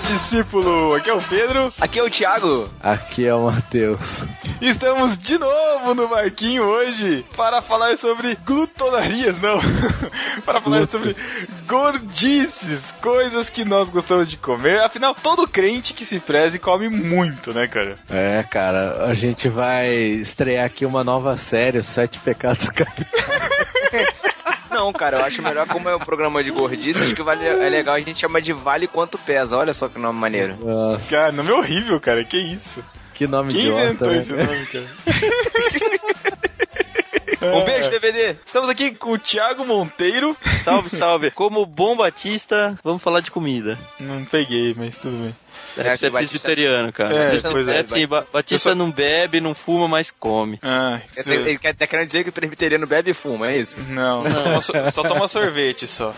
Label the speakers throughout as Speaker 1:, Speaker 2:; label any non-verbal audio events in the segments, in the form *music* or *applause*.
Speaker 1: discípulo. Aqui é o Pedro.
Speaker 2: Aqui é o Thiago.
Speaker 3: Aqui é o Matheus.
Speaker 1: Estamos de novo no barquinho hoje para falar sobre glutonarias, não. *laughs* para falar sobre gordices, coisas que nós gostamos de comer. Afinal, todo crente que se preze come muito, né, cara?
Speaker 3: É, cara, a gente vai estrear aqui uma nova série, Os Sete Pecados Capitais.
Speaker 2: Não, cara, eu acho melhor como é um programa de gordice, acho que vale, é legal a gente chama de Vale Quanto Pesa. Olha só que nome maneiro.
Speaker 1: Nossa. Cara, nome é horrível, cara. Que isso?
Speaker 3: Que nome
Speaker 1: Quem
Speaker 3: idiota.
Speaker 1: inventou
Speaker 3: né?
Speaker 1: esse nome, cara? *laughs*
Speaker 2: *laughs* Um beijo, DVD!
Speaker 1: Estamos aqui com o Thiago Monteiro.
Speaker 4: Salve, salve. Como bom batista, vamos falar de comida.
Speaker 1: Não peguei, mas tudo bem.
Speaker 2: É,
Speaker 4: É, você é
Speaker 2: batista-
Speaker 4: presbiteriano, cara.
Speaker 1: É,
Speaker 4: batista,
Speaker 1: pois é,
Speaker 4: é assim, ba- batista
Speaker 1: Eu só-
Speaker 4: não bebe, não fuma, mas come.
Speaker 1: Ah,
Speaker 2: Eu sei, Ele quer- tá querendo dizer que o presbiteriano bebe e fuma, é isso?
Speaker 1: Não, só toma, so- só toma sorvete só.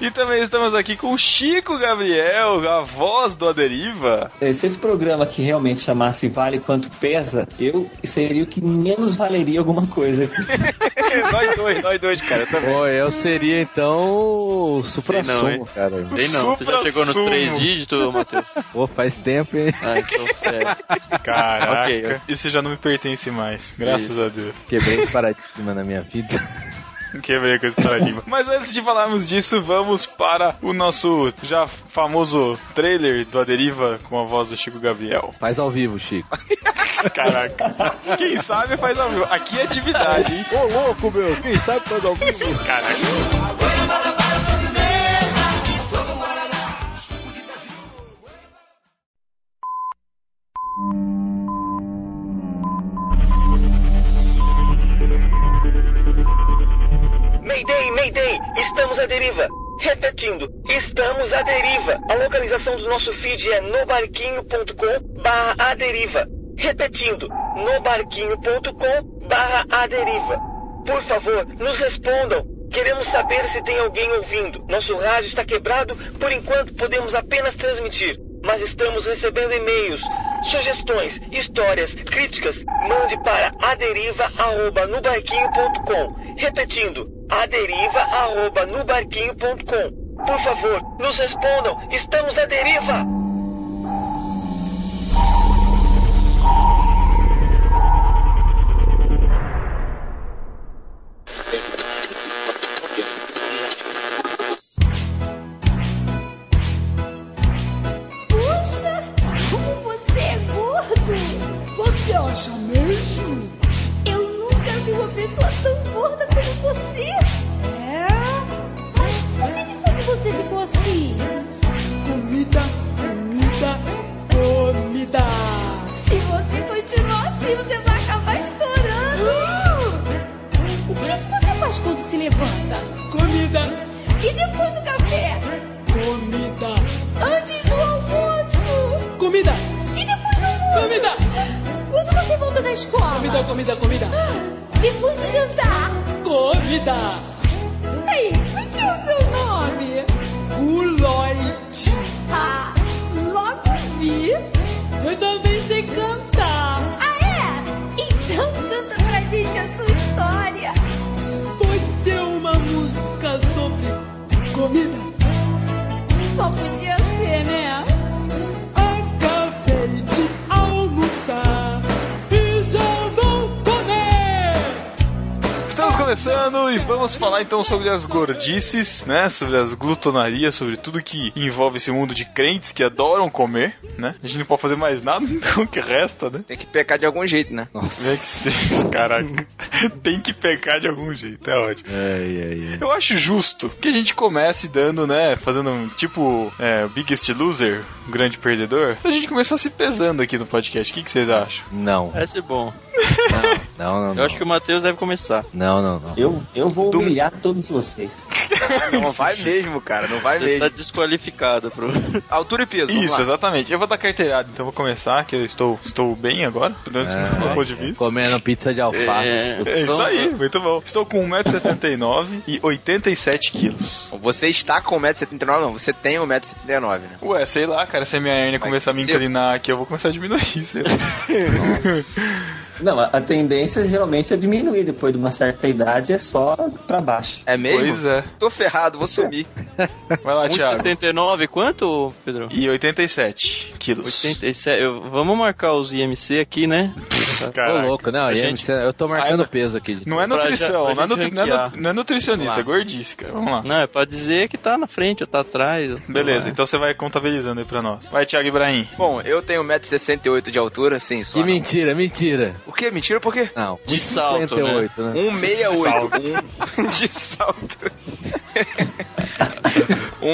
Speaker 1: e também estamos aqui com o Chico Gabriel, a voz do Aderiva.
Speaker 5: É, Se esse programa aqui realmente chamasse Vale Quanto Pesa, eu seria o que menos valeria alguma coisa.
Speaker 2: É, nós dois, nós dois, cara.
Speaker 3: Pô, eu seria então o supra
Speaker 4: Sei não, hein?
Speaker 3: cara.
Speaker 4: Sei não, você já
Speaker 1: Supra
Speaker 4: chegou nos
Speaker 1: sumo.
Speaker 4: três dígitos, Matheus?
Speaker 3: Pô, faz tempo, hein?
Speaker 4: Ah, então sério.
Speaker 1: Caraca,
Speaker 4: Ok.
Speaker 1: isso já não me pertence mais, graças a Deus.
Speaker 3: Quebrei esse paradigma na minha vida.
Speaker 1: *laughs* Quebrei com esse paradigma. Mas antes de falarmos disso, vamos para o nosso já famoso trailer do Aderiva com a voz do Chico Gabriel.
Speaker 3: Faz ao vivo, Chico.
Speaker 1: Caraca, *laughs* quem sabe faz ao vivo. Aqui é atividade, hein?
Speaker 3: Ô, louco, meu. Quem sabe faz ao vivo?
Speaker 1: Caraca.
Speaker 6: Mayday, Mayday, estamos à deriva. Repetindo, estamos à deriva. A localização do nosso feed é nobarquinho.com barra a deriva. Repetindo, nobarquinho.com barra a deriva. Por favor, nos respondam. Queremos saber se tem alguém ouvindo. Nosso rádio está quebrado, por enquanto podemos apenas transmitir. Mas estamos recebendo e-mails, sugestões, histórias, críticas. Mande para aderiva.nubarquinho.com. Repetindo, aderiva.nubarquinho.com. Por favor, nos respondam. Estamos à deriva!
Speaker 7: Puxa, como você é gordo! Você acha mesmo? Eu nunca vi uma pessoa tão gorda como você! É? Mas por que que foi que você ficou assim?
Speaker 8: Comida, comida, comida.
Speaker 7: Se você continuar assim, você vai acabar estourando! O que é que você faz quando se levanta?
Speaker 8: Comida,
Speaker 7: E depois do café?
Speaker 8: comida,
Speaker 7: Antes do almoço?
Speaker 8: comida,
Speaker 7: E depois do almoço?
Speaker 8: Comida!
Speaker 7: Quando você volta da escola?
Speaker 8: comida, comida, comida,
Speaker 7: Ah, Depois do jantar.
Speaker 8: comida.
Speaker 7: Ei, como é que é o seu nome?
Speaker 8: Guloide.
Speaker 7: Ah, logo vi.
Speaker 8: Eu também sei cantar.
Speaker 7: Ah, é? Então canta pra gente a sua história.
Speaker 8: Pode ser uma música sobre comida.
Speaker 7: Só podia ser, né?
Speaker 8: Acabei de almoçar e já vou comer.
Speaker 1: Estamos começando e vamos falar então sobre as gordices, né? Sobre as glutonarias, sobre tudo que envolve esse mundo de crentes que adoram comer, né? A gente não pode fazer mais nada, *laughs* então o que resta, né?
Speaker 2: Tem que pecar de algum jeito, né?
Speaker 1: Como é que seja, *laughs* caraca. Tem que pecar de algum jeito, é ótimo.
Speaker 3: Ai, ai, ai.
Speaker 1: Eu acho justo que a gente comece dando, né? Fazendo um tipo é, Biggest Loser, o grande perdedor. A gente começar se pesando aqui no podcast. O que, que vocês acham?
Speaker 3: Não,
Speaker 4: Essa é bom.
Speaker 3: não, não.
Speaker 4: Eu acho que o Matheus deve começar.
Speaker 3: Não, não, não.
Speaker 5: Eu, eu vou humilhar todos vocês.
Speaker 2: *laughs* Não vai mesmo, cara, não vai
Speaker 4: Ele tá
Speaker 2: mesmo.
Speaker 4: desqualificado pro.
Speaker 2: *laughs* Altura e peso, vamos
Speaker 1: Isso,
Speaker 2: lá.
Speaker 1: exatamente. Eu vou dar carteirada, então vou começar, que eu estou, estou bem agora, pelo menos *laughs* do meu
Speaker 3: Ah,
Speaker 1: ponto de vista.
Speaker 3: comendo pizza de alface.
Speaker 4: É.
Speaker 1: É isso
Speaker 4: Vamos-
Speaker 1: aí, muito bom. Estou com 1,79m e 87kg.
Speaker 2: Você está com 1,79m, não, você tem 1,79m, né?
Speaker 1: Ué, sei lá, cara, se a minha hernia
Speaker 2: Vai
Speaker 1: começar a me
Speaker 2: crescer.
Speaker 1: inclinar aqui, eu vou começar a diminuir, sei lá.
Speaker 5: Não, a, a tendência geralmente é diminuir depois de uma certa idade, é só pra baixo.
Speaker 2: É mesmo?
Speaker 1: Pois é.
Speaker 2: Tô ferrado, vou sumir.
Speaker 1: Vai lá, Thiago.
Speaker 6: 1,79 quanto, Pedro?
Speaker 1: E 87 quilos.
Speaker 6: 87. Eu- vamos marcar os IMC aqui, né?
Speaker 3: Ô,
Speaker 1: Caraca.
Speaker 3: louco, não,
Speaker 6: A
Speaker 3: eu,
Speaker 6: gente-
Speaker 3: eu tô marcando peso aqui.
Speaker 1: Não é
Speaker 6: Pra já-
Speaker 1: nutrição,
Speaker 6: pra
Speaker 1: não, é
Speaker 6: gente
Speaker 1: nutri- não é nu-
Speaker 6: ranquear.
Speaker 1: não é nutricionista, é
Speaker 6: Vamos
Speaker 1: gordice, cara. Vamos lá.
Speaker 6: Não, é pra dizer que tá na frente ou tá atrás. ou sei
Speaker 1: Beleza,
Speaker 6: lá.
Speaker 2: é.
Speaker 1: então você vai contabilizando aí pra nós. Vai, Thiago Ibrahim.
Speaker 2: Bom, eu tenho 1,68m de altura, sim, só.
Speaker 3: Que
Speaker 2: não.
Speaker 3: mentira, mentira.
Speaker 2: O quê? Mentira por quê?
Speaker 3: Não, um
Speaker 6: De salto, né?
Speaker 3: 58,
Speaker 2: *laughs*
Speaker 3: né?
Speaker 2: 168. Um- De salto.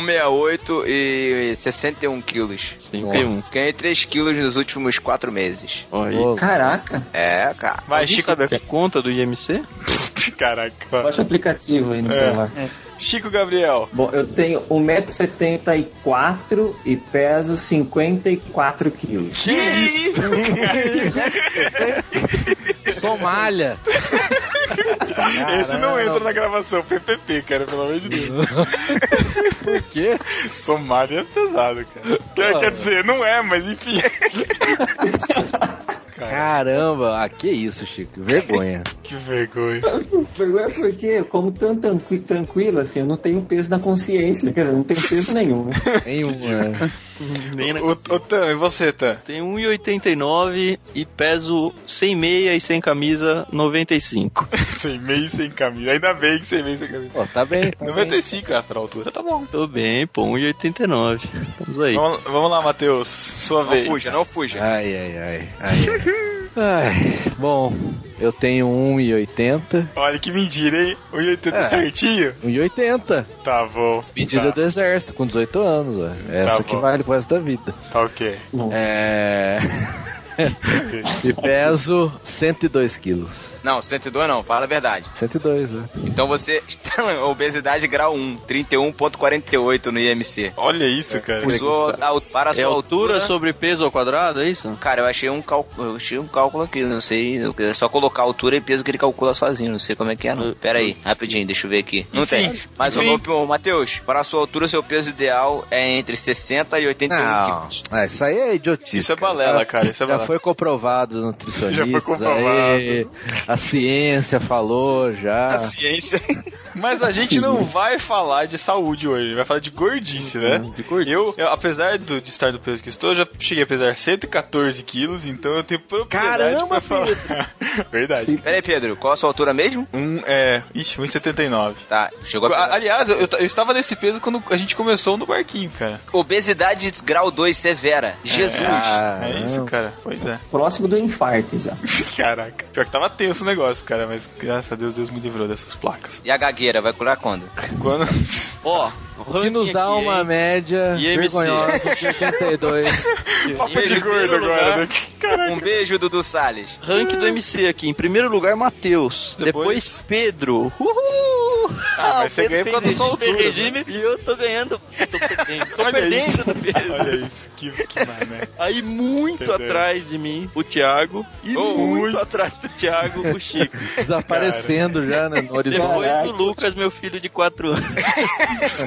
Speaker 2: 168 e 61 quilos.
Speaker 6: 51.
Speaker 2: Ganhei 3 quilos nos últimos 4 meses.
Speaker 6: Olha aí.
Speaker 3: Ô,
Speaker 5: Caraca,
Speaker 2: É, cara.
Speaker 1: Vai,
Speaker 6: Alguém
Speaker 1: Chico.
Speaker 6: sabe a conta do IMC?
Speaker 1: *laughs* Caraca.
Speaker 5: baixa o aplicativo aí no
Speaker 1: É.
Speaker 5: celular.
Speaker 1: Chico Gabriel.
Speaker 5: Bom, eu tenho 1,74m e peso 54 quilos.
Speaker 1: Que isso?
Speaker 3: Somália.
Speaker 1: *laughs* *laughs* Esse não entra na gravação, PPP, cara, pelo amor de Deus.
Speaker 3: Por quê?
Speaker 1: Somália é pesado, cara. Quer, quer dizer, não é, mas enfim. Cara,
Speaker 3: Caramba, ah, que isso, Chico,
Speaker 1: *laughs*
Speaker 3: que vergonha.
Speaker 1: que vergonha.
Speaker 5: Vergonha porque eu como tão tranqui- tranquilo assim, eu não tenho peso na consciência, quer dizer, eu não tenho peso nenhum. né?
Speaker 3: Em uma...
Speaker 6: Nem na
Speaker 1: O, o Tan, e você, Tan? *laughs*
Speaker 6: Tenho 1,89 e peso sem meia e sem camisa 95.
Speaker 1: Sem meio e sem camisa. Ainda bem que sem meio e sem camisa.
Speaker 3: Pô, tá bem.
Speaker 1: 95, ah, pra altura, tá bom.
Speaker 6: Tô bem, pô, 1,89. Vamos aí.
Speaker 1: Vamos, vamos lá, Matheus. Sua
Speaker 2: Não
Speaker 1: vez.
Speaker 2: fuja, não fuja.
Speaker 3: Ai, ai, ai, ai. ai. Ai, bom, eu tenho 1,80.
Speaker 1: Olha que mentira, hein? 1,80
Speaker 3: É.
Speaker 1: certinho?
Speaker 3: 1,80.
Speaker 1: Tá bom.
Speaker 3: Medida
Speaker 1: tá,
Speaker 3: do exército, com 18 anos. ó. Essa
Speaker 1: Tá
Speaker 3: que
Speaker 1: bom.
Speaker 3: vale pro resto da vida.
Speaker 1: Tá ok.
Speaker 3: *laughs* É. e peso 102 quilos.
Speaker 2: Não, 102 não, fala a verdade.
Speaker 3: 102, né?
Speaker 2: Então você está na obesidade grau 1, 31,48 no IMC.
Speaker 1: Olha isso, cara.
Speaker 2: Usou a, para a
Speaker 6: É
Speaker 2: sua
Speaker 6: altura sobre peso ao quadrado, é isso?
Speaker 2: Cara, eu achei um cálculo, eu achei um cálculo aqui, não sei, eu- é só colocar a altura e peso que ele calcula sozinho, não sei como é que é, não. Pera aí, rapidinho, deixa eu ver aqui. Não tem. Mas o
Speaker 1: enfim.
Speaker 2: meu, Matheus, para a sua altura, seu peso ideal é entre 60 e 81
Speaker 3: Não,
Speaker 2: quilos.
Speaker 3: ah, isso aí é idiotice.
Speaker 1: Isso é balela, cara, isso é
Speaker 3: já
Speaker 1: balela.
Speaker 3: foi comprovado
Speaker 1: *laughs*
Speaker 3: nutricionista.
Speaker 1: Já foi comprovado.
Speaker 3: a ciência falou já.
Speaker 2: *laughs* Ciência.
Speaker 1: Mas a gente não vai falar de saúde hoje, vai falar de gordice, né?
Speaker 3: Uhum,
Speaker 1: De gordice. Eu, eu, apesar do, de estar do peso que estou, eu já cheguei a pesar 114 quilos, então eu tenho propriedade
Speaker 3: Caramba,
Speaker 1: pra falar. *laughs* Verdade.
Speaker 5: Sim.
Speaker 2: Pera aí, Pedro, qual a sua altura mesmo?
Speaker 1: Um, é, ixi, 1,79.
Speaker 2: Tá, chegou a
Speaker 1: A-
Speaker 2: pesar-
Speaker 1: Aliás, eu, eu ta- eu estava nesse peso quando a gente começou no barquinho, cara.
Speaker 2: Obesidade grau 2 severa. Jesus.
Speaker 3: Ah,
Speaker 1: É isso, cara. Pois é.
Speaker 5: Próximo do infarto já.
Speaker 1: *laughs* Caraca. Pior que tava tenso o negócio, cara, mas graças a Deus, Deus me livrou dessas placas.
Speaker 2: E a gagueira, vai curar quando?
Speaker 1: Quando...
Speaker 6: Ó,
Speaker 3: O que nos dá
Speaker 6: ranking
Speaker 3: uma
Speaker 6: aqui, hein?
Speaker 3: média
Speaker 6: IMC.
Speaker 3: vergonhosa é
Speaker 1: *laughs*
Speaker 3: de 82.
Speaker 1: *laughs* Papo de
Speaker 6: Em
Speaker 1: gordo
Speaker 6: primeiro
Speaker 1: agora,
Speaker 6: lugar-
Speaker 1: né? Caraca.
Speaker 2: Um beijo, Dudu Salles.
Speaker 6: Rank do MC aqui. Em primeiro lugar, Matheus.
Speaker 1: Depois-
Speaker 6: Depois, Pedro. Uhul!
Speaker 1: Ah,
Speaker 6: o
Speaker 1: mas você
Speaker 6: Pedro
Speaker 1: ganha
Speaker 6: né? tem
Speaker 1: pela
Speaker 6: regime-
Speaker 1: sua altura,
Speaker 6: tem regime e eu tô ganhando. Tô perdendo, tô perdendo do Pedro.
Speaker 1: *laughs* Olha isso, que, que né? mané.
Speaker 6: Aí muito
Speaker 1: Entendeu.
Speaker 6: atrás de mim, o Thiago. E
Speaker 1: Oh,
Speaker 6: muito,
Speaker 1: muito.
Speaker 6: atrás do Thiago, o *laughs* Chico.
Speaker 3: Desaparecendo já, né? No horizonte.
Speaker 6: Depois
Speaker 5: Caraca.
Speaker 6: o Lucas, meu filho de 4 anos.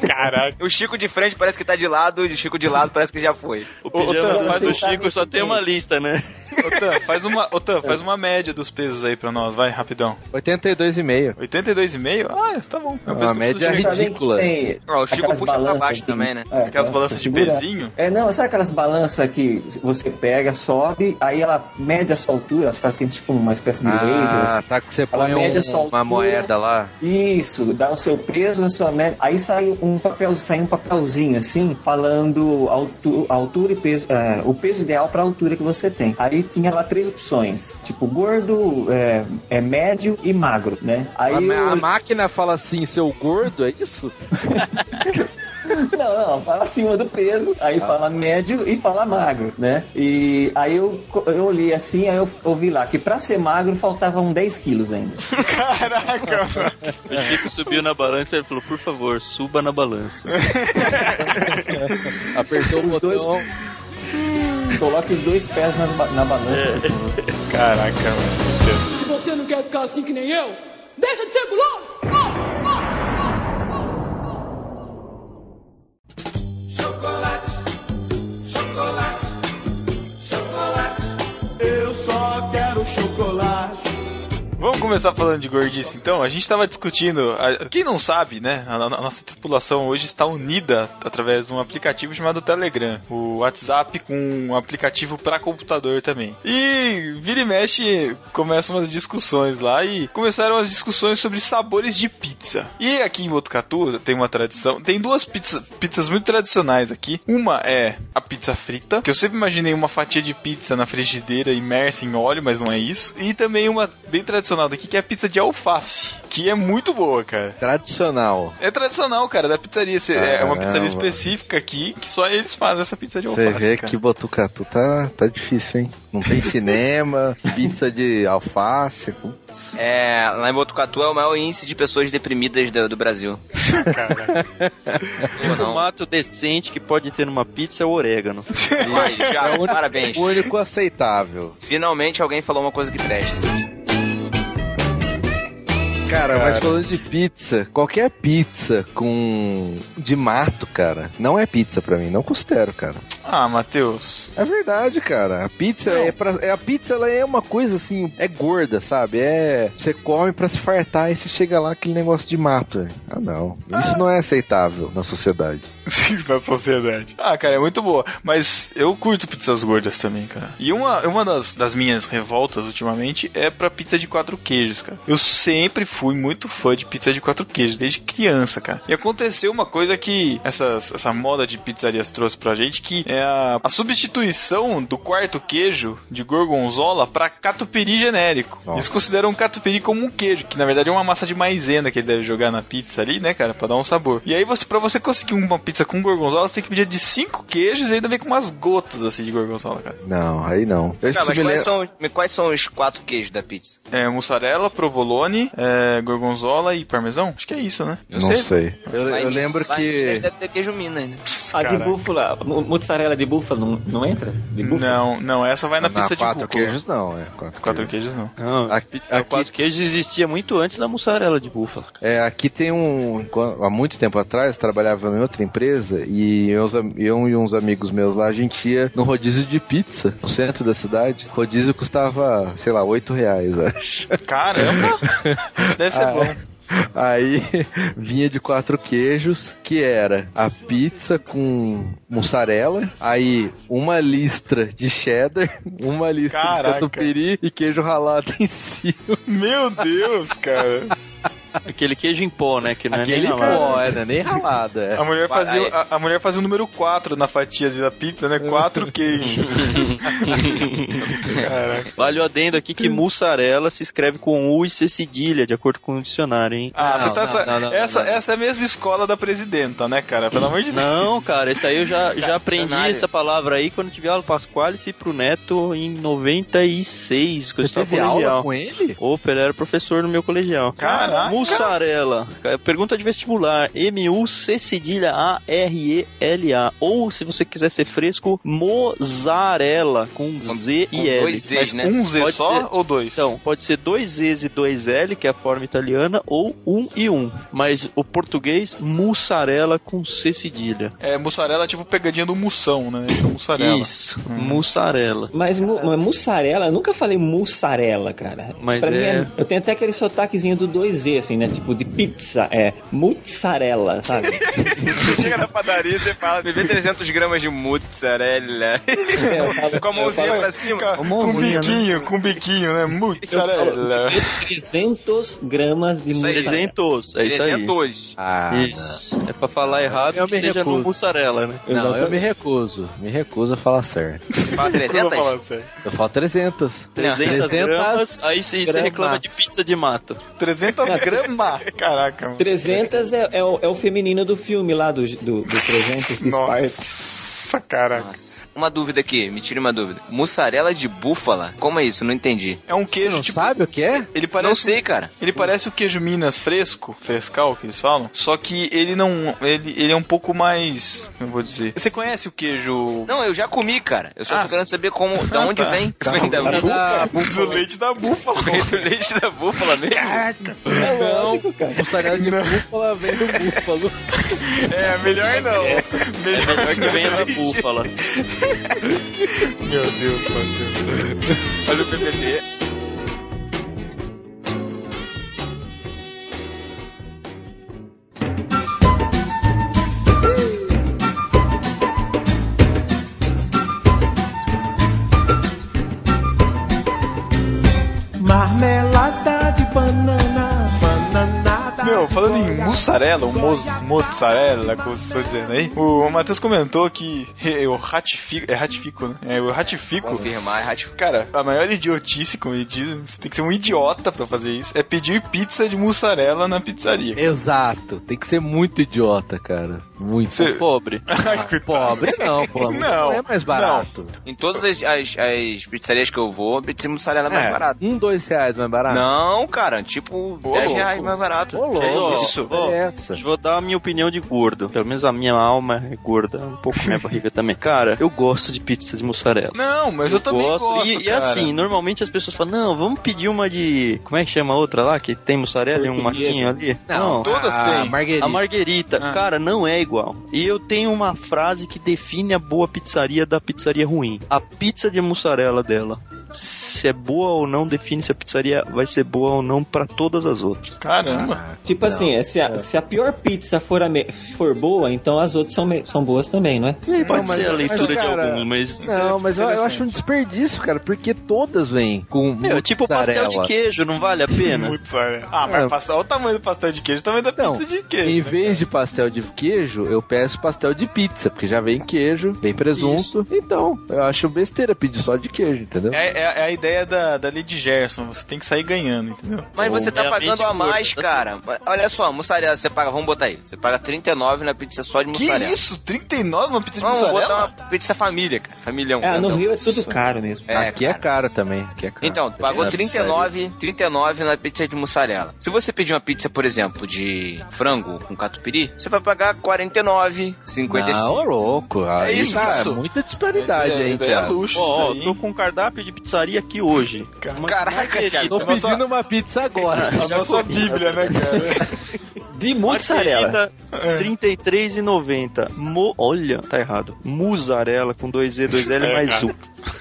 Speaker 1: Caraca.
Speaker 2: O Chico de frente parece que tá de lado, e o Chico de lado parece que já foi.
Speaker 6: O
Speaker 1: Ô, ô,
Speaker 6: pijama
Speaker 1: Tan,
Speaker 6: do faz o
Speaker 5: você sabe
Speaker 6: Chico, só tem
Speaker 5: que-
Speaker 6: uma lista, né?
Speaker 1: Otan, faz uma, Otan, faz uma média dos pesos aí pra nós, vai, rapidão.
Speaker 3: 82,5.
Speaker 1: 82,5 Ah, tá bom. É o
Speaker 3: Uma
Speaker 1: peso que eu
Speaker 3: média
Speaker 1: preciso chegar.
Speaker 5: Sabe
Speaker 3: ridícula.
Speaker 5: que tem
Speaker 2: Ó, o Chico
Speaker 5: aquelas
Speaker 2: puxa pra
Speaker 5: balanças
Speaker 2: baixo
Speaker 5: que-
Speaker 2: também, né?
Speaker 5: É,
Speaker 1: Aquelas balanças de
Speaker 5: segura-
Speaker 1: pezinho?
Speaker 5: É, não, sabe aquelas balanças que você pega, sobe, aí ela mede a sua altura, acho que ela tem tipo uma espécie de laser.
Speaker 3: Ah,
Speaker 5: assim.
Speaker 3: tá que você
Speaker 5: Ela
Speaker 3: põe
Speaker 5: mede
Speaker 3: um-
Speaker 5: a sua
Speaker 3: uma
Speaker 5: altura.
Speaker 3: moeda lá.
Speaker 5: Isso, dá o seu peso, a sua média. Aí sai um papel, sai um papelzinho assim, falando altu, altura e peso, é, o peso ideal pra altura que você tem. Aí tinha lá três opções, tipo gordo, é, é médio e magro, né? Aí
Speaker 3: A, ma-
Speaker 5: eu-
Speaker 3: a máquina fala assim, seu gordo, é isso?
Speaker 5: Não, *laughs* não, fala acima do peso, aí
Speaker 3: Ah.
Speaker 5: fala médio e fala magro, né? E aí eu, co- eu olhei assim, aí eu ouvi lá que pra ser magro faltavam 10 quilos ainda.
Speaker 1: Caraca, *laughs* mano.
Speaker 6: O Chico subiu na balança e ele falou, por favor, suba na balança.
Speaker 3: Apertou o
Speaker 5: Os
Speaker 3: botão.
Speaker 5: dois- Coloque os dois pés nas ba- na
Speaker 3: É.
Speaker 5: balança.
Speaker 1: Caraca, mano. Meu Deus.
Speaker 8: Se você não quer ficar assim que nem eu, deixa de ser guloso!
Speaker 9: Eu só quero chocolate.
Speaker 1: Vamos começar falando de gordice, então. A gente tava discutindo. a- Quem não sabe, né? A, a- a nossa tripulação hoje está unida através de um aplicativo chamado Telegram. O WhatsApp com um aplicativo para computador também. E vira e mexe, começam umas discussões lá e começaram as discussões sobre sabores de pizza. E aqui em Botucatu tem uma tradição. Tem duas pizzas, pizzas muito tradicionais aqui. Uma é a pizza frita, que eu sempre imaginei uma fatia de pizza na frigideira imersa em óleo, mas não é isso. E também uma bem tradicional daqui, que é a pizza de alface, que é muito boa, cara.
Speaker 3: Tradicional.
Speaker 1: É tradicional, cara, da pizzaria. Cê- é uma
Speaker 3: Caramba.
Speaker 1: pizzaria específica aqui, que só eles fazem essa pizza de
Speaker 3: Você
Speaker 1: alface.
Speaker 3: vê
Speaker 1: cara.
Speaker 3: que Botucatu tá, tá difícil, hein? Não *laughs* tem cinema, pizza de alface. putz.
Speaker 2: É, lá em Botucatu é o maior índice de pessoas deprimidas do, do Brasil.
Speaker 6: O
Speaker 2: Ou não.
Speaker 6: formato decente que pode ter numa pizza é o orégano.
Speaker 2: Aí, já, parabéns.
Speaker 3: O único aceitável.
Speaker 2: Finalmente alguém falou uma coisa que presta.
Speaker 3: Cara, mas falando de pizza, qualquer pizza com. de mato, cara, não é pizza pra mim, não considero, cara.
Speaker 1: Ah, Matheus.
Speaker 3: É verdade, cara. A pizza é pra, é- a pizza ela é uma coisa assim, é gorda, sabe? É você come pra se fartar e você chega lá aquele negócio de mato. velho. Ah, não. Isso não é aceitável na sociedade.
Speaker 1: *laughs* na sociedade. Ah, cara, é muito boa. Mas eu curto pizzas gordas também, cara. E uma, uma das, das minhas revoltas ultimamente é pra pizza de quatro queijos, cara. Eu sempre fui muito fã de pizza de quatro queijos, desde criança, cara. E aconteceu uma coisa que essas, essa moda de pizzarias trouxe pra gente, que é a, a substituição do quarto queijo de gorgonzola pra catupiry genérico.
Speaker 3: Nossa.
Speaker 1: Eles consideram o catupiry como um queijo, que na verdade é uma massa de maisena que ele deve jogar na pizza ali, né, cara, pra dar um sabor. E aí você, para você conseguir uma pizza com gorgonzola, você tem que pedir de cinco queijos e ainda vem com umas gotas assim de gorgonzola, cara.
Speaker 3: Não, aí não. Eu
Speaker 2: Tá, mas
Speaker 3: me
Speaker 2: quais
Speaker 3: lembro-
Speaker 2: são, quais são os quatro queijos da pizza?
Speaker 1: É mussarela, provolone, é, gorgonzola e parmesão. Acho que é isso, né?
Speaker 3: não sei. Eu,
Speaker 2: Lá em
Speaker 3: eu
Speaker 2: Minas-
Speaker 3: lembro
Speaker 2: lá em Minas
Speaker 3: que
Speaker 2: Deve ter queijo mina né? ainda.
Speaker 5: A Ah, de
Speaker 1: Caraca.
Speaker 5: búfala, mu- mussarela de búfala não, não entra? De búfala?
Speaker 1: Não, não, essa vai na,
Speaker 3: na,
Speaker 1: pizza de
Speaker 3: quatro
Speaker 1: rúcula.
Speaker 3: queijos É. não, é quatro,
Speaker 1: Quatro
Speaker 3: queijos.
Speaker 1: queijos É não.
Speaker 6: Não,
Speaker 3: Aqui-
Speaker 6: pizza de quatro queijos existia muito antes da mussarela de búfala.
Speaker 3: É, aqui tem um. Há muito tempo atrás, trabalhava em outra empresa e eu, eu e uns amigos meus lá, a gente ia no rodízio de pizza, no centro da cidade. O rodízio custava, sei lá, 8 reais, eu acho. *laughs*
Speaker 1: Caramba! Isso deve ser
Speaker 3: Ah,
Speaker 1: bom.
Speaker 3: *laughs* Aí vinha de quatro queijos, que era a pizza com mussarela, aí uma listra de cheddar, *laughs* uma listra
Speaker 1: Caraca.
Speaker 3: de catupiry e queijo ralado em cima.
Speaker 1: Meu Deus, cara.
Speaker 6: Aquele queijo em pó, né? Que não é
Speaker 3: Aquele
Speaker 6: nem ralado.
Speaker 3: pó, era nem ralado. é.
Speaker 1: A mulher,
Speaker 2: Vai,
Speaker 1: fazia,
Speaker 2: aí.
Speaker 1: a, a mulher fazia o número 4 na fatia da pizza,
Speaker 3: É.
Speaker 1: né? Quatro queijos. Caraca.
Speaker 6: Vale o adendo aqui que mussarela se escreve com U e C cedilha, de acordo com o dicionário, hein?
Speaker 1: Ah,
Speaker 3: Não,
Speaker 1: você tá.
Speaker 3: não,
Speaker 1: essa,
Speaker 3: não, não,
Speaker 1: essa,
Speaker 3: não, não.
Speaker 1: essa é a mesma escola da presidenta, né, cara?
Speaker 6: Hum.
Speaker 1: Pelo amor de Deus.
Speaker 6: Não, cara, isso aí eu já, já aprendi
Speaker 2: dicionário.
Speaker 6: essa palavra aí quando tive aula Pasquale e pro Neto em 96, que eu
Speaker 3: Você
Speaker 6: estava
Speaker 3: teve
Speaker 6: no
Speaker 3: aula
Speaker 6: colegial.
Speaker 3: com ele?
Speaker 6: Opa, ele era professor no meu colegial.
Speaker 1: Caraca!
Speaker 6: Mussarela. Pergunta de vestibular. M-U-C cedilha A-R-E-L-A. Ou, se você quiser ser fresco, mozzarella, com Z
Speaker 2: com
Speaker 6: e L.
Speaker 2: dois
Speaker 1: Mas
Speaker 2: Zs, né?
Speaker 1: um Z
Speaker 6: Pode
Speaker 1: só
Speaker 6: ser.
Speaker 1: ou dois?
Speaker 6: Então, pode ser dois Zs e dois L, que é a forma italiana, ou um e um. Mas o português, mussarela com C cedilha.
Speaker 1: É, mussarela é tipo pegadinha do mussão, né? Então, mussarela.
Speaker 6: Isso, mussarela.
Speaker 5: Mas, mu mas mussarela, eu nunca falei mussarela, cara.
Speaker 6: Mas
Speaker 5: pra
Speaker 6: é-
Speaker 5: mim, eu tenho até aquele sotaquezinho do 2Z, assim, né? Tipo de pizza, é mussarela, sabe?
Speaker 2: Você chega na padaria e você fala, me vê 300 gramas de mussarela.
Speaker 5: É, eu falo-
Speaker 2: Com a
Speaker 5: eu falo-
Speaker 2: mãozinha pra cima.
Speaker 1: Com,
Speaker 5: Uma
Speaker 1: com
Speaker 5: unha, né?
Speaker 1: biquinho, com biquinho, né? Mussarela.
Speaker 5: 300 gramas de
Speaker 2: Isso aí,
Speaker 5: mussarela.
Speaker 6: 300, é isso aí.
Speaker 2: 300.
Speaker 3: Ah,
Speaker 6: Isso. É pra falar errado
Speaker 3: Eu
Speaker 6: que
Speaker 3: me
Speaker 6: seja
Speaker 3: recuso.
Speaker 6: no mussarela, né?
Speaker 3: Não, eu
Speaker 5: Exatamente.
Speaker 3: me recuso. Me recuso a falar certo.
Speaker 2: Você fala 300?
Speaker 3: Eu falo 300.
Speaker 6: 300,
Speaker 3: 300
Speaker 6: gramas, aí você você
Speaker 3: gramas.
Speaker 6: reclama de pizza de mato.
Speaker 1: 300 gramas. *laughs* Caraca, mano.
Speaker 5: 300 é, é o, é o feminino do filme lá, do, do, do 300 de Esparta.
Speaker 1: Nossa, caraca.
Speaker 2: Uma dúvida aqui, me tira uma dúvida. Mussarela de búfala? Como é isso? Não entendi.
Speaker 1: É um
Speaker 3: Você
Speaker 1: queijo,
Speaker 3: não
Speaker 1: tipo.
Speaker 3: sabe o que é?
Speaker 1: Ele
Speaker 2: Não
Speaker 1: parece,
Speaker 2: sei, cara.
Speaker 1: ele parece o queijo Minas fresco, frescal que eles falam, só que ele não, ele, ele é um pouco mais, como eu vou dizer. Você conhece o queijo
Speaker 2: Não, eu já comi, cara. Eu só
Speaker 1: Ah,
Speaker 2: tô querendo saber como, da onde
Speaker 1: tá.
Speaker 2: vem. Vem da
Speaker 3: Cara
Speaker 2: búfala.
Speaker 3: da
Speaker 1: do
Speaker 3: búfala.
Speaker 1: leite da búfala?
Speaker 2: Vem do leite da búfala mesmo?
Speaker 5: É lógico, cara.
Speaker 3: Mussarela de búfala vem do búfalo.
Speaker 1: É, melhor não.
Speaker 6: É melhor que venha da
Speaker 1: leite.
Speaker 6: búfala.
Speaker 1: Meu Deus, meu Deus.
Speaker 2: Olha o PPT.
Speaker 9: salada de banana, bananada.
Speaker 1: Meu,
Speaker 9: de
Speaker 1: falando em
Speaker 9: goiaba,
Speaker 1: mussarela, o mo
Speaker 9: goiabada
Speaker 1: mozzarella,
Speaker 9: de
Speaker 1: como vocês estão
Speaker 9: banana.
Speaker 1: dizendo aí, o Matheus comentou que eu ratifico, é ratifico, né? É, eu ratifico.
Speaker 2: Confirmar é ratificar.
Speaker 1: Cara, a maior idiotice, como ele diz, você tem que ser um idiota pra fazer isso, é pedir pizza de mussarela na pizzaria.
Speaker 3: Exato. Tem que ser muito idiota, cara. Muito.
Speaker 1: Você-
Speaker 6: Pobre.
Speaker 1: Ai, coitado.
Speaker 3: Pobre não, pô.
Speaker 6: *laughs*
Speaker 1: Não,
Speaker 3: não é mais barato.
Speaker 2: Em todas as, as, as pizzarias que eu vou, a pizza de mussarela é mais
Speaker 3: É,
Speaker 2: barata.
Speaker 3: Um, dois reais mais barato.
Speaker 2: Não, cara, tipo
Speaker 1: Ô,
Speaker 2: 10
Speaker 1: louco.
Speaker 2: reais mais barato.
Speaker 3: Ô, louco.
Speaker 6: isso?
Speaker 3: Que é essa?
Speaker 6: Vou dar a minha opinião de gordo. Pelo menos a minha alma é gorda. Um pouco
Speaker 1: *laughs*
Speaker 6: minha barriga também. Cara, eu gosto de pizza de mussarela.
Speaker 1: Não, mas eu, também gosto,
Speaker 6: e, e
Speaker 1: cara.
Speaker 6: assim, normalmente as pessoas falam, não, vamos pedir uma de. Como é que chama a outra lá? Que tem mussarela e um maquinho ali?
Speaker 3: Não,
Speaker 1: todas
Speaker 3: Ah, a
Speaker 1: têm.
Speaker 3: Marguerita.
Speaker 6: A marguerita,
Speaker 1: Ah.
Speaker 6: cara, não é igual. E eu tenho uma frase que define a boa pizzaria da pizzaria ruim. A pizza de mussarela dela. Se é boa ou não, define se a pizzaria vai ser boa ou não pra todas as outras.
Speaker 1: Caramba.
Speaker 3: Ah.
Speaker 5: Tipo assim, é, se a, se a pior pizza for, a me- for boa, então as outras são, me- são boas também, não é?
Speaker 6: Pode
Speaker 3: mas-
Speaker 6: ser a
Speaker 3: mas,
Speaker 6: leitura de
Speaker 3: cara,
Speaker 6: alguns, mas.
Speaker 3: Não, mas eu, eu acho um desperdício, cara, porque todas vêm com
Speaker 6: Meu, tipo pastel de
Speaker 3: mussarela.
Speaker 6: queijo, não vale a pena?
Speaker 1: Mussarela. Ah, mas
Speaker 3: É.
Speaker 1: passa- olha o tamanho do pastel de queijo, o tamanho da
Speaker 3: Então,
Speaker 1: pizza de queijo.
Speaker 3: Em
Speaker 1: né,
Speaker 3: vez de pastel de queijo, eu peço pastel de pizza, porque já vem queijo, vem presunto. Então, eu acho besteira pedir só de queijo, entendeu?
Speaker 1: É, é- é a ideia da, da Lady Gerson, você tem que sair ganhando, entendeu?
Speaker 2: Mas você tá
Speaker 6: Obviamente
Speaker 2: pagando a
Speaker 6: gordo.
Speaker 2: mais, cara. Olha só, mussarela, você paga, vamos botar aí. Você paga 39 na pizza só de
Speaker 1: Que
Speaker 2: mussarela.
Speaker 1: isso? 39 uma pizza de
Speaker 2: Vamos
Speaker 1: mussarela?
Speaker 2: botar uma pizza família, cara. Familhão.
Speaker 5: É, no
Speaker 2: grandão.
Speaker 5: Rio é tudo caro mesmo.
Speaker 2: É,
Speaker 3: aqui é caro também. Aqui é caro.
Speaker 2: Então, tu pagou
Speaker 3: É,
Speaker 2: 39, 39 na pizza de mussarela. Se você pedir uma pizza, por exemplo, de frango com catupiry, você vai pagar 49, 55.
Speaker 3: Não, ô louco. Aí
Speaker 1: isso.
Speaker 3: tá, é muita disparidade aí,
Speaker 1: é, é
Speaker 3: cara.
Speaker 1: luxo
Speaker 6: Ó, ó,
Speaker 1: isso daí,
Speaker 6: tô
Speaker 1: hein?
Speaker 6: com um cardápio de pizzaria aqui hoje. Uma
Speaker 2: Caraca, Thiago.
Speaker 3: Tô pedindo uma pizza
Speaker 2: *laughs*
Speaker 3: agora.
Speaker 1: é A nossa bíblia, né, cara?
Speaker 5: De mussarela.
Speaker 1: É.
Speaker 6: 33,90. Mo... Olha, tá errado. Muzarela com 2E, 2L
Speaker 1: É,
Speaker 6: mais
Speaker 1: cara.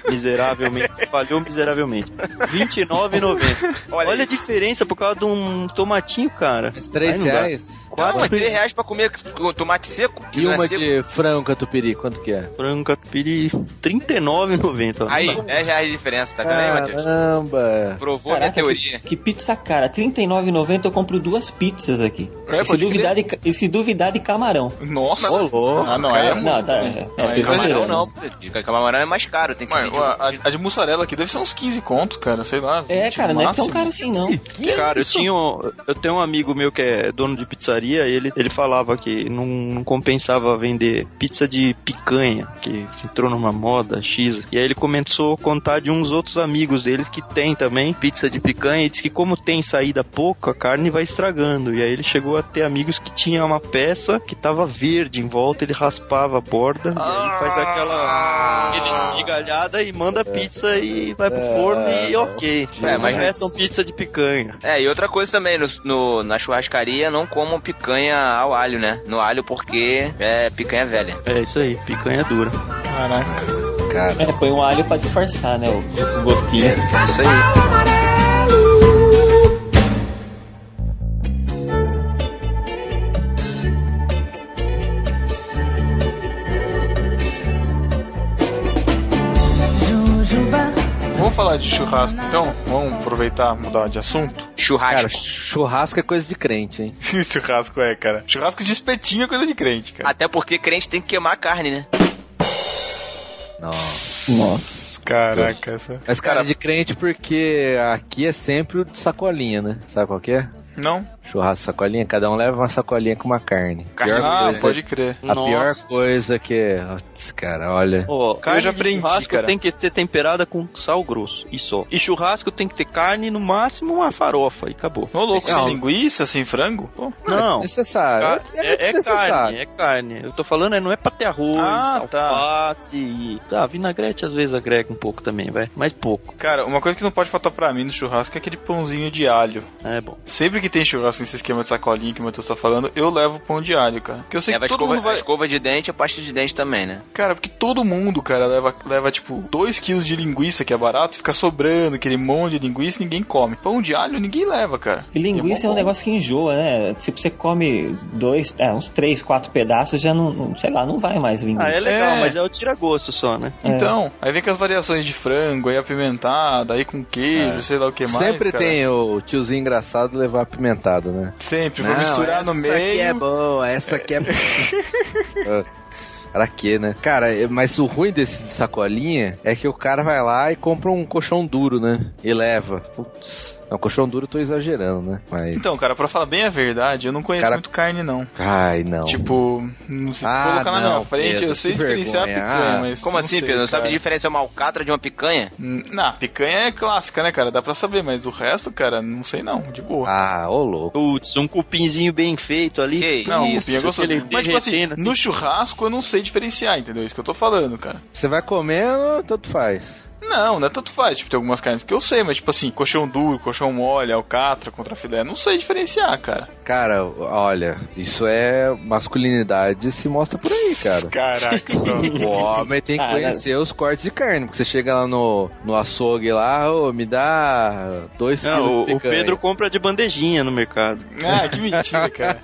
Speaker 6: 1. Miseravelmente. Falhou miseravelmente.
Speaker 2: *laughs*
Speaker 6: 29,90. Olha, a diferença por causa de um tomatinho, cara.
Speaker 3: Mas três
Speaker 6: Aí não dá.
Speaker 3: reais.
Speaker 2: Não, mas
Speaker 6: Quatro
Speaker 2: 3 reais pra comer tomate seco? que
Speaker 3: E
Speaker 2: não é
Speaker 3: uma
Speaker 2: seco.
Speaker 3: de frango catupiry, quanto que é?
Speaker 6: frango catupiry 39,90.
Speaker 2: Aí, 10 reais de diferença, tá vendo
Speaker 1: Ah,
Speaker 2: aí, Matheus?
Speaker 3: Caramba.
Speaker 2: Provou
Speaker 5: Caraca,
Speaker 2: minha teoria.
Speaker 5: Que, que pizza cara. R$39,90 eu compro duas pizzas aqui.
Speaker 1: É,
Speaker 5: e, se
Speaker 1: pode
Speaker 5: duvidar de, ca- e se duvidar de camarão.
Speaker 1: Nossa.
Speaker 3: Ô, louco.
Speaker 1: Ah, não, aí é muito.
Speaker 5: não,
Speaker 1: bom.
Speaker 5: tá. É,
Speaker 1: Não,
Speaker 5: é,
Speaker 1: aí não é
Speaker 5: tô
Speaker 2: Camarão
Speaker 5: exagerando.
Speaker 2: não, porque camarão é mais caro, tem que
Speaker 1: Mas,
Speaker 2: pedir.
Speaker 1: ó, a, a de mussarela aqui deve ser uns 15 conto, cara, sei lá.
Speaker 5: É,
Speaker 1: 20
Speaker 5: cara, não é tão
Speaker 1: máximo.
Speaker 5: caro assim não.
Speaker 6: Cara, eu, tinha um- eu tenho um amigo meu que é dono de pizzaria e ele, ele falava que não, não compensava vender pizza de picanha, que, que entrou numa moda X. E aí ele começou a contar de uns outros amigos deles que tem também pizza de picanha e disse que como tem saída pouca, a carne vai estragando. E aí ele chegou a ter amigos que tinha uma peça que tava verde em volta, ele raspava a borda e aí faz aquela... Ele esmigalhada e manda a pizza e vai pro forno e ok.
Speaker 2: É, mas
Speaker 6: não é são pizza de picanha.
Speaker 2: É, e outra coisa também, no, no- na churrascaria não comam picanha ao alho, né? No alho porque é picanha velha.
Speaker 6: É isso aí, picanha dura.
Speaker 1: Caraca.
Speaker 3: Cara.
Speaker 5: É, põe um alho pra disfarçar, né? O gostinho.
Speaker 2: É isso aí.
Speaker 5: né?
Speaker 1: Vamos falar de churrasco, então? Vamos aproveitar mudar de assunto? *laughs*
Speaker 3: Cara,
Speaker 2: Churrasco.
Speaker 3: churrasco é coisa de crente, hein?
Speaker 1: churrasco é, cara. Churrasco de espetinho é coisa de crente, cara.
Speaker 2: Até porque crente tem que queimar a carne, né?
Speaker 3: Nossa.
Speaker 1: Caraca, essa...
Speaker 3: Mas cara, de crente porque aqui é sempre o de sacolinha, né? Sabe qual que é?
Speaker 1: Não?
Speaker 3: Churrasco sacolinha, cada um leva uma sacolinha com uma carne.
Speaker 2: Carne-
Speaker 3: Pior
Speaker 1: Ah,
Speaker 3: coisa-
Speaker 5: né?
Speaker 1: pode crer.
Speaker 3: A pior coisa que é. Putz, cara, olha.
Speaker 6: Ó, carne
Speaker 1: já
Speaker 6: de
Speaker 1: aprendi,
Speaker 6: churrasco
Speaker 1: cara.
Speaker 6: tem que ser temperada com sal grosso e só. E churrasco tem que ter carne, no máximo uma farofa e acabou.
Speaker 1: Ô, louco,
Speaker 3: Não.
Speaker 1: sem linguiça, sem frango? Pô.
Speaker 6: Não,
Speaker 3: É necessário.
Speaker 6: ca- é, é carne,
Speaker 3: desnecessário.
Speaker 6: é carne. Eu tô falando, é, não é pra ter arroz,
Speaker 1: Ah, tá.
Speaker 6: alface e... Tá, vinagrete às vezes agrega um pouco também, vai. Mas pouco.
Speaker 1: Cara, uma coisa que não pode faltar pra mim no churrasco é aquele pãozinho de alho.
Speaker 6: É bom.
Speaker 1: Sempre que tem churrasco negócio nesse esquema de sacolinha que o Matheus tá falando, eu levo pão de alho, cara. Porque eu sei
Speaker 2: Leva
Speaker 1: que
Speaker 2: a
Speaker 1: todo
Speaker 2: É, escova,
Speaker 1: mundo vai.
Speaker 2: a escova de dente e a pasta de dente também, né?
Speaker 1: Cara, porque todo mundo, cara, leva, leva tipo 2 quilos de linguiça, que é barato, fica sobrando aquele monte de linguiça e ninguém come. Pão de alho ninguém leva, cara.
Speaker 5: E linguiça é, um
Speaker 1: bom.
Speaker 5: negócio que enjoa, né? Tipo, você come dois, é, uns três, quatro pedaços, já não, não- sei lá, não vai mais linguiça.
Speaker 6: Ah, é legal,
Speaker 1: É.
Speaker 6: mas é o tira-gosto só, né?
Speaker 5: É.
Speaker 1: Então, aí vem com as variações de frango, aí apimentada, aí com queijo, sei lá o que mais.
Speaker 3: Sempre
Speaker 1: é cara.
Speaker 3: tem o tiozinho engraçado levar apimentado, né?
Speaker 1: Sempre, vou Tipo, misturar no meio.
Speaker 3: Essa aqui é boa, essa aqui é
Speaker 1: *laughs*
Speaker 3: boa. Pra quê, né? Cara, eu- mas o ruim desse de sacolinha é que o cara vai lá e compra um colchão duro, né? E leva. Putz. Não, colchão duro eu tô exagerando, né? Mas.
Speaker 1: Então, cara, pra falar bem a verdade, eu não conheço
Speaker 3: Cara-
Speaker 1: muito carne, não.
Speaker 3: Ai, não.
Speaker 1: Tipo, não sei
Speaker 3: Então, Ah,
Speaker 1: colocar na
Speaker 3: não,
Speaker 1: minha frente,
Speaker 3: Pedro,
Speaker 1: eu sei
Speaker 3: que
Speaker 1: diferenciar
Speaker 3: vergonha.
Speaker 1: a picanha,
Speaker 3: Ah,
Speaker 1: mas.
Speaker 2: Como
Speaker 1: não
Speaker 2: assim,
Speaker 1: sei,
Speaker 2: Pedro? Não
Speaker 1: cara.
Speaker 2: sabe diferenciar uma alcatra de uma picanha?
Speaker 1: Hum, Não, picanha é clássica, né, cara? Dá pra saber, mas o resto, cara, não sei não, de boa.
Speaker 3: Ah, ô louco.
Speaker 6: Putz, um cupinzinho bem feito ali.
Speaker 2: Que
Speaker 1: não,
Speaker 2: isso,
Speaker 1: cupim é gostoso.
Speaker 6: aquele
Speaker 1: Mas, tipo assim,
Speaker 6: derretendo, assim.
Speaker 1: no churrasco eu não sei diferenciar, entendeu? É Isso que eu tô falando, cara.
Speaker 3: Você vai comendo, tanto faz.
Speaker 1: Não, não é tanto faz. Tipo, tem algumas carnes que eu sei, mas, tipo assim, colchão duro, colchão mole, alcatra, contra filé, não sei diferenciar, cara.
Speaker 3: Cara, olha, isso é masculinidade se mostra por aí, cara.
Speaker 1: Caraca, mano.
Speaker 3: O homem tem que
Speaker 5: Cara.
Speaker 3: conhecer os cortes de carne, porque você chega lá no, no açougue lá, ô, me dá dois
Speaker 6: Não,
Speaker 3: quilos de
Speaker 6: o, o
Speaker 3: picanha.
Speaker 6: Pedro compra de bandejinha no mercado.
Speaker 1: *laughs* ah, que mentira, cara.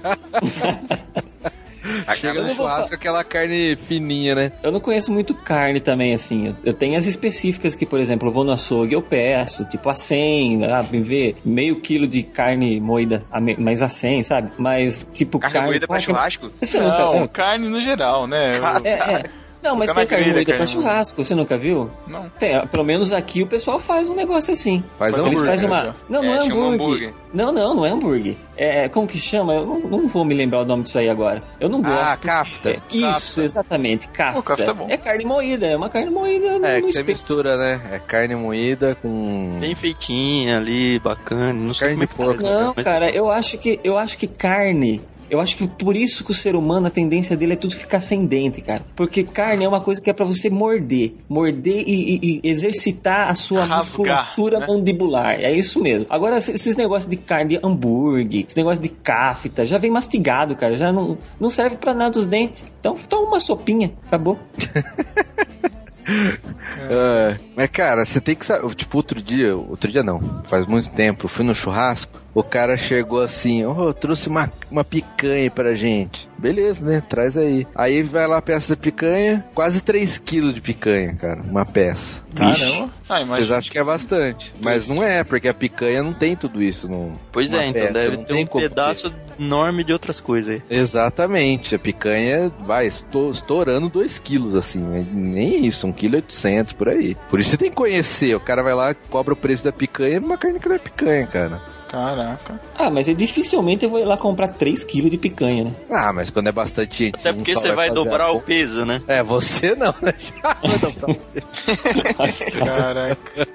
Speaker 3: chega
Speaker 5: Eu
Speaker 3: no
Speaker 5: não vou
Speaker 3: churrasco aquela carne fininha, né?
Speaker 5: Eu não conheço muito carne também, assim. Eu, eu tenho as específicas que, por exemplo, eu vou no açougue, eu peço, tipo a 100, ah, me vê meio quilo de carne moída, a me- mas a 100, sabe? Mas, tipo,
Speaker 2: Carne moída pra
Speaker 5: como é
Speaker 2: churrasco?
Speaker 5: que- Você nunca...
Speaker 1: Não, carne no geral, né?
Speaker 5: é, é. Não, mas
Speaker 1: Nunca
Speaker 5: tem
Speaker 1: na
Speaker 5: carne
Speaker 1: grelha,
Speaker 5: moída pra
Speaker 1: carne moída.
Speaker 5: churrasco, você nunca viu?
Speaker 1: Eu- não.
Speaker 5: Tem, ah, pelo menos aqui o pessoal faz um negócio assim.
Speaker 3: Faz
Speaker 1: Mas
Speaker 5: Eles
Speaker 3: um hambúrguer.
Speaker 5: fazem
Speaker 1: né?
Speaker 5: uma. Não, não é,
Speaker 2: É, chama
Speaker 5: hambúrguer.
Speaker 2: hambúrguer.
Speaker 5: Não, não, não é hambúrguer. É, como que chama? Eu não, não vou me lembrar o nome disso aí agora. Eu não gosto.
Speaker 3: Ah,
Speaker 5: porque-
Speaker 3: capta.
Speaker 5: É, isso, exatamente. Capta.
Speaker 1: O capta é bom.
Speaker 5: carne moída, é uma carne moída no,
Speaker 3: É,
Speaker 5: no
Speaker 3: que você
Speaker 5: espeto.
Speaker 3: mistura, né? É carne moída com...
Speaker 2: Hum.
Speaker 6: Bem feitinha ali, bacana. Não sei
Speaker 3: Carne
Speaker 6: como é que
Speaker 3: de porco. né?
Speaker 6: faz,
Speaker 5: Não,
Speaker 1: então
Speaker 6: mas-
Speaker 5: cara, eu acho que eu acho que carne. Eu acho que por isso que o ser humano, a tendência dele é tudo ficar sem dente, cara. Porque carne é uma coisa que é pra você morder. Morder e, e- e exercitar a sua
Speaker 1: Rasgar,
Speaker 5: musculatura
Speaker 1: né?
Speaker 5: mandibular. É isso mesmo. Agora, esses esses negócios de carne de hambúrguer, esse negócio de cafta, já vem mastigado, cara. Já não, não serve pra nada os dentes. Então, toma uma sopinha. Acabou.
Speaker 3: É, mas cara, você tem que saber. Tipo, outro dia, outro dia não, faz muito tempo, eu fui no churrasco, o cara chegou assim, ô, eu trouxe uma, uma picanha pra gente. Beleza, né? Traz aí. Aí ele vai lá, peça da picanha, quase 3 quilos de picanha, cara, uma peça.
Speaker 1: Caramba. Ah,
Speaker 3: Vocês
Speaker 1: imagina.
Speaker 3: acham que é bastante, mas não é, porque a picanha não tem tudo isso. Não...
Speaker 6: Pois
Speaker 3: uma
Speaker 6: é, então
Speaker 3: peça,
Speaker 6: deve
Speaker 3: não
Speaker 6: ter
Speaker 3: tem
Speaker 6: um
Speaker 3: como ter.
Speaker 6: pedaço enorme de outras coisas aí.
Speaker 3: Exatamente, a picanha vai esto- estourando 2 quilos, assim, né? nem isso, 1,8 kg por aí. Por isso você tem que conhecer, o cara vai lá, cobra o preço da picanha, é uma carne que não é picanha, cara.
Speaker 1: Caraca.
Speaker 5: Ah, mas eu dificilmente eu vou ir lá comprar 3 kg de picanha, né?
Speaker 3: Ah, mas quando é bastante gente...
Speaker 6: Até
Speaker 3: um
Speaker 6: porque
Speaker 3: só
Speaker 6: você vai
Speaker 3: fazer a
Speaker 6: dobrar o
Speaker 3: conta.
Speaker 6: peso, né?
Speaker 3: É, você não, né? Já vai dobrar o
Speaker 1: Caraca.
Speaker 3: peso.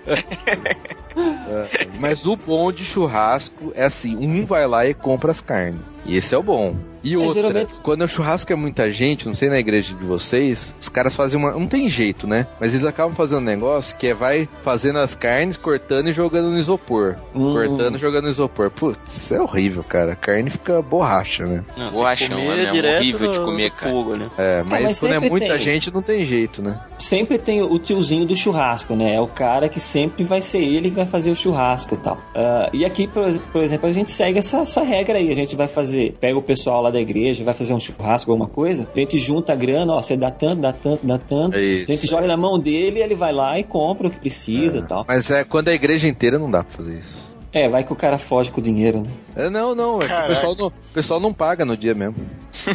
Speaker 3: É, Mas o bom de churrasco é assim, um vai lá e compra as carnes. E esse é o bom. E
Speaker 5: Mas
Speaker 3: outra,
Speaker 5: geralmente-
Speaker 3: quando o churrasco é muita gente, não sei na igreja de vocês, os caras fazem uma. Não tem jeito, né? Mas eles acabam fazendo um negócio que é vai fazendo as carnes, cortando e jogando no isopor.
Speaker 5: Hum.
Speaker 3: Cortando e jogando no isopor. Putz, é horrível, cara. A carne fica borracha, né?
Speaker 6: Não, tem que
Speaker 2: Borrachão,
Speaker 6: comer
Speaker 2: né? É
Speaker 6: direto
Speaker 2: horrível de
Speaker 6: no-
Speaker 2: comer,
Speaker 6: no
Speaker 2: cara.
Speaker 6: Fogo, né?
Speaker 3: É, mas,
Speaker 5: mas
Speaker 3: quando é
Speaker 5: sempre
Speaker 3: muita
Speaker 5: tem.
Speaker 3: gente, não tem jeito, né?
Speaker 5: Sempre tem o tiozinho do churrasco, né? É o cara que sempre vai ser ele que vai fazer o churrasco e tal. Ah, e aqui, por, ex- por exemplo, a gente segue essa, essa regra aí. A gente vai fazer, pega o pessoal lá da igreja, vai fazer um churrasco, alguma coisa, a gente junta a grana, ó, você dá tanto, dá tanto, dá tanto.
Speaker 3: É
Speaker 5: A
Speaker 3: isso.
Speaker 5: gente joga na mão dele, ele vai lá e compra o que precisa e tal.
Speaker 3: Mas é quando é a igreja inteira, não dá pra fazer isso.
Speaker 5: É, vai que o cara foge com o dinheiro, né?
Speaker 3: É, não, não, é que o
Speaker 1: Caraca.
Speaker 3: pessoal não, o pessoal não paga no dia
Speaker 1: *laughs*
Speaker 3: mesmo.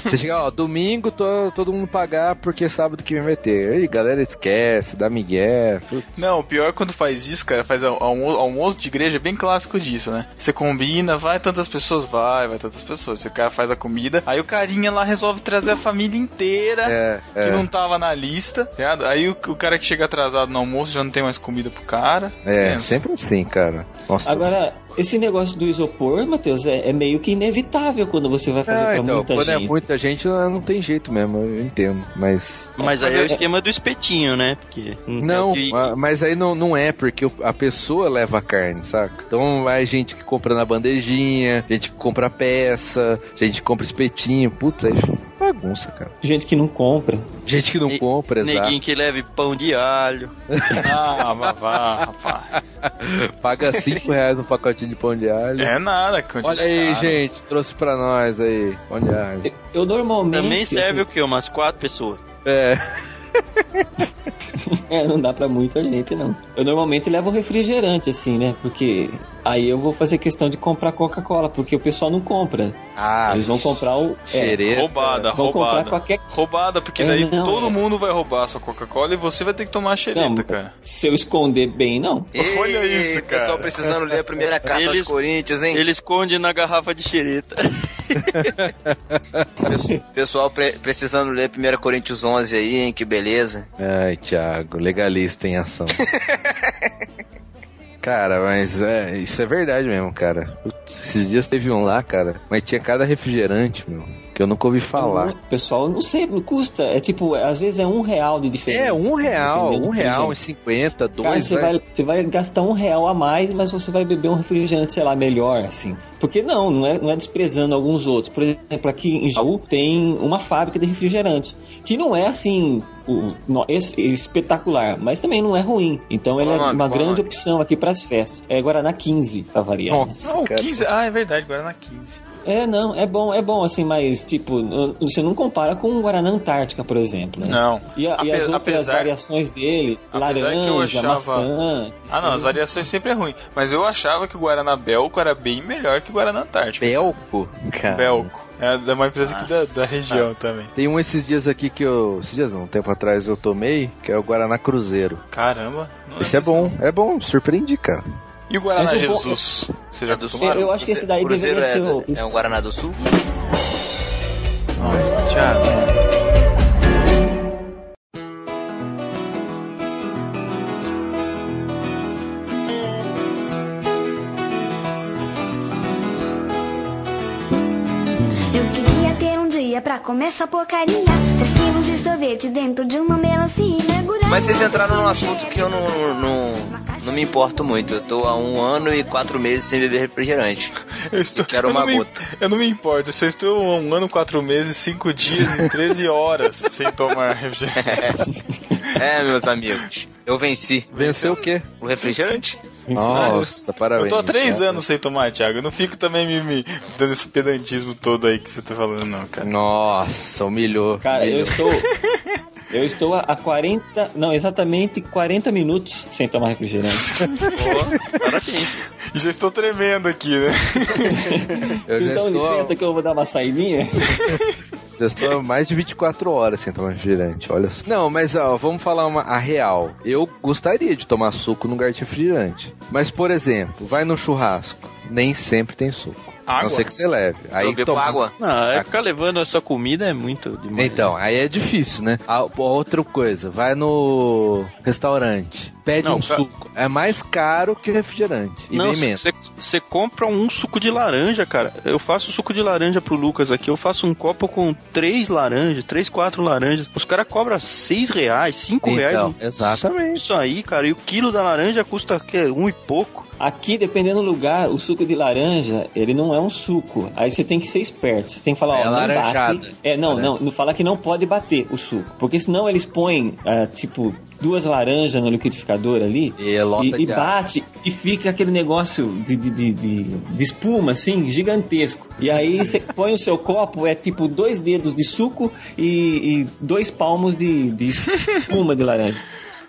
Speaker 3: Você chega, ó, domingo to- todo mundo pagar porque é sábado que vem vai ter. Aí, galera, esquece, dá migué. putz.
Speaker 1: Não, o pior é quando faz isso, cara, faz al- almo- almoço de igreja é bem clássico disso, né? Você combina, vai tantas pessoas, vai, vai tantas pessoas. Você cara faz a comida, aí o carinha lá resolve trazer a família inteira.
Speaker 3: É,
Speaker 1: Que
Speaker 3: é,
Speaker 1: não tava na lista, tá ligado? Aí o, o cara que chega atrasado no almoço já não tem mais comida pro cara.
Speaker 3: é,
Speaker 1: Pensa.
Speaker 3: sempre assim, cara. Nossa,
Speaker 5: Agora,
Speaker 10: Esse negócio do isopor, Matheus, é, é meio que inevitável quando você vai fazer
Speaker 3: Ah,
Speaker 10: pra
Speaker 3: então,
Speaker 10: muita
Speaker 3: quando é
Speaker 10: gente.
Speaker 3: muita gente, ah, não tem jeito mesmo, eu entendo. Mas.
Speaker 6: Mas aí
Speaker 10: Mas
Speaker 6: é o
Speaker 10: é-
Speaker 6: esquema do espetinho, né? Porque
Speaker 3: Não,
Speaker 6: e-
Speaker 3: ah, mas aí não, não é, porque o- a pessoa leva a carne, saca? Então vai gente que compra na bandejinha, gente que compra peça, gente que compra espetinho, putz, aí fica bagunça, cara.
Speaker 10: Gente que não compra.
Speaker 3: Gente que não
Speaker 6: Ne-
Speaker 3: compra, exato.
Speaker 6: Neguinho que leve pão de
Speaker 2: *laughs*
Speaker 6: alho.
Speaker 1: Ah, mas vá, rapaz.
Speaker 3: Paga 5 reais um pacotinho de pão de alho.
Speaker 1: É nada, continua.
Speaker 3: Olha aí,
Speaker 1: caro.
Speaker 3: gente, trouxe pra nós aí. Pão de alho.
Speaker 10: Eu, eu normalmente.
Speaker 6: Também serve o
Speaker 10: assim,
Speaker 6: quê? Umas quatro pessoas.
Speaker 3: É.
Speaker 10: *laughs* É, não dá pra muita gente, não. Eu normalmente levo refrigerante, assim, né? Porque aí eu vou fazer questão de comprar Coca-Cola, porque o pessoal não compra.
Speaker 3: Ah, tá
Speaker 10: Eles vão comprar o. É,
Speaker 3: xerê.
Speaker 1: Roubada,
Speaker 10: vão comprar
Speaker 1: roubada.
Speaker 10: qualquer.
Speaker 1: Roubada, porque
Speaker 10: É,
Speaker 1: daí
Speaker 10: não,
Speaker 1: todo
Speaker 10: é.
Speaker 1: mundo vai roubar a sua Coca-Cola e você vai ter que tomar a xereta,
Speaker 10: Não,
Speaker 1: cara.
Speaker 10: Se eu esconder bem, não.
Speaker 1: Olha
Speaker 2: Ei,
Speaker 1: isso, cara.
Speaker 2: Pessoal precisando ler
Speaker 3: *laughs*
Speaker 2: a primeira carta
Speaker 6: Eles-
Speaker 2: aos Corinthians, hein?
Speaker 6: Ele esconde na garrafa de
Speaker 2: *laughs*
Speaker 6: xereta.
Speaker 2: Pessoal pre- precisando ler a primeira Coríntios 11 aí, hein? Que beleza.
Speaker 3: Ai, Thiago, legalista
Speaker 1: *laughs*
Speaker 3: em ação. Cara, mas é, isso é verdade mesmo, cara. Putz, esses dias teve um lá, cara, mas tinha cada refrigerante, meu, que eu nunca ouvi falar.
Speaker 10: O pessoal, não sei, não custa. É tipo, às vezes é um real de diferença.
Speaker 3: É, um real,
Speaker 10: assim, dependendo
Speaker 3: um
Speaker 10: do
Speaker 3: real,
Speaker 10: refrigerante.
Speaker 3: uns 50,
Speaker 10: Cara,
Speaker 3: dois,
Speaker 1: né?
Speaker 3: né?
Speaker 10: você vai, você vai gastar um real a mais, mas você vai beber um refrigerante, sei lá, melhor, assim. Porque não, não é, não é desprezando alguns outros. Por exemplo, aqui em Jaú tem uma fábrica de refrigerante, que não é, assim, o- no- es- espetacular, mas também não é ruim. Então, ele é
Speaker 2: Claro,
Speaker 10: uma
Speaker 2: claro.
Speaker 10: grande opção aqui pras festas. É Guaraná 15, pra variar.
Speaker 3: Nossa,
Speaker 1: Não,
Speaker 3: cara.
Speaker 1: 15. Ah, é verdade, Guaraná 15.
Speaker 10: É, não, é bom, é bom, assim, mas, tipo, n- você não compara com o Guaraná Antártica, por exemplo, né?
Speaker 1: Não.
Speaker 10: E, a- e
Speaker 1: Ape-
Speaker 10: as outras
Speaker 1: apesar-
Speaker 10: variações dele,
Speaker 1: apesar que eu
Speaker 10: laranja,
Speaker 1: achava-
Speaker 10: maçã...
Speaker 1: Ah, não, as
Speaker 10: essas coisas.
Speaker 1: variações sempre é ruim. Mas eu achava que o Guaraná Belco era bem melhor que o Guaraná Antártico.
Speaker 3: Belco, cara.
Speaker 1: Belco. É uma empresa aqui da, da região também.
Speaker 3: Tem um esses dias aqui que eu. Esses dias não, um tempo atrás eu tomei, que é o Guaraná Cruzeiro.
Speaker 1: Caramba. não
Speaker 3: Esse é bom, é bom, surpreendi, cara.
Speaker 1: E o Guaraná
Speaker 10: Mas o bom-
Speaker 1: Jesus? Você já
Speaker 2: É do Sul?
Speaker 1: tomaram?
Speaker 10: Eu acho que esse daí
Speaker 2: Cruzeiro
Speaker 10: deveria
Speaker 2: é,
Speaker 10: ser o-
Speaker 2: do- é um Guaraná do Sul?
Speaker 1: Nossa, Thiago.
Speaker 7: Eu queria ter um dia pra comer essa porcaria. 10 quilos de sorvete dentro de uma melancia. mergulhada
Speaker 2: Mas vocês entraram num
Speaker 7: no
Speaker 2: assunto que eu não, não, não, não me importo muito. Eu tô há um ano e quatro meses sem beber refrigerante. *laughs*
Speaker 1: Eu estou,
Speaker 2: quero
Speaker 1: eu
Speaker 2: uma
Speaker 1: não me-
Speaker 2: gota.
Speaker 1: eu não me importo, eu só estou um ano, quatro meses, cinco *laughs* dias e 13 horas sem *laughs* tomar refrigerante.
Speaker 2: É, meus amigos. Eu venci.
Speaker 3: Venceu o quê?
Speaker 2: O refrigerante?
Speaker 3: Nossa, parabéns.
Speaker 1: Eu tô há três
Speaker 3: cara.
Speaker 1: anos sem tomar, Thiago. Eu não fico também me, me dando esse pedantismo todo aí que você tá falando, não, cara.
Speaker 3: Nossa, humilhou.
Speaker 10: Cara, Ah, eu
Speaker 3: humilhou. *laughs*
Speaker 10: *laughs* estou. Eu estou há 40. Não, exatamente 40 minutos sem tomar refrigerante.
Speaker 1: E já estou tremendo aqui, né?
Speaker 3: Eu
Speaker 10: Vocês
Speaker 3: já
Speaker 10: dão
Speaker 3: estou,
Speaker 10: Então, licença que eu vou dar uma saidinha?
Speaker 3: já estou há mais de 24 horas sem tomar refrigerante, olha só. Não, mas ó, vamos falar uma, a real. Eu gostaria de tomar suco no lugar de refrigerante. Mas, por exemplo, vai no churrasco. Nem sempre tem suco. A não
Speaker 1: Água?
Speaker 3: ser que você leve.
Speaker 2: eu
Speaker 3: Aí
Speaker 2: bebo
Speaker 3: toma-
Speaker 2: água.
Speaker 6: Não, é ficar levando a sua comida é muito demais.
Speaker 3: Ah. Então, aí é difícil, né? A, a outra coisa, vai no restaurante, pede
Speaker 6: Não,
Speaker 3: um
Speaker 6: pra-
Speaker 3: suco. É mais caro que refrigerante. E
Speaker 6: não,
Speaker 3: nem menos.
Speaker 6: você- Você compra um suco de laranja, cara. Eu faço um suco de laranja pro Lucas aqui. Eu faço um copo com três laranjas, três, quatro laranjas. Os caras cobram seis reais, cinco reais.
Speaker 3: Então,
Speaker 6: um-
Speaker 3: exatamente.
Speaker 6: Isso aí, cara. E o quilo da laranja custa que, um e pouco.
Speaker 10: Aqui, dependendo do lugar, o suco de laranja, ele não é um suco. Aí você tem que ser esperto. Você tem que falar,
Speaker 3: É
Speaker 10: ó, não
Speaker 3: laranjada.
Speaker 10: bate. É, não, não, não fala que não pode bater o suco. Porque senão eles põem, ah, tipo, duas laranjas no liquidificador ali.
Speaker 3: E é lota
Speaker 10: E, e
Speaker 3: de água.
Speaker 10: bate e fica aquele negócio de, de, de, de- de espuma, assim, gigantesco.
Speaker 3: *laughs*
Speaker 10: E aí você põe o seu copo, é tipo dois dedos de suco e, e dois palmos de, de espuma de laranja.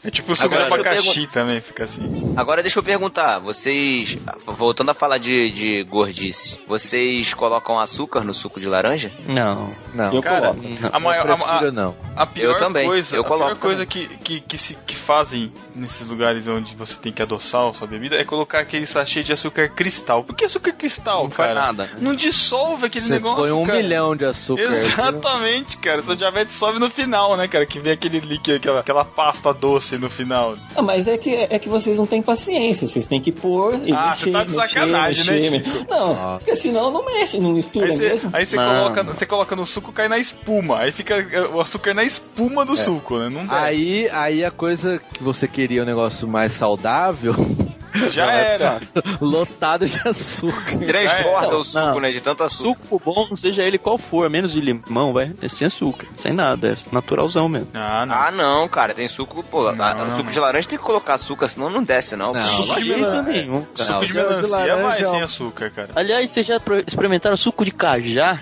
Speaker 1: É tipo
Speaker 2: Agora,
Speaker 1: sugar
Speaker 2: deixa eu
Speaker 1: abacaxi também, fica assim.
Speaker 2: Agora deixa eu perguntar, vocês, voltando a falar de, de gordice, vocês colocam açúcar no suco de laranja?
Speaker 6: Não.
Speaker 3: Não,
Speaker 10: Eu
Speaker 1: Cara,
Speaker 10: coloco.
Speaker 1: A maior,
Speaker 3: eu
Speaker 1: a- a-
Speaker 3: prefiro não.
Speaker 1: A pior
Speaker 2: Eu também,
Speaker 1: coisa,
Speaker 2: eu
Speaker 1: a pior
Speaker 2: coloco
Speaker 1: coisa que, que, que, se, que fazem nesses lugares onde você tem que adoçar a sua bebida é colocar aquele sachê de açúcar cristal. Por que açúcar cristal,
Speaker 2: Não faz
Speaker 1: cara?
Speaker 2: nada.
Speaker 1: Não dissolve aquele
Speaker 3: Você
Speaker 1: negócio.
Speaker 3: põe um
Speaker 1: cara.
Speaker 3: milhão de açúcar.
Speaker 1: né, Exatamente, cara. Seu diabetes sobe no final, né, cara? Que vem aquele líquido, aquela, aquela pasta doce doce no final.
Speaker 5: Ah, mas é que, é que vocês não têm paciência, vocês têm que pôr e
Speaker 1: Ah,
Speaker 5: mexer,
Speaker 1: você tá de
Speaker 5: mexer,
Speaker 1: sacanagem,
Speaker 5: mexer,
Speaker 1: né,
Speaker 5: mexer.
Speaker 1: Chico?
Speaker 5: Não,
Speaker 3: Ah.
Speaker 5: porque senão não mexe, não mistura né?
Speaker 1: Aí você,
Speaker 5: mesmo.
Speaker 1: aí você
Speaker 6: Não.
Speaker 1: coloca, você coloca no suco, cai na espuma. Aí fica é, o açúcar na espuma
Speaker 3: É.
Speaker 1: do suco, né? Não
Speaker 3: Ah,
Speaker 1: dá.
Speaker 3: Aí, aí a coisa que você queria um negócio mais saudável, *laughs*
Speaker 1: já
Speaker 6: não é
Speaker 1: era.
Speaker 3: lotado de açúcar.
Speaker 2: Transborda
Speaker 6: Não,
Speaker 2: o suco,
Speaker 6: não.
Speaker 2: né? De tanto açúcar.
Speaker 6: Suco bom, seja ele qual for, menos de limão, vai. É sem açúcar, sem nada, é naturalzão mesmo.
Speaker 1: Ah, não.
Speaker 2: Ah, não, cara, tem suco, pô,
Speaker 1: Não,
Speaker 2: a-
Speaker 1: não,
Speaker 2: suco
Speaker 1: não.
Speaker 2: de laranja tem que colocar açúcar, senão não desce, não.
Speaker 3: Não,
Speaker 2: Suco
Speaker 1: de
Speaker 6: jeito
Speaker 1: melan-
Speaker 6: nenhum.
Speaker 1: suco de
Speaker 3: de- de
Speaker 1: melancia
Speaker 3: laranja,
Speaker 1: vai
Speaker 3: ó.
Speaker 1: sem açúcar, cara.
Speaker 6: Aliás, vocês já pro- experimentaram suco de cajá?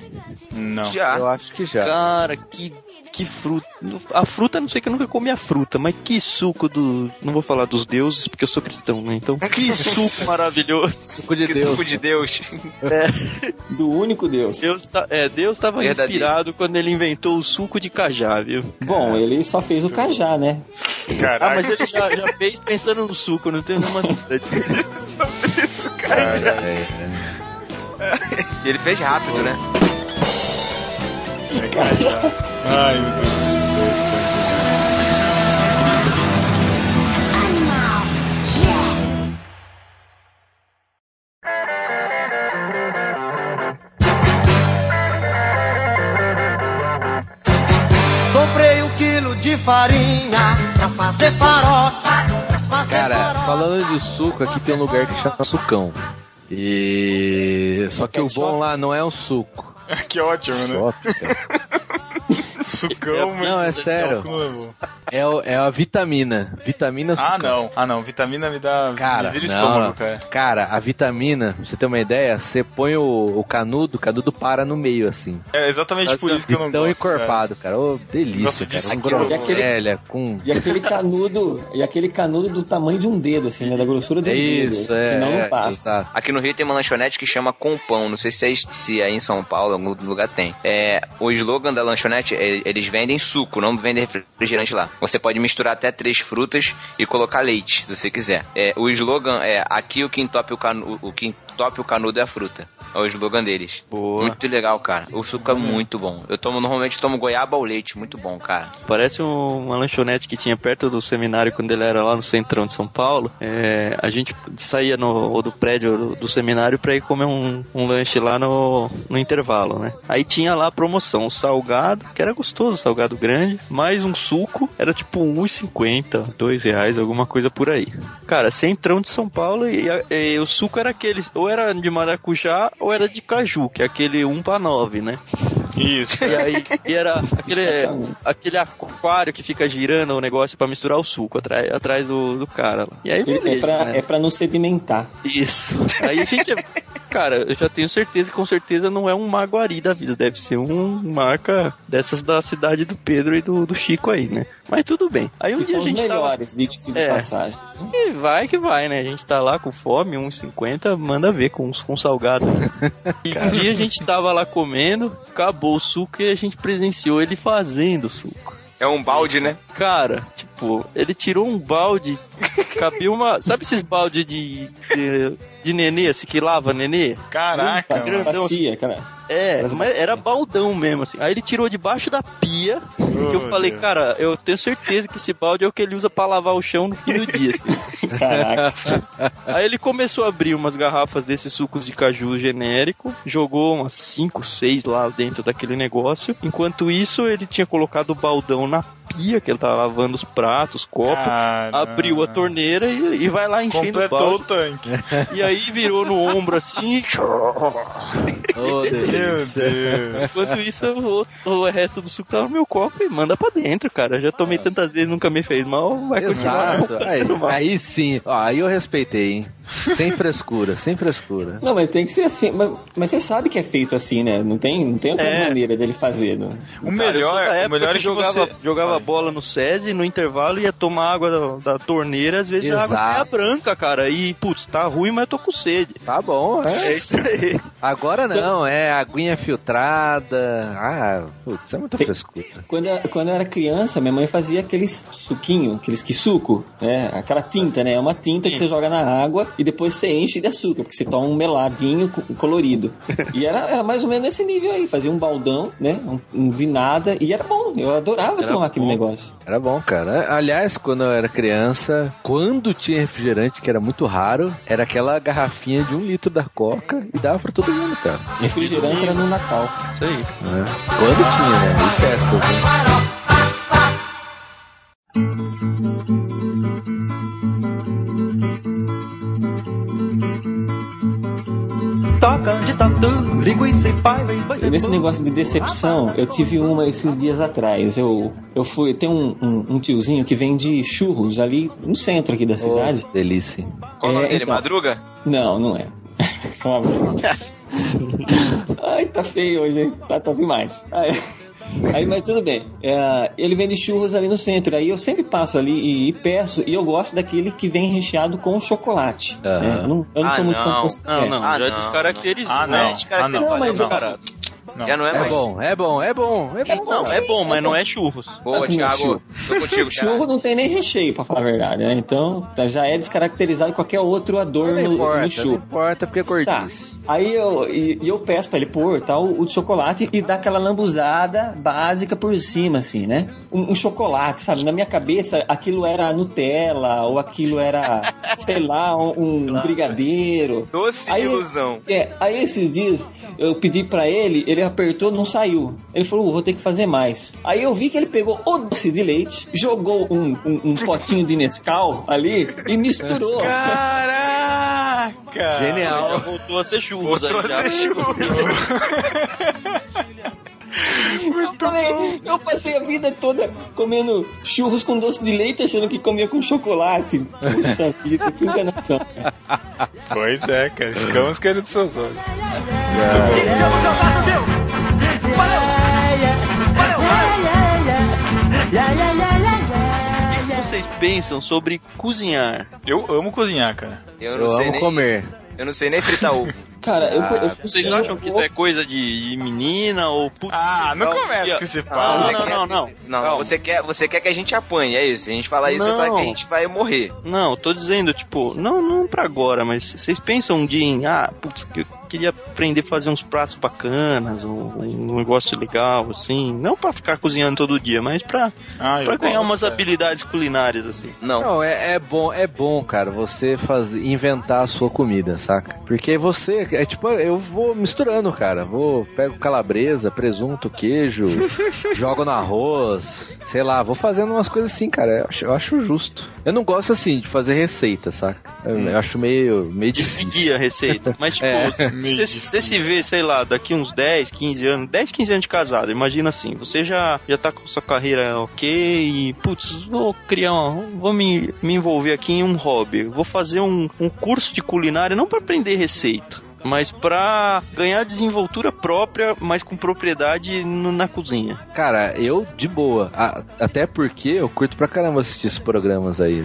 Speaker 1: Não.
Speaker 2: já.
Speaker 3: Eu acho que já.
Speaker 6: Cara, que, que fruta. A fruta, não sei que eu nunca comi a fruta, mas que suco do. Não vou falar dos deuses, porque eu sou cristão, né? Então, que suco maravilhoso.
Speaker 3: Suco de
Speaker 2: que
Speaker 3: Deus.
Speaker 2: suco de Deus. *laughs*
Speaker 5: Do único Deus.
Speaker 6: Deus, tá, é, Deus tava
Speaker 2: Verdadeiro.
Speaker 6: inspirado quando ele inventou o suco de cajá, viu?
Speaker 5: Bom, ele só fez o cajá, né?
Speaker 1: Caraca,
Speaker 6: Ah, mas ele já, já fez pensando no suco, não tem nenhuma dúvida. *laughs*
Speaker 1: cara.
Speaker 3: É, é.
Speaker 2: E ele fez rápido, né?
Speaker 1: É cajá. Ai, meu Deus.
Speaker 9: Comprei um quilo de farinha pra fazer farofa. fazer
Speaker 3: Cara,
Speaker 9: farofa.
Speaker 3: falando de suco, aqui tem um lugar que chama Sucão. E. Só que o bom lá não é o
Speaker 1: *laughs*
Speaker 3: suco.
Speaker 1: Que ótimo, né? Sucão, mas.
Speaker 3: Não, é
Speaker 1: de
Speaker 3: sério.
Speaker 1: álcool não levou.
Speaker 3: É, o- é a vitamina. Vitamina sucão.
Speaker 1: Ah, não. Ah, não. Vitamina me dá.
Speaker 3: Cara,
Speaker 1: me vira o
Speaker 3: não,
Speaker 1: estômago,
Speaker 3: não.
Speaker 1: cara.
Speaker 3: Cara, a vitamina, pra você ter uma ideia, você põe o, o canudo, o canudo para no meio, assim.
Speaker 1: É exatamente por isso que eu não
Speaker 3: tão
Speaker 1: gosto. cara.
Speaker 3: encorpado, cara. Ô,
Speaker 1: Gosto
Speaker 3: delícia,
Speaker 1: de
Speaker 3: cara. Um
Speaker 1: suco.
Speaker 3: groselha com...
Speaker 5: E aquele canudo, e aquele canudo do tamanho de um dedo, assim, né? Da grossura do
Speaker 3: É isso,
Speaker 5: dedo.
Speaker 3: é.
Speaker 5: Senão
Speaker 3: é,
Speaker 5: não passa.
Speaker 3: exato.
Speaker 2: Aqui no Rio tem uma lanchonete que chama Compão. Não sei se, é, se aí em São Paulo, em algum outro lugar tem. É, o slogan da lanchonete, é, eles vendem suco, não vendem refrigerante lá. Você pode misturar até três frutas e colocar leite, se você quiser. É, o slogan é: aqui o que entope o, canu, o que entope o canudo é a fruta. É o slogan deles.
Speaker 6: Boa.
Speaker 2: Muito legal, cara. O suco é muito bom. Eu tomo normalmente tomo goiaba ou leite, muito bom, cara.
Speaker 6: Parece um- uma lanchonete que tinha perto do seminário quando ele era lá no centrão de São Paulo. É, a gente saía no, ou do prédio do, do seminário pra ir comer um, um lanche lá no, no intervalo, né? Aí tinha lá a promoção, o salgado, que era gostoso, salgado grande, mais um suco, era tipo 1,50, 2 reais, alguma coisa por aí. Cara, centrão de São Paulo e, a- e o suco era aquele, ou era de maracujá ou era de caju, que é aquele 1 para 9, né?
Speaker 1: Isso.
Speaker 6: E aí e era aquele,
Speaker 5: Exatamente.
Speaker 6: aquele aquário que fica girando o negócio pra misturar o suco atrás, atrás do, do cara lá. E aí
Speaker 5: Ele-
Speaker 6: beleza,
Speaker 5: é, pra,
Speaker 6: né?
Speaker 5: é pra não sedimentar.
Speaker 6: Isso. Aí a gente... Cara, eu já tenho certeza que com certeza não é um maguari da vida. Deve ser um marca dessas da cidade do Pedro e do, do Chico aí, né? Mas tudo bem. Aí um
Speaker 5: Que
Speaker 6: dia
Speaker 5: são
Speaker 6: a
Speaker 5: os
Speaker 6: gente tava...
Speaker 5: melhores, né? diga-se de
Speaker 6: É.
Speaker 5: passagem.
Speaker 6: E vai que vai, né? A gente tá lá com fome, 1,50, manda ver com, com salgado. E um dia a gente tava lá comendo, acabou o suco e a gente presenciou ele fazendo o suco.
Speaker 2: É um balde, né?
Speaker 6: Cara, tipo, ele tirou um balde, cabia uma. Sabe esses balde de, de, de nenê, assim, que lava nenê?
Speaker 3: *laughs*
Speaker 1: Caraca,
Speaker 5: Puta,
Speaker 1: mano.
Speaker 6: grandão.
Speaker 5: bacia, cara.
Speaker 6: É, mas era baldão mesmo, assim. Aí ele tirou debaixo da pia, que eu
Speaker 1: Oh,
Speaker 6: falei,
Speaker 1: Deus.
Speaker 6: cara, eu tenho certeza que esse balde é o que ele usa pra lavar o chão no fim do dia, assim.
Speaker 5: Caraca.
Speaker 6: Aí ele começou a abrir umas garrafas desses sucos de caju genérico, jogou umas 5, 6 lá dentro daquele negócio. Enquanto isso, ele tinha colocado o baldão na pia, que ele tava lavando os pratos, copos.
Speaker 1: Cara.
Speaker 6: Abriu a torneira e, e vai lá enchendo o
Speaker 1: Completou o
Speaker 6: balde.
Speaker 1: tanque.
Speaker 6: E aí virou no ombro
Speaker 1: *laughs*
Speaker 6: assim.
Speaker 3: Ô,
Speaker 1: Meu
Speaker 3: delícia.
Speaker 1: Deus.
Speaker 6: Enquanto isso, eu vou- o resto do suco tá no meu copo e manda pra dentro, cara. Eu já tomei tantas vezes, nunca me fez mal. Vai continuar
Speaker 3: Exato. Aí,
Speaker 6: fazendo mal.
Speaker 3: aí sim, ó, aí eu respeitei, hein? Sem frescura, sem frescura.
Speaker 5: Não, mas tem que ser assim. Mas, mas você sabe que é feito assim, né? Não tem, não tem outra
Speaker 6: É.
Speaker 5: maneira dele fazer. né? Não.
Speaker 1: O
Speaker 6: Cara, eu sou
Speaker 1: melhor,
Speaker 6: da
Speaker 1: o
Speaker 6: época
Speaker 1: melhor é
Speaker 6: que
Speaker 1: que
Speaker 6: jogava,
Speaker 1: você...
Speaker 6: jogava bola no SESI, no intervalo ia tomar água da, da torneira, às vezes a água
Speaker 3: Exato.
Speaker 6: saia branca, cara. E, putz, tá ruim, mas eu tô com sede. *laughs*
Speaker 3: Tá bom, é.
Speaker 6: É isso aí.
Speaker 3: Agora não, é aguinha filtrada. Ah, putz, é muita frescura.
Speaker 5: Quando, eu- quando eu era criança, minha mãe fazia aqueles suquinho, aqueles que suco, né? Aquela tinta, né? É uma tinta que você joga na água e depois você enche de açúcar, porque você toma um meladinho co- colorido. E era, era mais ou menos nesse nível aí, fazia um baldão, né? Um, um de nada, e era bom, eu adorava
Speaker 6: Era
Speaker 5: tomar aquele
Speaker 10: o negócio.
Speaker 3: Era bom, cara. Aliás, quando eu era criança, quando tinha refrigerante, que era muito raro, era aquela garrafinha de um litro da Coca e dava pra todo mundo, cara.
Speaker 10: Refrigerante era no Natal.
Speaker 6: Isso aí.
Speaker 3: né? Quando tinha, né? E festas, né?
Speaker 11: Toca de tatu, linguiça e pai, vem
Speaker 10: E Nesse negócio de decepção, eu tive uma esses dias atrás. Eu, eu fui, tem um, um, um tiozinho que vende churros ali no centro aqui da cidade.
Speaker 3: Oh, delícia.
Speaker 2: Qual o nome
Speaker 10: É,
Speaker 2: dele?
Speaker 10: então.
Speaker 2: Madruga?
Speaker 10: Não, não é. *laughs* Só uma Ai, tá feio hoje, hein? Tá, tá demais. Aí, aí, mas tudo bem. É, ele vende churros ali no centro. Aí eu sempre passo ali e, e peço. E eu gosto daquele que vem recheado com chocolate.
Speaker 3: Aham.
Speaker 10: né? Eu não, eu não
Speaker 2: Ah,
Speaker 10: sou muito fã
Speaker 2: não.
Speaker 10: do é.
Speaker 6: Não, não,
Speaker 2: Ah,
Speaker 6: já
Speaker 2: não,
Speaker 6: descaracterizou.
Speaker 1: não. Ah,
Speaker 6: né?
Speaker 1: não.
Speaker 6: Descaracterizou.
Speaker 10: Ah, não. Não, mas eu-
Speaker 6: Caralho. Ah,
Speaker 1: Não.
Speaker 2: Já não é,
Speaker 3: É
Speaker 2: mais.
Speaker 3: bom, é bom, é bom, é bom.
Speaker 10: Então,
Speaker 6: Não, é bom, mas não é churros.
Speaker 2: Boa,
Speaker 10: Ah,
Speaker 3: um
Speaker 2: Thiago. Tô contigo, Thiago.
Speaker 10: Churro não tem nem recheio, pra falar a verdade, né? Então tá- já é descaracterizado qualquer outro
Speaker 3: Não
Speaker 10: adorno no,
Speaker 3: importa,
Speaker 10: no
Speaker 3: não
Speaker 10: churro.
Speaker 3: importa porque é
Speaker 10: Tá.
Speaker 3: gordice.
Speaker 10: Aí eu, e, e eu peço pra ele pôr tal o de chocolate e dar aquela lambuzada básica por cima, assim, né? Um, um chocolate, sabe? Na minha cabeça, aquilo era Nutella ou aquilo
Speaker 2: *laughs*
Speaker 10: era, sei lá, um, um brigadeiro.
Speaker 2: Doce
Speaker 10: Aí-
Speaker 2: ilusão.
Speaker 10: É, aí esses dias eu pedi pra ele, ele apertou, não saiu. Ele falou, "Uh, vou ter que fazer mais. Aí eu vi que ele pegou o doce de leite, jogou um, um- um potinho de Nescau ali e misturou.
Speaker 1: Caraca!
Speaker 3: Genial.
Speaker 6: Já voltou a ser churros.
Speaker 2: Voltou
Speaker 6: aí,
Speaker 2: a
Speaker 6: já.
Speaker 2: ser
Speaker 10: eu, falei, eu passei a vida toda comendo churros com doce de leite, achando que comia com chocolate.
Speaker 3: *laughs*
Speaker 10: Puxa vida, que enganação.
Speaker 1: Pois é, cara. Ficamos querendo seus olhos.
Speaker 3: É,
Speaker 6: O que vocês pensam sobre cozinhar?
Speaker 1: Eu amo cozinhar, cara.
Speaker 2: Eu
Speaker 3: Eu,
Speaker 2: não sei
Speaker 3: amo
Speaker 2: nem.
Speaker 3: comer.
Speaker 2: Eu não sei nem fritar ovo.
Speaker 10: Cara, eu, eu,
Speaker 6: Vocês acham que isso é coisa de, de menina ou puta?
Speaker 1: Ah, não
Speaker 6: Calma,
Speaker 1: começa
Speaker 6: que-
Speaker 1: com esse
Speaker 6: Ah,
Speaker 1: papo.
Speaker 6: não,
Speaker 2: Você
Speaker 6: não,
Speaker 2: quer-
Speaker 6: não, não.
Speaker 2: Não,
Speaker 6: Calma.
Speaker 2: você quer, você quer que a gente apanhe, é isso. Se a gente falar isso, você sabe que a gente vai morrer.
Speaker 6: Não, eu tô dizendo, tipo, não, não pra agora, mas vocês pensam um dia em, ah, putz, que eu queria aprender a fazer uns pratos bacanas, um, um negócio legal, assim. Não pra ficar cozinhando todo dia, mas pra,
Speaker 1: Ah, eu
Speaker 6: pra ganhar
Speaker 1: gosto,
Speaker 6: umas
Speaker 1: cara.
Speaker 6: habilidades culinárias, assim.
Speaker 2: Não.
Speaker 3: Não, é, é bom, é bom, cara, você fazer, inventar a sua comida, saca? Porque você, é tipo, eu vou misturando, cara. Vou, pego calabresa, presunto, queijo, jogo no arroz, sei lá, vou fazendo umas coisas assim, cara. Eu acho, eu acho justo. Eu não gosto assim de fazer receita, saca? Eu, eu acho meio, meio
Speaker 6: De *laughs*
Speaker 3: difícil.
Speaker 6: seguir a receita.
Speaker 1: *laughs*
Speaker 6: Mas, tipo,
Speaker 3: É.
Speaker 1: Meio
Speaker 6: você
Speaker 1: difícil.
Speaker 6: você se vê, sei lá, daqui uns 10, 15 anos, 10, 15 anos de casado, imagina assim, você já, já tá com sua carreira ok e, putz, vou criar uma, vou me, me envolver aqui em um hobby, vou fazer um, um curso de culinária, não pra aprender receita. Mas pra ganhar desenvoltura própria, mas com propriedade no- na cozinha.
Speaker 3: Cara, eu de boa. A- até porque eu curto pra caramba assistir esses programas aí.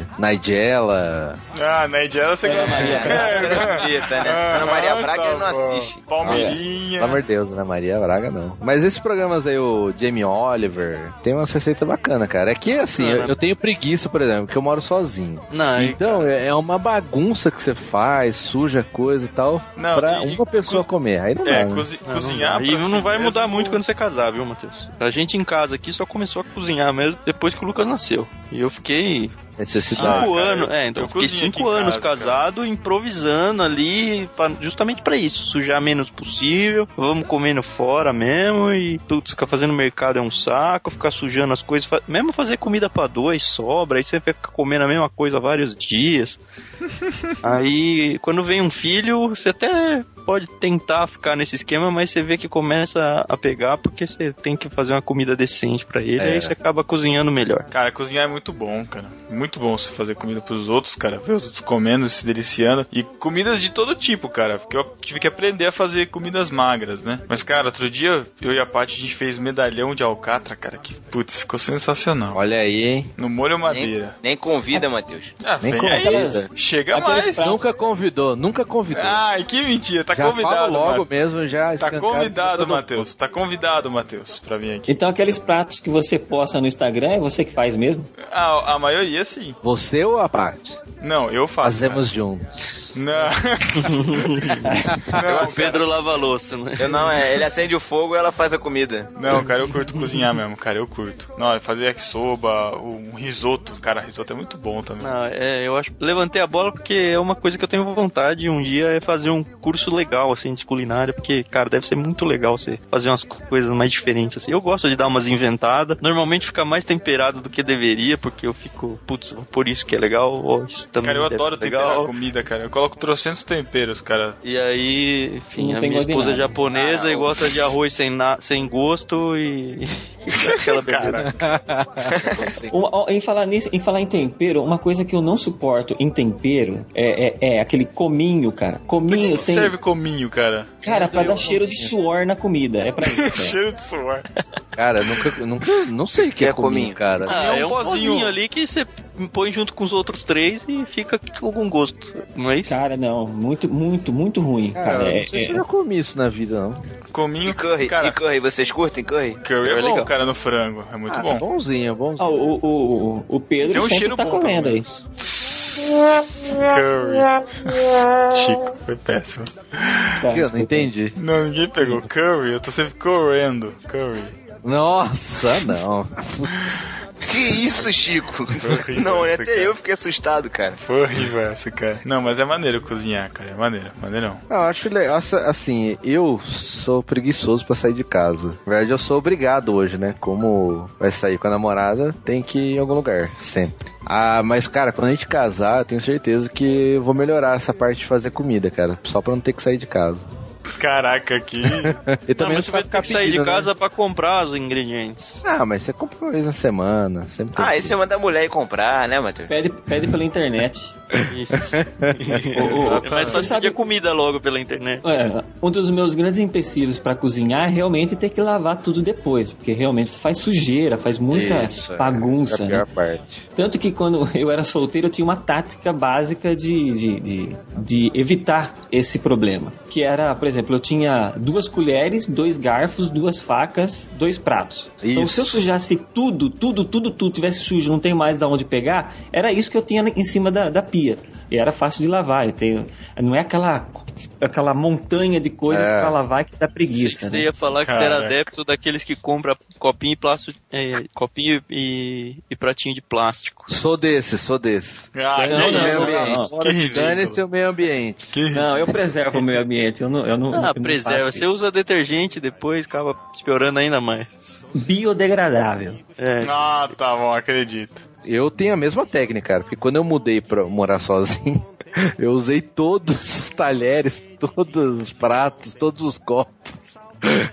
Speaker 3: Nigella.
Speaker 1: Ah, Nigella você
Speaker 10: Ana
Speaker 1: gosta.
Speaker 10: Maria
Speaker 1: *laughs* É,
Speaker 2: Eita, né?
Speaker 1: Ah,
Speaker 2: Ana Maria
Speaker 1: ah,
Speaker 2: Braga
Speaker 1: tá
Speaker 2: não
Speaker 1: bom.
Speaker 2: assiste.
Speaker 1: Palmeirinha.
Speaker 3: Pelo amor de Deus, Ana Maria Braga não. Mas esses programas aí, o Jamie Oliver, tem umas receitas bacanas, cara. É que assim, eu, eu tenho preguiça, por exemplo, porque eu moro sozinho.
Speaker 6: Não, é-
Speaker 3: Então, é é uma bagunça que você faz, suja coisa e tal,
Speaker 1: Não,
Speaker 3: pra
Speaker 1: e-
Speaker 3: uma pessoa comer. Aí não
Speaker 1: É,
Speaker 3: dá, né?
Speaker 1: cozi-
Speaker 6: não,
Speaker 1: cozinhar
Speaker 6: não,
Speaker 1: pra
Speaker 6: e não
Speaker 1: si
Speaker 6: vai
Speaker 1: mesmo-
Speaker 6: mudar muito quando você casar, viu, Matheus? A gente em casa aqui só começou a cozinhar mesmo depois que o Lucas nasceu. E eu fiquei
Speaker 3: Necessidade.
Speaker 1: Ah,
Speaker 6: cinco
Speaker 1: cara,
Speaker 6: anos, é, então
Speaker 1: eu
Speaker 6: eu fiquei
Speaker 1: cozinho aqui
Speaker 6: cinco
Speaker 1: em
Speaker 6: anos
Speaker 1: casa,
Speaker 6: casado, improvisando ali, pra- justamente pra isso, sujar menos possível, vamos comendo fora mesmo e putz, ficar fazendo mercado é um saco, ficar sujando as coisas, fa- mesmo fazer comida pra dois sobra, aí você fica comendo a mesma coisa
Speaker 1: *laughs*
Speaker 6: vários dias. aí quando vem um filho, você até pode tentar ficar nesse esquema, mas você vê que começa a pegar porque você tem que fazer uma comida decente pra ele,
Speaker 3: É.
Speaker 6: aí você acaba cozinhando melhor.
Speaker 1: Cara, cozinhar é muito bom, cara. Muito bom você fazer comida pros outros, cara. Ver os outros comendo, se deliciando. E comidas de todo tipo, cara. Porque eu tive que aprender a fazer comidas magras, né? Mas, cara, outro dia eu e a Paty, a gente fez um medalhão de alcatra, cara. Que, putz, ficou sensacional.
Speaker 3: Olha aí, hein?
Speaker 1: No molho
Speaker 2: Nem,
Speaker 1: madeira.
Speaker 2: nem convida, Matheus.
Speaker 1: Ah,
Speaker 3: Nem
Speaker 1: vem aí.
Speaker 3: convida.
Speaker 10: aquelas-
Speaker 1: Chega
Speaker 10: aqueles
Speaker 1: mais.
Speaker 10: pratos-
Speaker 3: Nunca convidou, nunca convidou.
Speaker 1: Ai, que mentira. é tá
Speaker 3: já
Speaker 1: convidado.
Speaker 3: fala logo
Speaker 1: Mar-
Speaker 3: mesmo, já
Speaker 1: Tá
Speaker 3: escancarado.
Speaker 1: convidado,
Speaker 3: Todo-
Speaker 1: Matheus. Tá convidado, Matheus, pra vir aqui.
Speaker 10: Então aqueles pratos que você posta no Instagram é você que faz mesmo?
Speaker 1: Ah, a maioria sim.
Speaker 3: Você ou a parte?
Speaker 1: Não, eu faço.
Speaker 3: Fazemos juntos.
Speaker 1: cara. Não. não,
Speaker 6: *laughs* O Pedro lava a louça, né?
Speaker 2: Eu não, é, ele acende o fogo e ela faz a comida.
Speaker 1: *laughs* Não, cara, eu curto cozinhar mesmo, cara, eu curto. Não, fazer yakisoba, um risoto, cara, risoto é muito bom também.
Speaker 6: Não, é, eu acho. Levantei a bola porque é uma coisa que eu tenho vontade um dia é fazer um curso legal, assim, de culinária, porque, cara, deve ser muito legal você fazer umas co- coisas mais diferentes, assim. Eu gosto de dar umas inventadas, normalmente fica mais temperado do que deveria, porque eu fico, putz, por isso que é legal, ó, isso também
Speaker 1: Cara, eu
Speaker 6: deve
Speaker 1: adoro
Speaker 6: ser
Speaker 1: temperar
Speaker 6: legal.
Speaker 1: comida, cara. Eu coloco trocentos temperos, cara.
Speaker 6: E aí, enfim,
Speaker 10: Não
Speaker 6: a
Speaker 10: tem
Speaker 6: minha
Speaker 10: gosto de
Speaker 6: esposa é
Speaker 10: nada.
Speaker 6: japonesa
Speaker 1: Ah,
Speaker 6: e gosta de arroz sem, na- sem gosto e. *laughs*
Speaker 1: *laughs*
Speaker 6: aquela bebida.
Speaker 10: Uma- ó, em falar nisso, em falar em tempero, uma coisa que eu não suporto em tempero é, é- é aquele cominho, cara.
Speaker 1: Pra que
Speaker 10: Cominho
Speaker 1: que
Speaker 10: tem.
Speaker 1: serve cominho, cara?
Speaker 10: Cara, pra dar cheiro de suor na comida. É pra isso. cara.
Speaker 1: Cheiro de suor.
Speaker 3: Cara, nunca, nunca, não sei o que é cominho, cara.
Speaker 6: Ah, é um
Speaker 1: pozinho.
Speaker 6: pozinho ali que você põe junto com os outros três e fica com algum gosto, não é isso?
Speaker 10: Cara, não. Muito, muito, muito ruim, cara.
Speaker 3: Cara, eu
Speaker 10: É-
Speaker 3: não sei se
Speaker 10: é-
Speaker 3: eu já comi isso na vida, não.
Speaker 1: Cominho,
Speaker 2: E curry,
Speaker 1: cara.
Speaker 2: e curry, vocês curtem curry?
Speaker 1: Curry é bom,
Speaker 2: legal.
Speaker 1: cara, no frango. É
Speaker 3: Ah,
Speaker 1: muito bom.
Speaker 3: Bonzinho, bonzinho.
Speaker 10: Ah, o, o, o- o Pedro
Speaker 1: Tem um cheiro
Speaker 10: sempre tá
Speaker 1: bom,
Speaker 10: comendo
Speaker 1: pelo
Speaker 10: aí.
Speaker 1: Curry. *laughs* Chico, foi péssimo.
Speaker 10: Tá,
Speaker 3: Que eu não
Speaker 10: desculpa.
Speaker 3: entendi.
Speaker 1: Não, ninguém pegou. Curry, eu tô sempre correndo. Curry.
Speaker 3: Nossa, não.
Speaker 2: Que isso, Chico?
Speaker 1: horrível
Speaker 2: Não,
Speaker 1: é
Speaker 2: né,
Speaker 1: isso, cara.
Speaker 2: até eu fiquei assustado, cara.
Speaker 1: Foi horrível essa, cara. Não, mas é maneiro cozinhar, cara. É maneiro, maneirão.
Speaker 3: Eu acho legal, essa- assim, eu sou preguiçoso pra sair de casa. Na verdade, eu sou obrigado hoje, né? Como vai sair com a namorada, tem que ir em algum lugar, sempre. Ah, mas cara, quando a gente casar, eu tenho certeza que eu vou melhorar essa parte de fazer comida, cara. Só pra não ter que sair de casa. *laughs*
Speaker 1: Caraca,
Speaker 10: *laughs*
Speaker 1: que.
Speaker 3: E
Speaker 6: Não,
Speaker 3: também
Speaker 6: mas
Speaker 3: não
Speaker 6: você vai
Speaker 3: ficar
Speaker 6: ter que sair de
Speaker 3: pedindo, né?
Speaker 6: casa pra comprar os ingredientes.
Speaker 3: Ah, mas você compra uma vez na semana, sempre tem
Speaker 2: Ah,
Speaker 3: que- *laughs*
Speaker 2: esse é mandar a mulher ir comprar, né, Matheus?
Speaker 10: Pede, pede pela internet.
Speaker 6: *laughs* Isso.
Speaker 10: É
Speaker 6: mas
Speaker 10: Você
Speaker 6: só
Speaker 10: sabe-
Speaker 6: É pedir comida logo pela internet.
Speaker 10: É, um dos meus grandes empecilhos pra cozinhar é realmente ter que lavar tudo depois, porque realmente faz sujeira, faz muita
Speaker 3: Isso, essa
Speaker 10: bagunça.
Speaker 3: é a
Speaker 10: né?
Speaker 3: pior parte.
Speaker 10: Tanto que quando *laughs* eu era solteiro, eu tinha uma tática básica de, de, de, de evitar esse problema. Que era, por exemplo, eu tinha duas colheres, dois garfos, duas facas, dois pratos. Então,
Speaker 3: Isso.
Speaker 10: se eu sujasse tudo, tudo, tudo, tudo, tivesse sujo, não tem mais da onde pegar, era isso que eu tinha em cima da, da pia. E era fácil de lavar. Eu tenho, não é aquela, aquela montanha de coisas
Speaker 3: É.
Speaker 10: pra lavar que dá preguiça.
Speaker 6: Você
Speaker 10: Né?
Speaker 6: ia falar que você
Speaker 1: Caraca.
Speaker 6: era adepto daqueles que compra copinho e plástico, é, copinho e, e pratinho de plástico.
Speaker 3: Sou desse, sou desse.
Speaker 1: Ah,
Speaker 10: Não,
Speaker 1: que
Speaker 10: não,
Speaker 1: isso,
Speaker 10: não,
Speaker 1: cara.
Speaker 10: não.
Speaker 1: Que
Speaker 3: Dane-se
Speaker 1: ridículo.
Speaker 3: o meio ambiente.
Speaker 1: Que ridículo.
Speaker 10: Não, eu preservo o meio ambiente. Eu não, eu não,
Speaker 6: Ah,
Speaker 10: eu não
Speaker 6: preserva.
Speaker 10: faço
Speaker 6: Você usa detergente depois, acaba piorando ainda mais.
Speaker 10: isso. Biodegradável.
Speaker 6: É,
Speaker 1: Ah, tá bom, acredito.
Speaker 3: Eu tenho a mesma técnica, cara, porque quando eu mudei pra morar sozinho, *laughs* eu usei todos os talheres, todos os pratos, todos os copos. *laughs*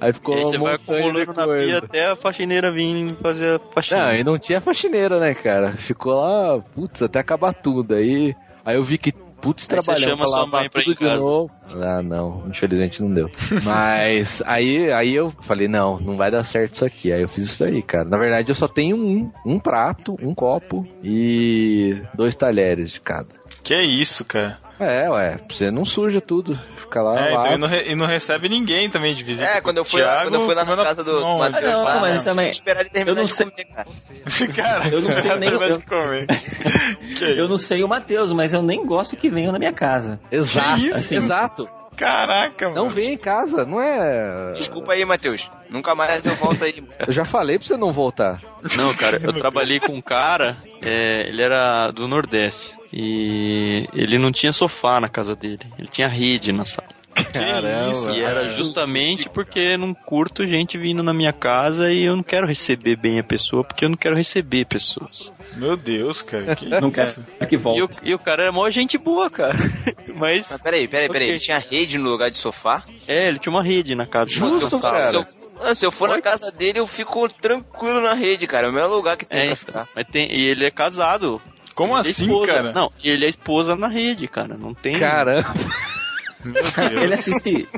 Speaker 3: Aí ficou
Speaker 6: e aí
Speaker 3: uma
Speaker 6: você vai
Speaker 3: montanha de
Speaker 6: acumulando na pia
Speaker 3: coisa.
Speaker 6: até a faxineira vir fazer a
Speaker 3: Não,
Speaker 6: faxina.
Speaker 3: e não tinha faxineira, né, cara? Ficou lá, putz, até acabar tudo. Aí, aí eu vi que, putz,
Speaker 6: Aí você
Speaker 3: trabalhando
Speaker 6: chama sua
Speaker 3: lavar
Speaker 6: mãe pra ir
Speaker 3: tudo
Speaker 6: em
Speaker 3: de
Speaker 6: casa.
Speaker 3: novo. Ah, não, infelizmente
Speaker 6: *laughs*
Speaker 3: não deu. Mas aí, aí eu falei, não, não vai dar certo isso aqui. Aí eu fiz isso aí, cara. Na verdade, eu só tenho um, um prato, um copo e dois talheres de cada.
Speaker 1: Que isso, cara.
Speaker 3: É, ué, você não suja tudo. Fica lá,
Speaker 1: é,
Speaker 3: lá.
Speaker 1: então, e, não re- e não recebe ninguém também de visita.
Speaker 2: É, quando eu fui, lá,
Speaker 1: Thiago
Speaker 2: quando eu fui lá na
Speaker 1: comendo
Speaker 2: casa do do
Speaker 1: não,
Speaker 2: Matheus,
Speaker 10: Ah, não,
Speaker 2: lá,
Speaker 10: mas também-
Speaker 2: esperar ele terminar
Speaker 10: eu não
Speaker 2: de
Speaker 10: sei-
Speaker 2: comer, cara.
Speaker 1: *laughs* Cara,
Speaker 10: Eu não sei nem-
Speaker 1: mais
Speaker 10: eu-
Speaker 1: que
Speaker 10: *laughs*
Speaker 1: comer. Que
Speaker 10: Eu não sei o Matheus, mas eu nem gosto que venham na minha casa.
Speaker 3: Exato,
Speaker 1: Que isso?
Speaker 3: exato.
Speaker 1: Caraca, mano.
Speaker 3: Não vem em casa, não é.
Speaker 2: Desculpa aí, Matheus. Nunca mais eu volto aí.
Speaker 3: Eu já falei pra você não voltar.
Speaker 6: Não, cara, eu trabalhei com um cara, é, ele era do Nordeste. E ele não tinha sofá na casa dele, ele tinha rede na sala.
Speaker 3: Caramba.
Speaker 6: E
Speaker 1: é
Speaker 6: era justamente porque não curto gente vindo na minha casa e eu não quero receber bem a pessoa, porque eu não quero receber pessoas.
Speaker 1: Meu Deus, cara. Que
Speaker 10: Não quero
Speaker 6: É.
Speaker 10: que
Speaker 6: E o,
Speaker 10: volte.
Speaker 6: e o cara era mó gente boa, cara. *laughs* Mas,
Speaker 2: Mas peraí, peraí, peraí.
Speaker 6: Ok.
Speaker 2: Ele tinha rede no lugar de sofá?
Speaker 6: é, ele tinha uma rede na casa.
Speaker 3: Justo,
Speaker 6: na sala.
Speaker 3: cara.
Speaker 2: Se eu, ah, se eu for na casa dele, eu fico tranquilo na rede, cara. É o melhor lugar que tem
Speaker 6: É,
Speaker 2: pra
Speaker 6: então.
Speaker 2: ficar.
Speaker 6: Mas tem, e ele é casado.
Speaker 1: Como
Speaker 6: Ele é
Speaker 1: assim,
Speaker 6: esposa.
Speaker 1: cara?
Speaker 6: Não, e ele é esposa na rede, cara. Não tem.
Speaker 3: Caramba.
Speaker 1: Meu Deus.
Speaker 10: Ele assiste.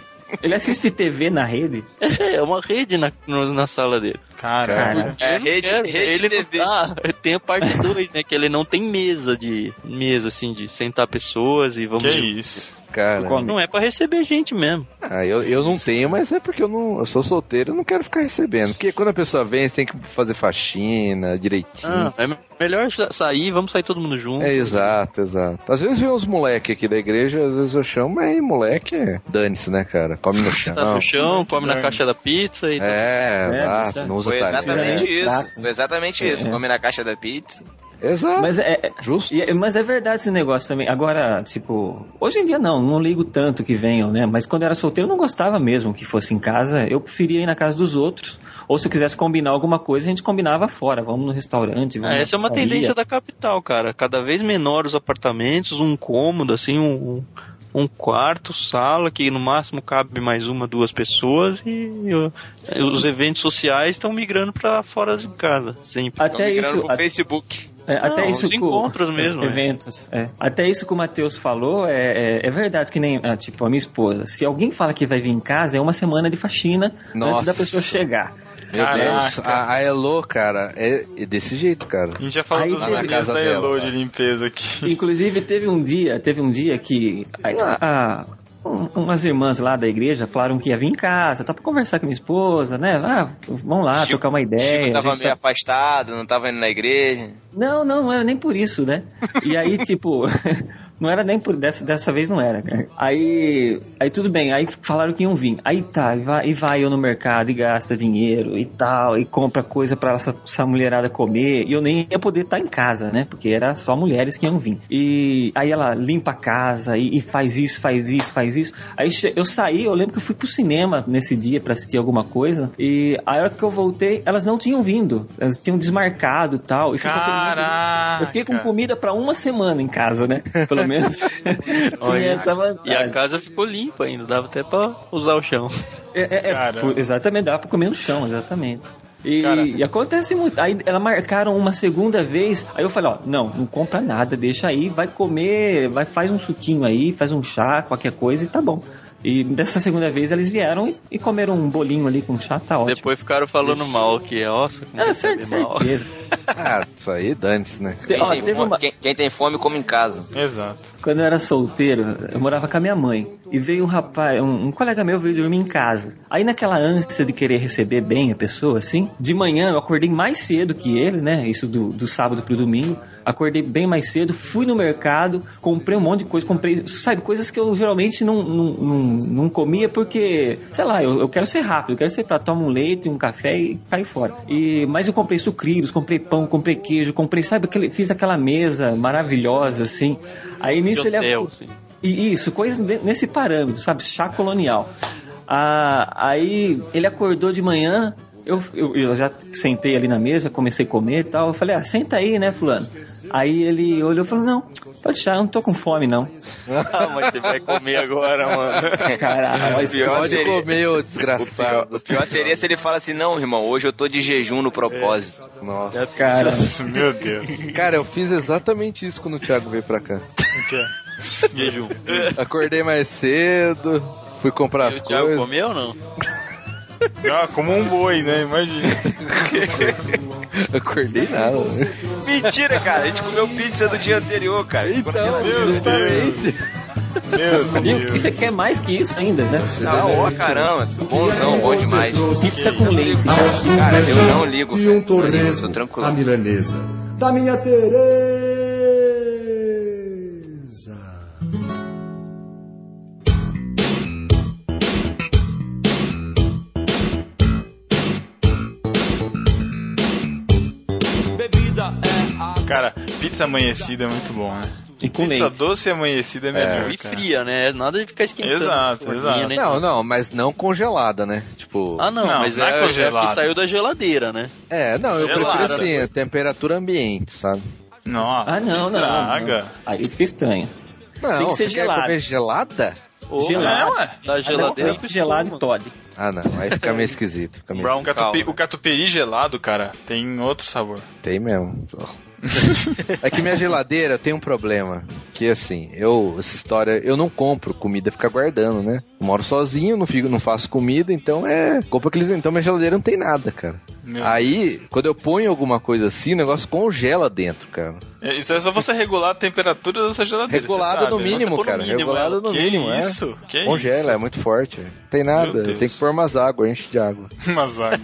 Speaker 10: Ele assiste TV na rede?
Speaker 6: *laughs* É uma rede na, no- na sala dele.
Speaker 1: Cara,
Speaker 10: Cara,
Speaker 2: É,
Speaker 6: Eu não
Speaker 2: rede,
Speaker 6: quero, né?
Speaker 2: rede
Speaker 6: ele
Speaker 2: TV.
Speaker 6: Não, ah, tem a parte 2, né? Que ele não tem mesa de. Mesa, assim, de sentar pessoas e vamos.
Speaker 1: que isso.
Speaker 3: cara.
Speaker 6: Não é pra receber gente mesmo.
Speaker 3: Ah, eu, eu não tenho, mas é porque eu não. Eu sou solteiro eu não quero ficar recebendo. Porque quando a pessoa vem, você tem que fazer faxina direitinho.
Speaker 6: Ah, é me- melhor sa- sair, vamos sair todo mundo junto.
Speaker 3: É, exato, exato. Às vezes vem uns moleque aqui da igreja, às vezes eu chamo, mas aí moleque, dane-se, né, cara? Come no chão.
Speaker 6: Tá no chão, come na caixa da pizza
Speaker 3: É,
Speaker 6: e
Speaker 10: isso é-
Speaker 3: exato, não usa
Speaker 2: Foi
Speaker 3: tarefa.
Speaker 2: exatamente
Speaker 10: É,
Speaker 2: isso.
Speaker 10: exato.
Speaker 2: Foi exatamente isso. Come na caixa da pizza.
Speaker 3: Exato,
Speaker 10: Mas é,
Speaker 3: justo.
Speaker 10: E- mas é verdade esse negócio também. Agora, tipo, hoje em dia não, não ligo tanto que venham, né? Mas quando eu era solteiro, eu não gostava mesmo que fosse em casa. Eu preferia ir na casa dos outros. Ou se eu quisesse combinar alguma coisa, a gente combinava fora. Vamos no restaurante, vamos
Speaker 6: Ah,
Speaker 10: na
Speaker 6: essa é uma
Speaker 10: pizzaria.
Speaker 6: tendência da capital, cara. Cada vez menor os apartamentos, um cômodo, assim, um, um quarto, sala, que no máximo cabe mais uma, duas pessoas, e ó, os eventos sociais estão migrando pra fora de casa, sempre.
Speaker 2: Tão
Speaker 10: Até
Speaker 6: um
Speaker 2: migrando
Speaker 10: isso,
Speaker 2: pro Facebook.
Speaker 10: É,
Speaker 6: Não,
Speaker 10: até isso
Speaker 6: os
Speaker 10: que o-
Speaker 6: encontros mesmo, é.
Speaker 10: Eventos. é. Até isso que o Matheus falou é, é- é verdade, que nem ah, tipo a minha esposa. Se alguém fala que vai vir em casa, é uma semana de faxina antes
Speaker 3: Nossa.
Speaker 10: da pessoa chegar.
Speaker 3: Meu
Speaker 1: Caraca.
Speaker 3: Deus, a, a Elo, cara, é, é desse jeito, cara.
Speaker 1: A gente já falou
Speaker 10: Aí
Speaker 1: dos
Speaker 10: teve-
Speaker 1: problemas
Speaker 3: Na casa
Speaker 1: da Elo
Speaker 3: dela,
Speaker 1: de
Speaker 3: tá?
Speaker 1: limpeza
Speaker 6: *laughs*
Speaker 1: aqui.
Speaker 10: Inclusive, teve um dia, teve um dia que aí a- a- um- umas irmãs lá da igreja falaram que ia vir em casa, tá pra conversar com minha esposa, né? Ah, vamos lá,
Speaker 2: Chico-
Speaker 10: trocar uma
Speaker 2: Chico
Speaker 10: ideia. a
Speaker 2: tava
Speaker 10: gente
Speaker 2: meio
Speaker 10: tá-
Speaker 2: afastado, não tava indo na igreja.
Speaker 10: Não, não, não era nem por isso, né? E aí, tipo, *laughs* não era nem por dessa, dessa vez não era. Aí, aí tudo bem, aí falaram que iam vir. Aí tá, e vai, e vai eu no mercado e gasta dinheiro e tal, e compra coisa pra essa, essa mulherada comer. E eu nem ia poder estar em casa, né? Porque era só mulheres que iam vir. E aí ela limpa a casa e, e faz isso, faz isso, faz isso. Aí che- eu saí, eu lembro que eu fui pro cinema nesse dia pra assistir alguma coisa. E a hora que eu voltei, elas não tinham vindo. Elas tinham desmarcado e tal. E ficou aquele monte de-
Speaker 1: Caraca!
Speaker 10: eu fiquei com comida pra uma semana em
Speaker 6: *laughs*
Speaker 10: casa, né? Pelo menos
Speaker 6: Olha,
Speaker 10: tinha essa
Speaker 6: E a
Speaker 10: vantagem.
Speaker 6: casa ficou limpa ainda, dava até pra usar o chão.
Speaker 10: É, é, é,
Speaker 1: Cara.
Speaker 10: pô, exatamente, dava pra comer no chão, exatamente. E,
Speaker 1: Cara.
Speaker 10: e acontece muito. Aí ela marcaram uma segunda vez. Aí eu falei, ó, não, não compra nada, deixa aí, vai comer, vai faz um suquinho aí, faz um chá, qualquer coisa e tá bom. E dessa segunda vez eles vieram e, e comeram um bolinho ali com chá, tá ótimo.
Speaker 6: Depois ficaram falando mal, que é, nossa, como
Speaker 10: É,
Speaker 6: que
Speaker 10: certo,
Speaker 6: sabe mal.
Speaker 10: certeza.
Speaker 3: Ah, isso aí, dane-se, né?
Speaker 10: Te-
Speaker 2: Quem,
Speaker 10: ó,
Speaker 2: tem,
Speaker 10: teve
Speaker 2: fome,
Speaker 10: uma-
Speaker 2: quem- quem tem fome, come em casa.
Speaker 1: Exato.
Speaker 10: Quando eu era solteiro, eu morava com a minha mãe. E veio um rapaz, um, um colega meu veio dormir em casa. Aí naquela ânsia de querer receber bem a pessoa, assim, de manhã eu acordei mais cedo que ele, né? Isso do, do sábado pro domingo. Acordei bem mais cedo, fui no mercado, comprei um monte de coisa, comprei, sabe, coisas que eu geralmente não, não, não, não comia porque, sei lá, eu, eu quero ser rápido, eu quero ser pra tomar um leite, um café e cair fora. E, mas eu comprei sucrilhos, comprei pão, comprei queijo, comprei, sabe, aquele, fiz aquela mesa maravilhosa, assim. Aí
Speaker 6: De
Speaker 10: nisso ele
Speaker 6: hotel, assim.
Speaker 10: e isso, coisa ne- nesse parâmetro, sabe? Chá colonial. Ah, aí ele acordou de manhã, eu, eu, eu já sentei ali na mesa, comecei a comer e tal. Eu falei, ah, senta aí, né, fulano? Aí ele olhou e falou, não, pode deixar, eu não tô com fome, não.
Speaker 6: Ah, mas você vai comer agora, mano.
Speaker 10: Caralho, olha
Speaker 2: Pior
Speaker 3: Pode
Speaker 2: seria-
Speaker 3: comer, ô
Speaker 2: O pior, o
Speaker 3: desgraçado.
Speaker 2: pior seria se ele fala assim, não, irmão, hoje eu tô de jejum no propósito.
Speaker 3: Nossa.
Speaker 10: esse cara.
Speaker 1: Nossa, *laughs* meu Deus.
Speaker 2: assim.
Speaker 3: Cara, eu fiz exatamente isso quando o Thiago veio pra cá.
Speaker 1: O que é?
Speaker 6: Jejum.
Speaker 3: Acordei mais cedo, fui comprar
Speaker 6: E
Speaker 3: as
Speaker 6: o Thiago
Speaker 3: coisas.
Speaker 6: comeu ou não?
Speaker 1: Ah, como um boi, né? Imagina.
Speaker 3: *laughs* Acordei nada. né?
Speaker 2: Mentira, cara, a gente comeu pizza do dia anterior, cara.
Speaker 1: Então, Meu Deus. Meu
Speaker 10: *laughs* E o
Speaker 1: Deus.
Speaker 10: que você quer mais que isso ainda, né?
Speaker 2: Tá ó, caramba, bonzão, bom demais.
Speaker 10: Pizza com leite.
Speaker 2: Cara, eu não ligo.
Speaker 5: E um
Speaker 2: Eu
Speaker 5: torresmo
Speaker 2: tô tranquilo.
Speaker 5: à milanesa. Da minha Tereza.
Speaker 1: Cara, pizza amanhecida é muito bom, né?
Speaker 10: E com
Speaker 1: Pizza
Speaker 10: leite.
Speaker 1: doce amanhecida é melhor.
Speaker 6: E
Speaker 1: cara.
Speaker 6: fria, né? Nada de ficar esquentando.
Speaker 1: Exato,
Speaker 6: forninho,
Speaker 1: exato.
Speaker 6: né?
Speaker 3: Não, não, mas não congelada, né? Tipo.
Speaker 6: Ah, não,
Speaker 1: Não,
Speaker 6: mas
Speaker 1: não é
Speaker 6: é, é
Speaker 1: congelado.
Speaker 6: que saiu da geladeira, né?
Speaker 3: É, não, eu
Speaker 1: Gelada.
Speaker 3: prefiro assim, a temperatura ambiente, sabe?
Speaker 1: Nossa,
Speaker 10: Ah, não, não,
Speaker 1: estraga.
Speaker 10: não. Aí fica estranho.
Speaker 3: Não,
Speaker 10: Tem que ser
Speaker 3: você quer
Speaker 10: gelada.
Speaker 3: comer gelada?
Speaker 6: Ou-
Speaker 10: Gelado.
Speaker 6: É, ué, Da geladeira.
Speaker 10: Leite gelado e Todd.
Speaker 3: Ah, não, aí fica meio esquisito. Fica meio
Speaker 2: Brown
Speaker 1: O catupe-
Speaker 2: cow.
Speaker 1: o catupiry gelado, cara, tem outro sabor.
Speaker 3: esquisito. Tem mesmo. *laughs* É que minha geladeira tem um problema. Que assim, eu, essa história, eu não compro comida, fica guardando, né? Eu moro sozinho, não, fico, não faço comida, então é. Compro aqueles. Então minha geladeira não tem nada, cara.
Speaker 1: Meu.
Speaker 3: Aí, quando eu ponho alguma coisa assim, o negócio congela dentro, cara.
Speaker 1: É, Isso é só você regular a temperatura da sua geladeira.
Speaker 3: Regulada
Speaker 1: você sabe,
Speaker 3: no
Speaker 1: né?
Speaker 3: mínimo,
Speaker 1: Você põe
Speaker 3: cara, regulada
Speaker 1: ela. né?
Speaker 3: no
Speaker 1: que
Speaker 3: mínimo, é.
Speaker 1: Isso? Que
Speaker 3: congela, é muito forte. Não tem nada,
Speaker 1: Deus.
Speaker 3: tem que pôr umas águas, enche de água.
Speaker 1: isso? *laughs* Umas
Speaker 3: *laughs*
Speaker 1: águas.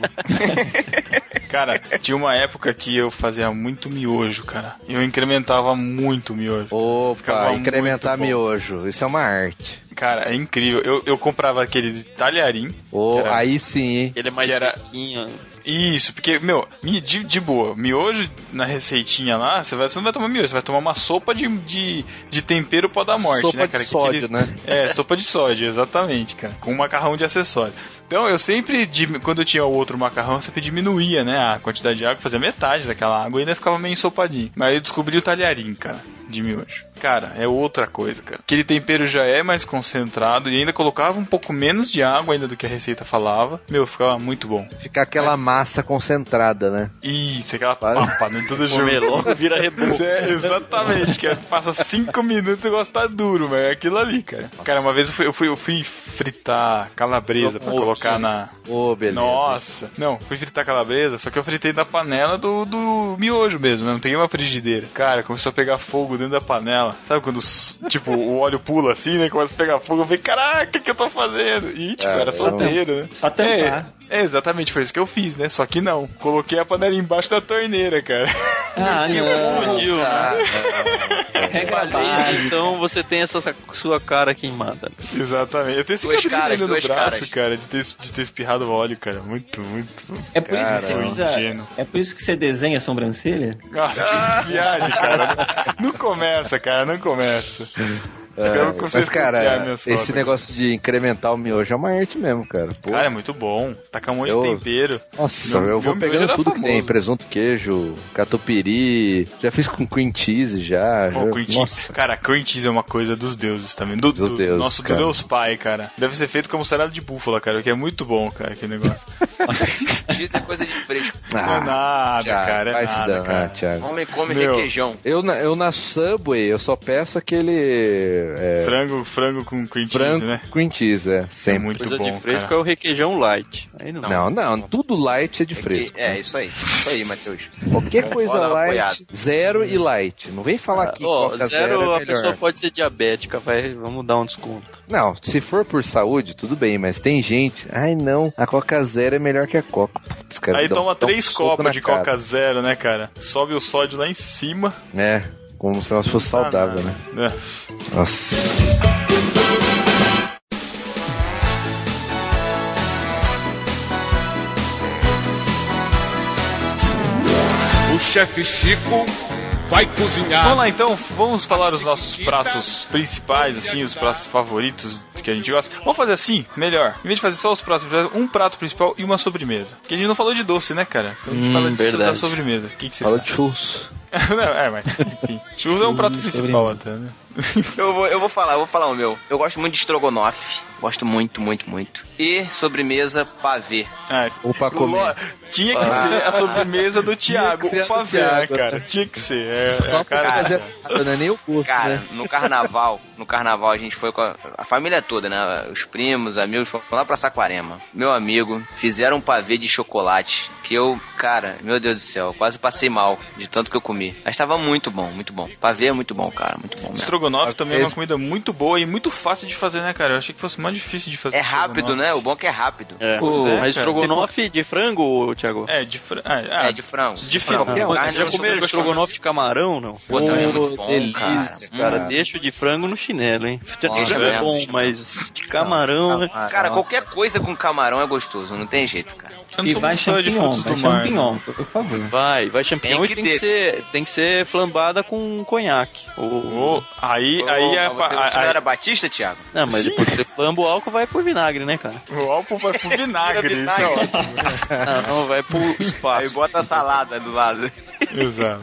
Speaker 1: Cara, tinha uma época que eu fazia muito miojo, cara. Eu incrementava muito miojo.
Speaker 3: Oh.
Speaker 1: Ficava
Speaker 3: Opa, incrementar
Speaker 1: muito bom.
Speaker 3: miojo, isso é uma arte.
Speaker 1: Cara, é incrível. Eu, eu comprava aquele de talharim.
Speaker 3: Ô,
Speaker 1: Caramba.
Speaker 3: aí sim, hein?
Speaker 6: Ele é mais
Speaker 1: Que era-
Speaker 6: sequinho.
Speaker 1: Isso, porque, meu, mi- de, de boa, miojo na receitinha lá, você, vai- você não vai tomar miojo, você vai tomar uma sopa de, de, de tempero pra dar morte,
Speaker 3: Sopa
Speaker 1: né, cara?
Speaker 3: de
Speaker 1: Que aquele-
Speaker 3: sódio, né?
Speaker 1: É, sopa de sódio, exatamente, cara. Com macarrão de acessório. Então, eu sempre, di- quando eu tinha o outro macarrão, eu sempre diminuía, né, a quantidade de água, fazia metade daquela água e ainda ficava meio ensopadinho. Mas eu descobri o talharim, cara, de miojo. Cara, é outra coisa, cara. Aquele tempero já é mais concentrado e ainda colocava um pouco menos de água ainda do que a receita falava. Meu, ficava muito bom.
Speaker 3: Ficar aquela massa concentrada, né?
Speaker 1: Isso, aquela
Speaker 3: Para.
Speaker 1: papa né? Tudo junto. *laughs*
Speaker 6: Comer logo vira reboco.
Speaker 1: Isso é, exatamente, que passa cinco minutos e o negócio tá duro, mas é aquilo ali, cara. Cara, uma vez eu fui, eu fui, eu fui fritar calabresa pra colocar na.
Speaker 3: Ô, beleza.
Speaker 1: Nossa! Não, fui fritar calabresa, só que eu fritei na panela do, do miojo mesmo, né? Não peguei uma frigideira. Cara, começou a pegar fogo dentro da panela. Sabe quando, s- tipo, o óleo pula assim, né? Começa a pegar fogo. Eu falei, caraca, o que, que eu tô fazendo? E, tipo,
Speaker 3: É,
Speaker 1: era
Speaker 3: eu-
Speaker 1: solteiro, né?
Speaker 5: Só
Speaker 1: É,
Speaker 5: tentar.
Speaker 1: é, exatamente, foi isso que eu fiz, né? Só que não. Coloquei a panela embaixo da torneira, cara. um
Speaker 5: Ah, não.
Speaker 6: Explodiu, né?
Speaker 3: Ah,
Speaker 1: é
Speaker 5: Regra
Speaker 6: Mas,
Speaker 5: básica.
Speaker 6: então você tem essa sa- sua cara queimada. né?
Speaker 1: Exatamente. Eu tenho
Speaker 2: Duas
Speaker 1: cicatriz
Speaker 2: caras,
Speaker 1: ainda no
Speaker 2: duas
Speaker 1: braço,
Speaker 2: caras.
Speaker 1: cara, de ter, de ter espirrado óleo, cara. Muito, muito.
Speaker 5: É por isso que você
Speaker 3: Caramba.
Speaker 5: usa.
Speaker 1: Ingênuo.
Speaker 5: É por isso que você desenha a sobrancelha?
Speaker 1: Nossa,
Speaker 3: Ah.
Speaker 1: que viagem, cara. Não começa, cara, não começa. *laughs* Espero que
Speaker 3: É, mas,
Speaker 1: vocês bloquearem
Speaker 3: cara,
Speaker 1: minhas
Speaker 3: esse
Speaker 1: fotos.
Speaker 3: negócio de incrementar o miojo é uma arte mesmo, cara. Pô,
Speaker 1: Cara, é muito bom. Taca um monte
Speaker 3: Eu-
Speaker 1: de tempero.
Speaker 3: nossa,
Speaker 1: meu-
Speaker 3: eu vou
Speaker 1: meu miojo
Speaker 3: pegando
Speaker 1: era
Speaker 3: tudo que tem.
Speaker 1: famoso.
Speaker 3: Presunto, queijo, catupiry. Já fiz com cream cheese, já.
Speaker 1: Pô,
Speaker 3: já-
Speaker 1: cream cheese.
Speaker 3: nossa.
Speaker 1: Cara, cream cheese é uma coisa dos deuses também. Do,
Speaker 3: Dos
Speaker 1: do-
Speaker 3: deuses,
Speaker 1: nosso, dos
Speaker 3: cara.
Speaker 1: meus pais, cara. Deve ser feito com mussarela de búfala, cara, o que é muito bom, cara, aquele negócio.
Speaker 2: Diz é coisa de fresco.
Speaker 1: não é nada,
Speaker 3: Thiago,
Speaker 1: cara. É
Speaker 3: Ah, vai se
Speaker 1: nada,
Speaker 3: danar,
Speaker 1: cara.
Speaker 3: Thiago.
Speaker 2: Homem come
Speaker 1: Meu.
Speaker 2: requeijão.
Speaker 3: Eu na, eu na Subway, eu só peço aquele é,
Speaker 1: Frango, frango com cream
Speaker 3: frango
Speaker 1: cheese, né?
Speaker 3: cream cheese, é,
Speaker 1: É
Speaker 3: sempre.
Speaker 1: muito
Speaker 6: Coisa
Speaker 1: bom,
Speaker 6: de fresco
Speaker 1: cara.
Speaker 6: é o requeijão light. Aí não.
Speaker 3: Não, não, tudo light é de
Speaker 2: É que-
Speaker 3: fresco.
Speaker 2: é, isso aí. Isso aí, Matheus.
Speaker 3: Qualquer coisa
Speaker 2: Bora,
Speaker 3: light,
Speaker 2: apoiado.
Speaker 3: zero e light. Não vem falar
Speaker 6: Ah,
Speaker 3: aqui
Speaker 6: ó,
Speaker 3: Coca
Speaker 6: zero,
Speaker 3: zero, é
Speaker 6: a
Speaker 3: melhor.
Speaker 6: pessoa pode ser diabética, vai, vamos dar um desconto.
Speaker 3: Não, se for por saúde, tudo bem, mas tem gente. Ai não, a Coca Zero é melhor que a Coca. Putz, cara,
Speaker 1: Aí
Speaker 3: dá um-
Speaker 1: toma
Speaker 3: dá um
Speaker 1: três
Speaker 3: soco na
Speaker 1: copas de
Speaker 3: cara.
Speaker 1: Coca Zero, né, cara? Sobe o sódio lá em cima.
Speaker 3: É, como se elas fosse saudável,
Speaker 1: Ah,
Speaker 3: né?
Speaker 1: não. É.
Speaker 3: Nossa.
Speaker 12: O chefe Chico vai
Speaker 2: Ah,
Speaker 1: Vamos
Speaker 12: cozinhar.
Speaker 1: lá então, vamos falar os nossos pratos
Speaker 2: é
Speaker 1: principais, assim, os pratos favoritos que a gente gosta. Vamos fazer assim, melhor. Em vez de fazer só os pratos principais, um prato principal e uma sobremesa. Porque a gente não falou de doce, né, cara? Então a gente
Speaker 6: Hum,
Speaker 1: fala de
Speaker 6: verdade.
Speaker 1: da sobremesa. O que, que você tá?
Speaker 3: Fala de churros.
Speaker 1: *laughs* Não, é, mas enfim. Churros é um prato principal até, né?
Speaker 2: Eu vou, eu vou falar, eu vou falar o meu. Eu gosto muito de estrogonofe. Gosto muito, muito, muito. E sobremesa pavê.
Speaker 1: Ah,
Speaker 3: Ou pra
Speaker 1: Ló,
Speaker 3: comer. Ah.
Speaker 1: tinha que ser a sobremesa do Thiago,
Speaker 3: ser
Speaker 1: o
Speaker 3: a do
Speaker 1: pavê, né,
Speaker 3: Thiago,
Speaker 1: cara? Tinha que ser. É, é
Speaker 3: Só
Speaker 1: a cara
Speaker 3: pra
Speaker 1: do
Speaker 3: fazer
Speaker 1: Thiago.
Speaker 3: piada, não é nem o gosto,
Speaker 2: Cara,
Speaker 3: né?
Speaker 2: no carnaval, no carnaval a gente foi com a, a família toda, né? Os primos, amigos, foram lá pra Saquarema. Meu amigo, fizeram um pavê de chocolate que eu, cara, meu Deus do céu, quase passei mal de tanto que eu comi. Mas tava muito bom, muito bom. Pavê é muito bom, cara, muito bom mesmo.
Speaker 1: Estrogonofe
Speaker 3: Às
Speaker 1: também é uma
Speaker 3: vezes-
Speaker 1: comida muito boa e muito fácil de fazer, né, cara? Eu achei que fosse mais difícil de fazer.
Speaker 2: É rápido,
Speaker 1: estrogonofe.
Speaker 2: né? O bom é que é rápido.
Speaker 6: É,
Speaker 1: pois é, cara.
Speaker 6: mas estrogonofe de frango, Thiago?
Speaker 1: É, de fra... ah, ah,
Speaker 2: É de frango.
Speaker 1: de frango.
Speaker 2: Qualquer
Speaker 6: Não,
Speaker 2: carne,
Speaker 6: já
Speaker 2: eu sou
Speaker 6: comeram
Speaker 2: gostoso.
Speaker 6: um. estrogonofe de camarão, não?
Speaker 2: Pô, também é muito bom,
Speaker 3: delícia,
Speaker 2: cara.
Speaker 6: Cara,
Speaker 3: Ah.
Speaker 6: deixa o de frango no chinelo, hein?
Speaker 2: Nossa,
Speaker 6: frango Hum. é
Speaker 2: é.
Speaker 6: bom, mas de camarão... né?
Speaker 3: Ah,
Speaker 2: Cara,
Speaker 3: não.
Speaker 2: qualquer coisa com camarão é gostoso, não tem jeito, cara.
Speaker 1: Eu não
Speaker 5: E
Speaker 1: sou
Speaker 5: vai
Speaker 1: muito fã de
Speaker 5: champignon,
Speaker 1: frutos
Speaker 5: vai
Speaker 1: do mar. né?
Speaker 5: champignon, por favor.
Speaker 6: Vai, vai champignon
Speaker 2: Tem
Speaker 6: tem
Speaker 2: que
Speaker 6: que e tem que,
Speaker 2: ter.
Speaker 6: ser, tem que ser flambada com conhaque. Ou...
Speaker 1: Ô, aí, aí é.
Speaker 2: Ô, mas você,
Speaker 1: a-
Speaker 2: você não
Speaker 1: a-
Speaker 2: era batista, Thiago?
Speaker 6: Não, mas depois que você flamba o álcool, vai pro vinagre, né, cara?
Speaker 1: O álcool vai *laughs* pro vinagre. isso é
Speaker 2: vinagre. né?
Speaker 1: ótimo.
Speaker 2: *laughs*
Speaker 6: Não, não, vai pro
Speaker 2: Aí
Speaker 6: espaço.
Speaker 2: bota a salada do
Speaker 6: *laughs*
Speaker 2: lado.
Speaker 6: É,
Speaker 1: *laughs* Exato.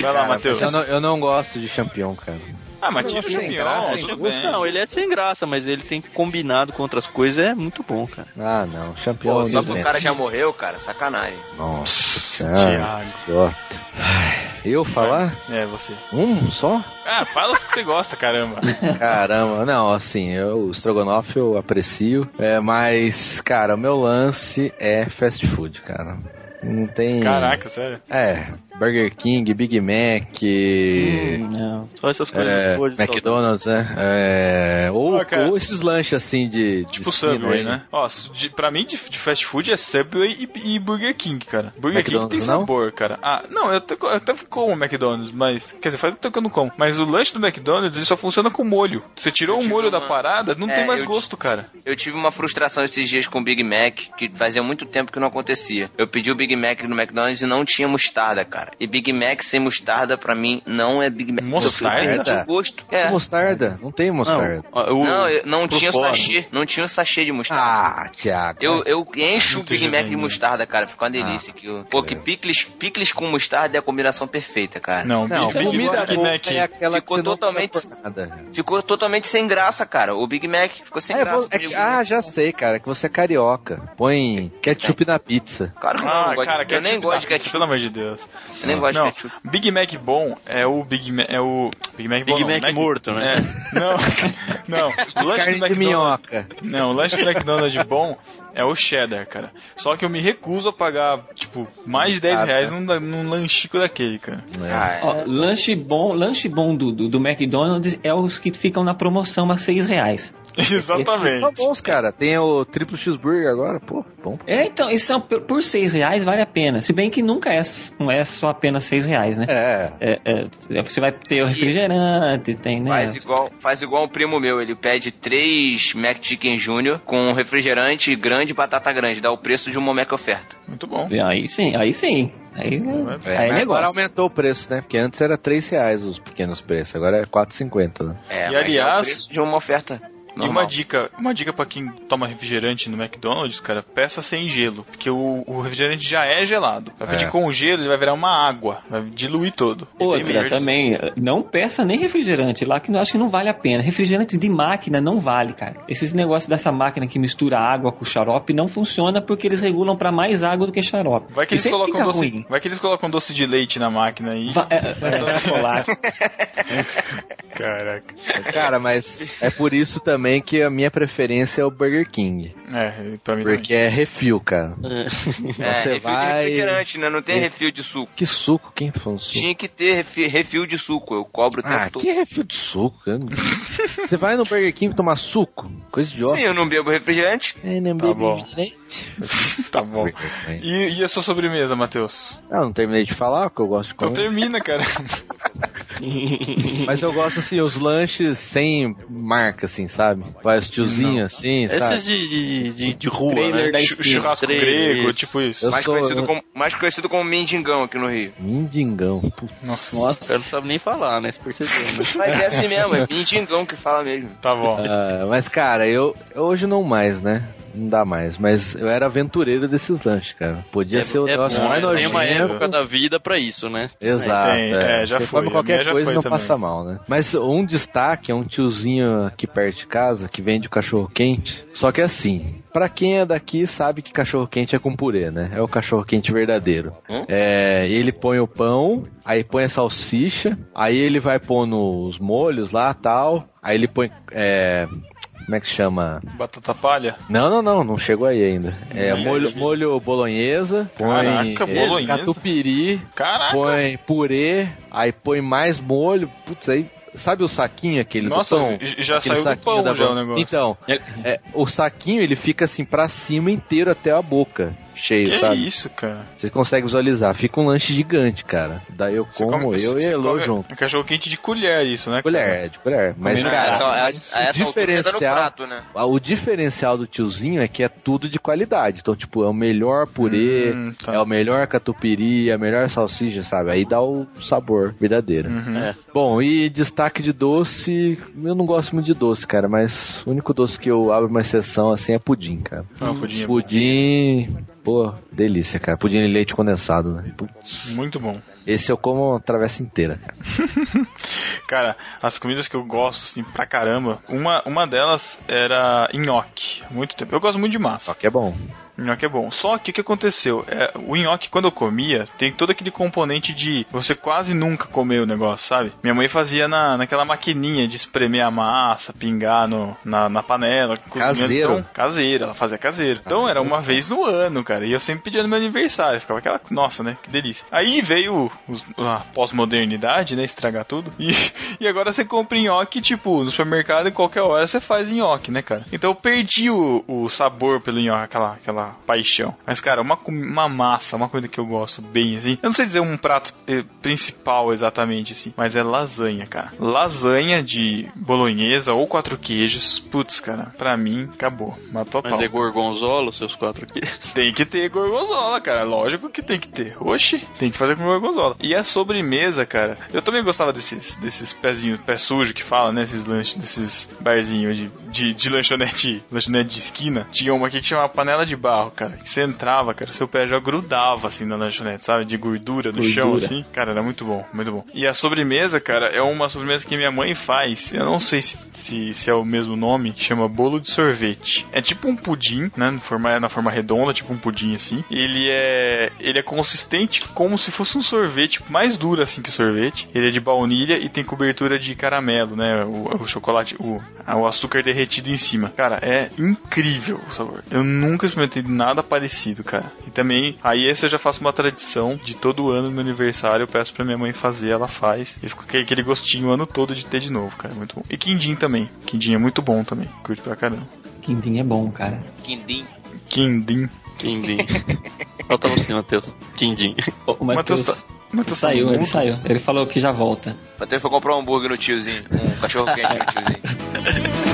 Speaker 1: Vai lá,
Speaker 3: Cara,
Speaker 1: Matheus.
Speaker 3: mas Eu não, eu não gosto de champion, cara.
Speaker 1: Ah, mas tira o
Speaker 6: Sem
Speaker 1: champignon,
Speaker 6: graça,
Speaker 1: tudo
Speaker 6: gosto.
Speaker 1: bem.
Speaker 6: Não, ele é sem graça, mas ele tem combinado com outras coisas, é muito bom, cara.
Speaker 3: Ah, não. Champion.
Speaker 2: Pô, só pro cara é um- já morreu, cara, sacanagem.
Speaker 3: Nossa, cara. idiota. Ai, Eu falar?
Speaker 1: É, você.
Speaker 3: Um só?
Speaker 1: Ah, fala os que você gosta, caramba.
Speaker 3: Caramba, não, assim, eu, o Strogonoff eu aprecio, é, mas, cara, o meu lance é fast food, cara. Não tem.
Speaker 1: Caraca, sério.
Speaker 3: É, Burger King, Big Mac. Hum,
Speaker 5: É.
Speaker 6: Não, só essas
Speaker 1: Hum,
Speaker 6: coisas
Speaker 3: É,
Speaker 6: boas de
Speaker 3: McDonald's, né? É, ou,
Speaker 1: Ó, Ah, cara.
Speaker 3: ou esses lanches assim de. de
Speaker 1: Tipo
Speaker 3: esquina
Speaker 1: Subway,
Speaker 3: aí.
Speaker 1: né? Ó, su- de, pra mim, de, de fast food é Subway e, e Burger King, cara. Burger King tem
Speaker 3: McDonald's não?
Speaker 1: sabor, cara. Ah, não, eu, até- eu até como McDonald's, mas... Quer dizer, faz muito tempo que eu não como. Mas o lanche do McDonald's, ele só funciona com molho. Você tirou o
Speaker 2: tive
Speaker 1: molho da
Speaker 2: uma-
Speaker 1: parada, não
Speaker 2: É,
Speaker 1: tem mais
Speaker 2: eu
Speaker 1: gosto, cara.
Speaker 2: Eu tive uma frustração esses dias com o Big Mac, que fazia muito tempo que não acontecia. Eu pedi o Big Mac no McDonald's e não tinha mostarda, cara. E Big Mac sem mostarda, pra mim, não é Big Mac.
Speaker 1: Mostarda?
Speaker 2: Eu perdi o gosto. É.
Speaker 3: Mostarda? Não tem mostarda.
Speaker 2: Não, eu- não
Speaker 3: Pro
Speaker 2: tinha o
Speaker 3: fora.
Speaker 2: sachê. Não tinha o sachê de mostarda.
Speaker 3: Ah, Thiago.
Speaker 2: Eu, eu encho o
Speaker 3: Muito
Speaker 2: Big Mac de
Speaker 3: juvenil.
Speaker 2: mostarda, cara. Fica uma
Speaker 3: Ah,
Speaker 2: delícia. aquilo. Pô, que picles, picles com mostarda é a combinação perfeita, cara.
Speaker 1: Não,
Speaker 3: Não,
Speaker 1: Big, Big
Speaker 3: comida
Speaker 1: Big
Speaker 3: boa
Speaker 1: Mac...
Speaker 3: é aquela que
Speaker 2: Ficou
Speaker 3: você não
Speaker 2: totalmente-
Speaker 3: precisa pôr nada.
Speaker 2: Ficou totalmente sem graça, cara. O Big Mac ficou sem
Speaker 3: Ah, eu vou-
Speaker 2: graça. né?
Speaker 3: é que- ah, já sei, cara, que você é carioca. Põe ketchup na
Speaker 2: *laughs*
Speaker 3: pizza.
Speaker 2: Cara, não,
Speaker 1: Ah,
Speaker 2: eu gosto-
Speaker 1: cara,
Speaker 2: eu nem
Speaker 1: ketchup
Speaker 2: gosto
Speaker 1: da
Speaker 2: de
Speaker 1: pizza,
Speaker 2: ketchup.
Speaker 1: Pelo amor de Deus.
Speaker 2: Eu nem gosto
Speaker 1: Não,
Speaker 2: de ketchup.
Speaker 1: Big Mac bom é o Big Mac. É o. Big Mac, bom,
Speaker 6: Big
Speaker 1: não,
Speaker 6: Mac morto, né?
Speaker 1: É. Não, *laughs* não. O lanche
Speaker 3: Carne
Speaker 1: do
Speaker 3: de
Speaker 1: McDonald's.
Speaker 3: minhoca.
Speaker 1: Não, o lanche do McDonald's bom é o cheddar, cara. Só que eu me recuso a pagar, tipo, mais de 10
Speaker 3: Ah,
Speaker 1: reais num, da- num lanchico daquele, cara. *laughs*
Speaker 2: Ah, é.
Speaker 5: Ó, lanche bom, lanche bom do, do, do McDonald's é os que ficam na promoção a 6 reais.
Speaker 3: Tá
Speaker 6: é
Speaker 1: Exatamente.
Speaker 3: bons, cara. Tem o triplo cheeseburger agora, pô, bom.
Speaker 5: É, então, isso são por, por 6 reais vale a pena. Se bem que nunca é, não é só apenas 6 reais, né?
Speaker 3: É,
Speaker 5: É, é, você vai ter o refrigerante, tem, né?
Speaker 2: Faz igual, faz igual um primo meu, ele pede três Mac Chicken Jr. com um refrigerante grande e batata grande, dá o preço de uma Mac oferta.
Speaker 1: Muito bom.
Speaker 5: Aí sim, aí sim. Aí, né?
Speaker 3: é,
Speaker 5: aí é
Speaker 3: mas agora
Speaker 5: negócio.
Speaker 3: aumentou o preço, né? Porque antes era 3 reais os pequenos preços, agora é 4,50,
Speaker 2: *laughs*
Speaker 3: né?
Speaker 2: É,
Speaker 1: E,
Speaker 2: mas dá o
Speaker 1: aliás,
Speaker 2: preço de uma oferta.
Speaker 1: E uma
Speaker 2: normal.
Speaker 1: dica, uma dica para quem toma refrigerante no McDonald's, cara, peça sem gelo, porque o, o refrigerante já é gelado. Vai pedir
Speaker 3: É.
Speaker 1: com gelo, ele vai virar uma água, vai diluir todo. E tem
Speaker 5: Outra
Speaker 1: verde.
Speaker 5: também, não peça nem refrigerante lá, que eu acho que não vale a pena. Refrigerante de máquina não vale, cara. Esses negócios dessa máquina que mistura água com xarope não funciona porque eles regulam pra mais água do que xarope.
Speaker 1: Vai que,
Speaker 5: E
Speaker 1: eles
Speaker 5: sempre
Speaker 1: colocam
Speaker 5: fica
Speaker 1: doce,
Speaker 5: ruim.
Speaker 1: vai que eles colocam doce de leite na máquina aí.
Speaker 5: Va- é, é, é, chocolate.
Speaker 1: Caraca.
Speaker 3: Cara, mas é por isso também que a minha preferência é o Burger King.
Speaker 1: É, pra mim também.
Speaker 3: Porque é refil, cara.
Speaker 2: É,
Speaker 3: Você
Speaker 2: refil de
Speaker 3: vai-
Speaker 2: refrigerante, né? Não tem
Speaker 3: É.
Speaker 2: refil de suco.
Speaker 3: Que suco, quem tá falando suco?
Speaker 2: Tinha que ter refi- refil de suco, eu cobro o
Speaker 3: Ah,
Speaker 2: tempo todo.
Speaker 3: que refil de suco? Eu não- Você vai no Burger King tomar suco? Coisa idiota.
Speaker 2: Sim, eu não bebo refrigerante.
Speaker 3: É, não
Speaker 1: Tá bom. *laughs* tá bom.
Speaker 3: Não,
Speaker 1: E, e a sua sobremesa, Matheus?
Speaker 3: Ah, não terminei de falar, porque eu gosto de
Speaker 1: Então
Speaker 3: comer.
Speaker 1: termina, cara.
Speaker 3: Mas eu gosto, assim, os lanches sem marca, assim, sabe? Vai os tiozinhos, assim, sabe?
Speaker 6: Esses de, de, de, de rua,
Speaker 5: Trailer
Speaker 6: né?
Speaker 5: da
Speaker 1: Chu- Churrasco
Speaker 6: Três,
Speaker 1: grego,
Speaker 6: isso.
Speaker 1: tipo isso.
Speaker 3: Eu
Speaker 2: Mais,
Speaker 3: sou-
Speaker 2: conhecido
Speaker 3: eu-
Speaker 2: como, mais conhecido como mendigão aqui no Rio.
Speaker 3: Mindingão. Puta.
Speaker 6: O cara não sabe nem falar, né? Você percebeu, né?
Speaker 2: Mas é assim mesmo, é mendigão que fala mesmo.
Speaker 1: Tá bom.
Speaker 3: Ah, mas, cara, eu... Hoje não mais, né? Não dá mais. Mas eu era aventureiro desses lanches, cara. Podia ser o
Speaker 6: é
Speaker 3: negócio
Speaker 6: bom,
Speaker 3: mais
Speaker 1: né?
Speaker 6: Tem
Speaker 3: nojento.
Speaker 6: uma época da vida pra isso, né?
Speaker 3: Exato.
Speaker 1: Tem, é, já
Speaker 3: Você
Speaker 1: foi,
Speaker 3: come
Speaker 1: a
Speaker 3: qualquer
Speaker 1: minha já
Speaker 3: coisa
Speaker 1: foi
Speaker 3: e não
Speaker 1: também.
Speaker 3: passa mal, né? Mas um destaque é um tiozinho aqui perto de casa que vende o cachorro quente. Só que assim, pra quem é daqui sabe que cachorro quente é com purê, né? É o cachorro quente verdadeiro.
Speaker 2: Hum?
Speaker 3: É, ele põe o pão, aí põe a salsicha, aí ele vai pondo os molhos lá, tal. Aí ele põe é, como é que chama?
Speaker 1: Batata palha?
Speaker 3: Não, não, não, não chegou aí ainda. É
Speaker 1: Não,
Speaker 3: molho,
Speaker 1: ainda.
Speaker 3: molho bolonhesa, põe
Speaker 1: Hum. Caraca,
Speaker 3: é,
Speaker 1: bolonhesa?
Speaker 3: catupiry,
Speaker 1: Caraca!
Speaker 3: põe purê, aí põe mais molho, putz, aí sabe o saquinho aquele
Speaker 1: Nossa,
Speaker 3: do pão?
Speaker 1: j- já
Speaker 3: Aquele
Speaker 1: saiu do
Speaker 3: saquinho
Speaker 1: pão
Speaker 3: da
Speaker 1: já
Speaker 3: ban-
Speaker 1: o negócio.
Speaker 3: Então, é, o saquinho ele fica assim pra cima inteiro até a boca, cheio,
Speaker 1: que
Speaker 3: sabe?
Speaker 1: isso, cara?
Speaker 3: Vocês conseguem visualizar, fica um lanche gigante, cara. Daí eu
Speaker 1: Você
Speaker 3: como,
Speaker 1: come-
Speaker 3: eu e
Speaker 1: você
Speaker 3: Elô
Speaker 1: come um
Speaker 3: junto.
Speaker 1: Cachorro quente de colher, isso, né? cara?
Speaker 3: Colher, é de colher. Mas,
Speaker 1: Combina-
Speaker 3: cara,
Speaker 1: Ah,
Speaker 2: essa, é,
Speaker 3: mas
Speaker 2: essa, a essa
Speaker 3: o diferencial
Speaker 2: altura tá no prato, né?
Speaker 3: ah, O diferencial do tiozinho é que é tudo de qualidade. Então, tipo, é o melhor purê,
Speaker 1: Hum, tá.
Speaker 3: é o melhor catupiry, é a melhor salsicha, sabe? Aí dá o sabor verdadeiro.
Speaker 1: Uhum.
Speaker 6: É.
Speaker 3: Bom, e destaque de doce, eu não gosto muito de doce, cara, mas o único doce que eu abro uma exceção assim é pudim, cara.
Speaker 1: Ah, o pudim é bom.
Speaker 3: pudim Pô, delícia, cara. Pudim de leite condensado, né?
Speaker 1: Muito bom.
Speaker 3: Esse eu como a travessa inteira, cara.
Speaker 1: cara, as comidas que eu gosto, assim, pra caramba, uma, uma delas era nhoque. Muito tempo. Eu gosto muito de massa.
Speaker 3: Nhoque é bom.
Speaker 1: Nhoque é bom. Só que o que aconteceu? É, o nhoque, quando eu comia, tem todo aquele componente de você quase nunca comer o negócio, sabe? Minha mãe fazia na, naquela maquininha de espremer a massa, pingar no, na, na panela.
Speaker 3: Caseiro?
Speaker 1: Então, caseiro, ela fazia caseiro. Então era uma vez no ano, cara. E eu sempre pedia no meu aniversário. Ficava aquela, nossa, né? Que delícia. Aí veio os, a pós-modernidade, né? Estragar tudo. E, *laughs* e agora você compra nhoque, tipo, no supermercado, em qualquer hora você faz nhoque, né, cara? Então eu perdi o, o sabor pelo nhoque, aquela, aquela paixão. Mas, cara, uma, uma massa, uma coisa que eu gosto bem, assim. Eu não sei dizer um prato principal exatamente, assim, mas é lasanha, cara. Lasanha de bolonhesa ou quatro queijos. Putz, cara, pra mim, acabou. Matou a
Speaker 6: Mas é gorgonzola seus quatro queijos?
Speaker 1: Tem que ter gorgonzola, cara. Lógico que tem que ter. Oxi, tem que fazer com gorgonzola. E a sobremesa, cara, eu também gostava desses, desses pezinhos, pé sujo que fala, né? Esses lanches, desses barzinhos de, de, de lanchonete, lanchonete de esquina. Tinha uma aqui que chamava panela de bar cara. Que você entrava, cara, seu pé já grudava assim na lanchonete, sabe? De gordura no gordura. chão, assim. Cara, era muito bom, muito bom. E a sobremesa, cara, é uma sobremesa que minha mãe faz. Eu não sei se, se, se é o mesmo nome, chama bolo de sorvete. É tipo um pudim, né? Na forma, na forma redonda, tipo um pudim assim. Ele é. Ele é consistente como se fosse um sorvete, mais duro assim que sorvete. Ele é de baunilha e tem cobertura de caramelo, né? O, o chocolate, o, o açúcar derretido em cima. Cara, é incrível o sabor. Eu nunca experimentei nada parecido, cara. E também, aí esse eu já faço uma tradição de todo ano no aniversário, eu peço pra minha mãe fazer, ela faz. E fica aquele gostinho o ano todo de ter de novo, cara. É Muito bom. E quindim também. Quindim é muito bom também. Curto pra caramba.
Speaker 5: Quindim é bom, cara.
Speaker 2: Quindim.
Speaker 1: Quindim.
Speaker 6: *laughs* Quindim. *laughs* Falta você, Matheus. Quindim.
Speaker 5: O Matheus tá... Matheus saiu, ele saiu. Ele falou que já volta.
Speaker 2: Matheus foi comprar um hambúrguer no tiozinho. Um cachorro quente no tiozinho.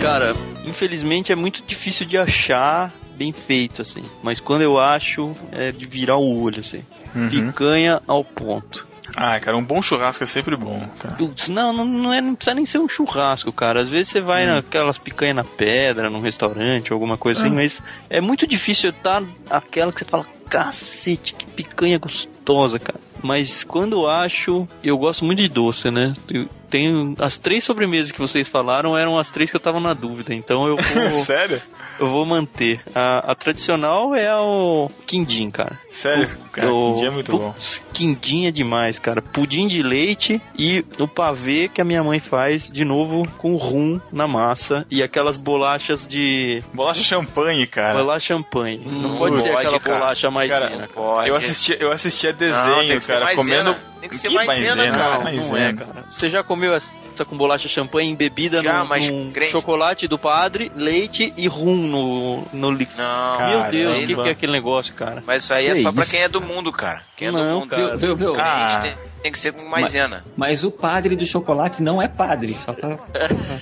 Speaker 6: Cara, infelizmente é muito difícil de achar bem feito, assim. Mas quando eu acho, é de virar o olho, assim. Uhum. Picanha ao ponto.
Speaker 1: Ah, cara, um bom churrasco é sempre bom,
Speaker 6: tá.
Speaker 1: cara. *laughs*
Speaker 6: Não, não, não, é, não precisa nem ser um churrasco, cara. Às vezes você vai hum. naquelas picanha na pedra, num restaurante, alguma coisa hum. assim, mas é muito difícil estar aquela que você fala, cacete, que picanha gostosa, cara. Mas quando eu acho, eu gosto muito de doce, né? Eu tenho as três sobremesas que vocês falaram eram as três que eu tava na dúvida, então eu vou
Speaker 1: Sério?
Speaker 6: Eu vou manter. A, a tradicional é o quindim, cara.
Speaker 1: Sério? O, cara, o, quindim é muito putz,
Speaker 6: bom. Quindim é demais, cara. Pudim de leite e o pavê que a minha mãe faz de novo com rum na massa e aquelas bolachas de
Speaker 1: bolacha champanhe, cara.
Speaker 6: Bolacha champanhe. Hum, não pode, pode ser aquela cara. bolacha mais
Speaker 1: cara,
Speaker 6: zena,
Speaker 1: cara. Eu assistia, eu assistia desenho, não, cara, comendo
Speaker 2: zena. Tem que ser que maisena, maisena, cara.
Speaker 6: Não, não é, cara. Você já comeu essa com bolacha champanhe embebida
Speaker 2: já,
Speaker 6: num, num chocolate do padre, leite e rum no, no líquido? Não, Meu cara, Deus, o que, que, é aquele negócio, cara?
Speaker 2: Mas isso aí que é só isso, pra quem é do mundo, cara. Quem
Speaker 6: não,
Speaker 2: é do mundo,
Speaker 6: cara. Viu, viu,
Speaker 2: ah. tem, tem, que ser com maisena.
Speaker 5: Mas, mas, o padre do chocolate não é padre, só pra...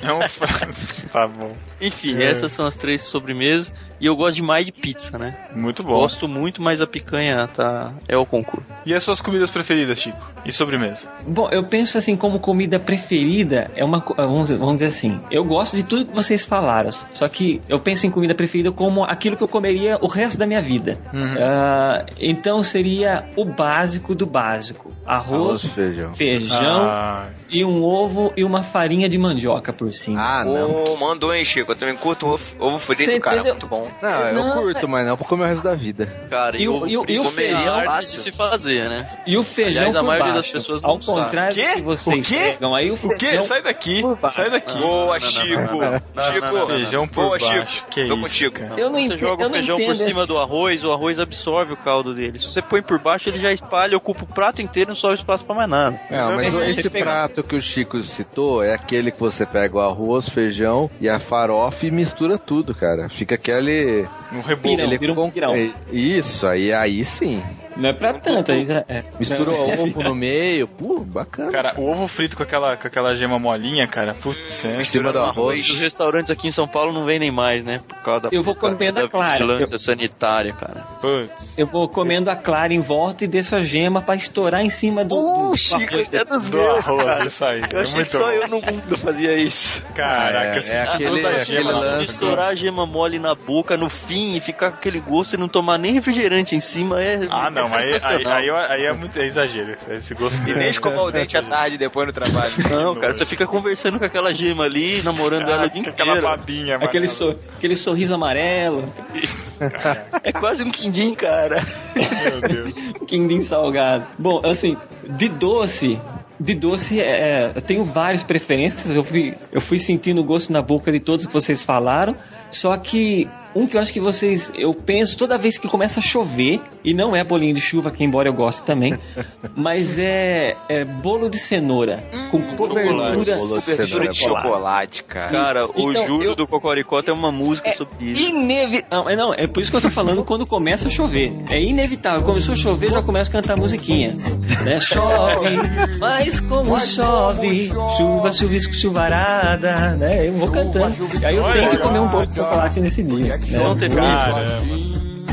Speaker 1: é um frase. *laughs* tá bom.
Speaker 6: Enfim, é. essas são as três sobremesas. E eu gosto demais de pizza, né?
Speaker 1: Muito bom.
Speaker 6: Gosto muito, mas a picanha tá... é o concurso.
Speaker 1: E as suas comidas preferidas, Chico? E sobremesa?
Speaker 5: Bom, eu penso assim, como comida preferida, é uma. Vamos, vamos dizer assim, eu gosto de tudo que vocês falaram. Só que eu penso em comida preferida como aquilo que eu comeria o resto da minha vida. Uhum. Uh, então seria o básico do básico: arroz, arroz
Speaker 3: feijão,
Speaker 5: feijão ah. e um ovo e uma farinha de mandioca por cima.
Speaker 2: Ah, não. Oh, mandou, hein, Chico? Eu também curto ovo, ovo frito, Cê cara. Entendeu? Muito bom.
Speaker 3: Não, eu não, curto, mas não pra comer o resto da vida.
Speaker 6: Cara, e, e o, e o, e o feijão. É de se fazer, né?
Speaker 5: E o feijão Aliás,
Speaker 6: a maioria
Speaker 5: baixo.
Speaker 6: das pessoas
Speaker 5: Ao contrário
Speaker 1: que?
Speaker 5: que vocês
Speaker 1: o quê?
Speaker 5: pegam aí o
Speaker 1: feijão. O quê? Sai daqui. Sai daqui.
Speaker 2: Boa, Chico. Chico,
Speaker 1: feijão por Boa, baixo.
Speaker 2: Chico. Tô contigo.
Speaker 5: Eu não
Speaker 6: Você
Speaker 5: entendo,
Speaker 6: joga
Speaker 5: eu
Speaker 6: o
Speaker 5: não
Speaker 6: feijão
Speaker 5: entendo
Speaker 6: por cima
Speaker 5: esse-
Speaker 6: do arroz, o arroz absorve o caldo dele. Se você põe por baixo, ele já espalha, ocupa o prato inteiro, não sobra espaço pra mais nada.
Speaker 3: Não, mas
Speaker 6: Você
Speaker 3: esse
Speaker 6: pega-
Speaker 3: prato que o Chico citou é aquele que você pega o arroz, feijão e a farofa e mistura tudo, cara. Fica aquele.
Speaker 1: Um rebolo.
Speaker 5: Pirão,
Speaker 3: ele
Speaker 5: vira um
Speaker 3: com-
Speaker 5: pirão.
Speaker 3: é, Isso, aí, aí sim.
Speaker 5: Não é pra tanto. aí já é.
Speaker 3: Misturou
Speaker 5: Não, é-
Speaker 3: ovo no meio, pô, bacana.
Speaker 1: Cara, o ovo frito com aquela, com aquela gema molinha, cara. Putz, é.
Speaker 3: em cima do arroz.
Speaker 6: Os restaurantes aqui em São Paulo não vendem mais, né? Por causa da,
Speaker 5: Eu vou comer da Clara.
Speaker 6: vigilância sanitária, cara.
Speaker 1: Putz.
Speaker 5: Eu vou comendo a clara em volta e desço a gema pra estourar em cima do. do-
Speaker 6: Chico, é dos meus, cara.
Speaker 1: sair.
Speaker 6: Eu
Speaker 1: é
Speaker 6: achei
Speaker 1: muito
Speaker 6: que só
Speaker 1: bom.
Speaker 6: eu no mundo fazia isso.
Speaker 1: Caraca, tipo
Speaker 3: É, é aquele-
Speaker 6: toda
Speaker 3: é
Speaker 6: gema,
Speaker 3: aquele
Speaker 6: assim,
Speaker 3: lance.
Speaker 6: Misturar a gema mole na boca no fim e ficar com aquele gosto e não tomar nem refrigerante em cima é.
Speaker 1: Ah, não,
Speaker 6: é
Speaker 1: aí, aí,
Speaker 6: sensacional.
Speaker 1: aí, eu- aí é muito é exagero. Esse gosto é
Speaker 2: E nem escovar
Speaker 1: *laughs*
Speaker 2: o dente é né? à tarde depois no trabalho. Ah,
Speaker 6: Não, cara, você fica conversando com aquela gema ali, namorando ela o dia
Speaker 1: Caraca, Ah, aquela
Speaker 6: inteiro.
Speaker 1: babinha, mano.
Speaker 10: Aquele, sor- aquele sorriso amarelo,
Speaker 6: É quase um quindim, cara.
Speaker 1: Meu Deus.
Speaker 10: quindim salgado. Bom, assim, de doce. De doce, é, eu tenho várias preferências. Eu fui, eu fui sentindo o gosto na boca de todos que vocês falaram. Só que um que eu acho que vocês. Eu penso toda vez que começa a chover, e não é bolinho de chuva, que embora eu goste também, mas é, é bolo de cenoura. Com cobertura,
Speaker 3: Bolo de
Speaker 10: cobertura
Speaker 3: cenoura é
Speaker 2: de chocolate, cara.
Speaker 6: Cara, o
Speaker 10: Então,
Speaker 6: Júlio
Speaker 10: eu-
Speaker 6: do Cocoricó tem uma música
Speaker 10: É
Speaker 6: sobre isso.
Speaker 10: Inevi... Não, é não, é por isso que eu tô falando quando começa a chover. É inevitável. Começou a chover, já começa a cantar musiquinha. Né? Chove, mas como chove, chuva, chuvisco, chuvarada, né? Eu vou cantando. Aí eu tenho que comer um pouco de chocolate nesse dia. né?
Speaker 6: Não teve
Speaker 2: Então,
Speaker 1: Cara,
Speaker 2: assim,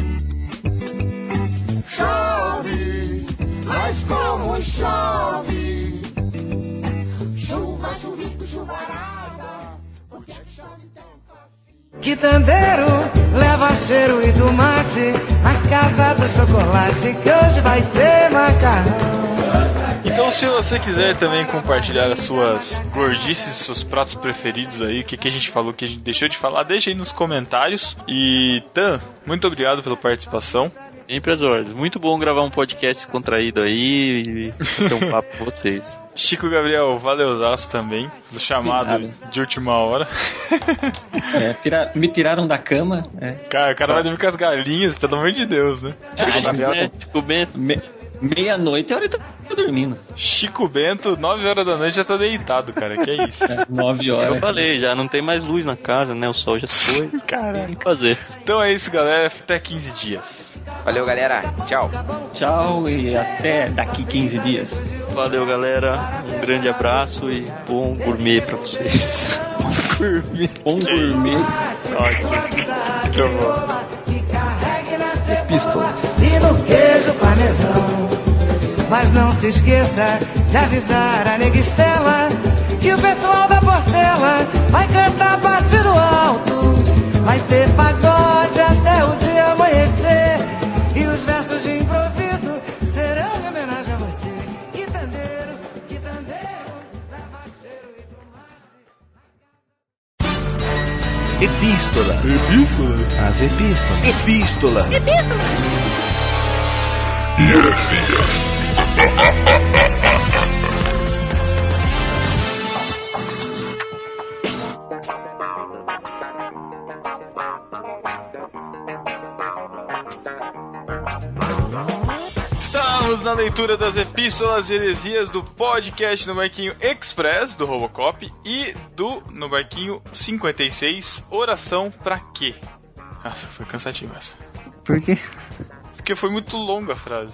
Speaker 7: Chove, mas como chove. Chuva, chuvisco, chuvarada. Por que chove tanto assim?
Speaker 5: Quitandeiro, leva cheiro e do mate na casa do chocolate que hoje vai ter macarrão.
Speaker 1: Então, se você quiser também compartilhar as suas gordices, seus pratos preferidos aí, o que, que a gente falou, o que a gente deixou de falar, deixa aí nos comentários. E, Tan, muito obrigado pela participação.
Speaker 6: Sempre às horas. Muito bom gravar um podcast contraído aí e ter
Speaker 2: *laughs*
Speaker 6: um papo com vocês.
Speaker 1: Chico Gabriel, valeuzaço também, do chamado
Speaker 10: De
Speaker 1: de última hora. *laughs*
Speaker 10: É, tira- Me tiraram da cama. né?
Speaker 1: Cara, o cara vai dormir com as galinhas, pelo amor de Deus, né?
Speaker 6: né? Tipo, bem...
Speaker 10: Me- Meia-noite é a hora que eu tô dormindo.
Speaker 1: Chico Bento, 9 horas da noite já tá deitado, cara, que isso.
Speaker 10: Nove
Speaker 6: Eu
Speaker 10: horas.
Speaker 6: falei, já não tem mais luz na casa, né? O sol já se foi. Tem o que fazer.
Speaker 1: Então é isso, galera, até 15 dias.
Speaker 2: Valeu, galera. Tchau.
Speaker 10: Tchau e até daqui 15 dias.
Speaker 6: Valeu, galera. Um grande abraço e bom gourmet pra
Speaker 13: *laughs*
Speaker 6: vocês.
Speaker 10: Bom gourmet.
Speaker 1: Então,
Speaker 5: Que carregue na cebola
Speaker 3: Pistolas.
Speaker 5: e no um queijo parmesão. Mas não se esqueça de avisar a Neguistela que o pessoal da Portela vai cantar partido alto. Vai ter pagode até o dia amanhecer. E os versos de improviso serão em homenagem a você. Quitandeiro, quitandeiro, leva cheiro e tomate.
Speaker 3: Epístola. Epístola. As epístolas. Epístola.
Speaker 1: Estamos na leitura das epístolas e heresias do podcast no Marquinho Express, do Robocop, e do, no Marquinho 56, Oração Pra Quê? Nossa, foi cansativo essa.
Speaker 10: Por quê?
Speaker 1: Porque foi muito longa a
Speaker 10: *laughs*
Speaker 1: frase.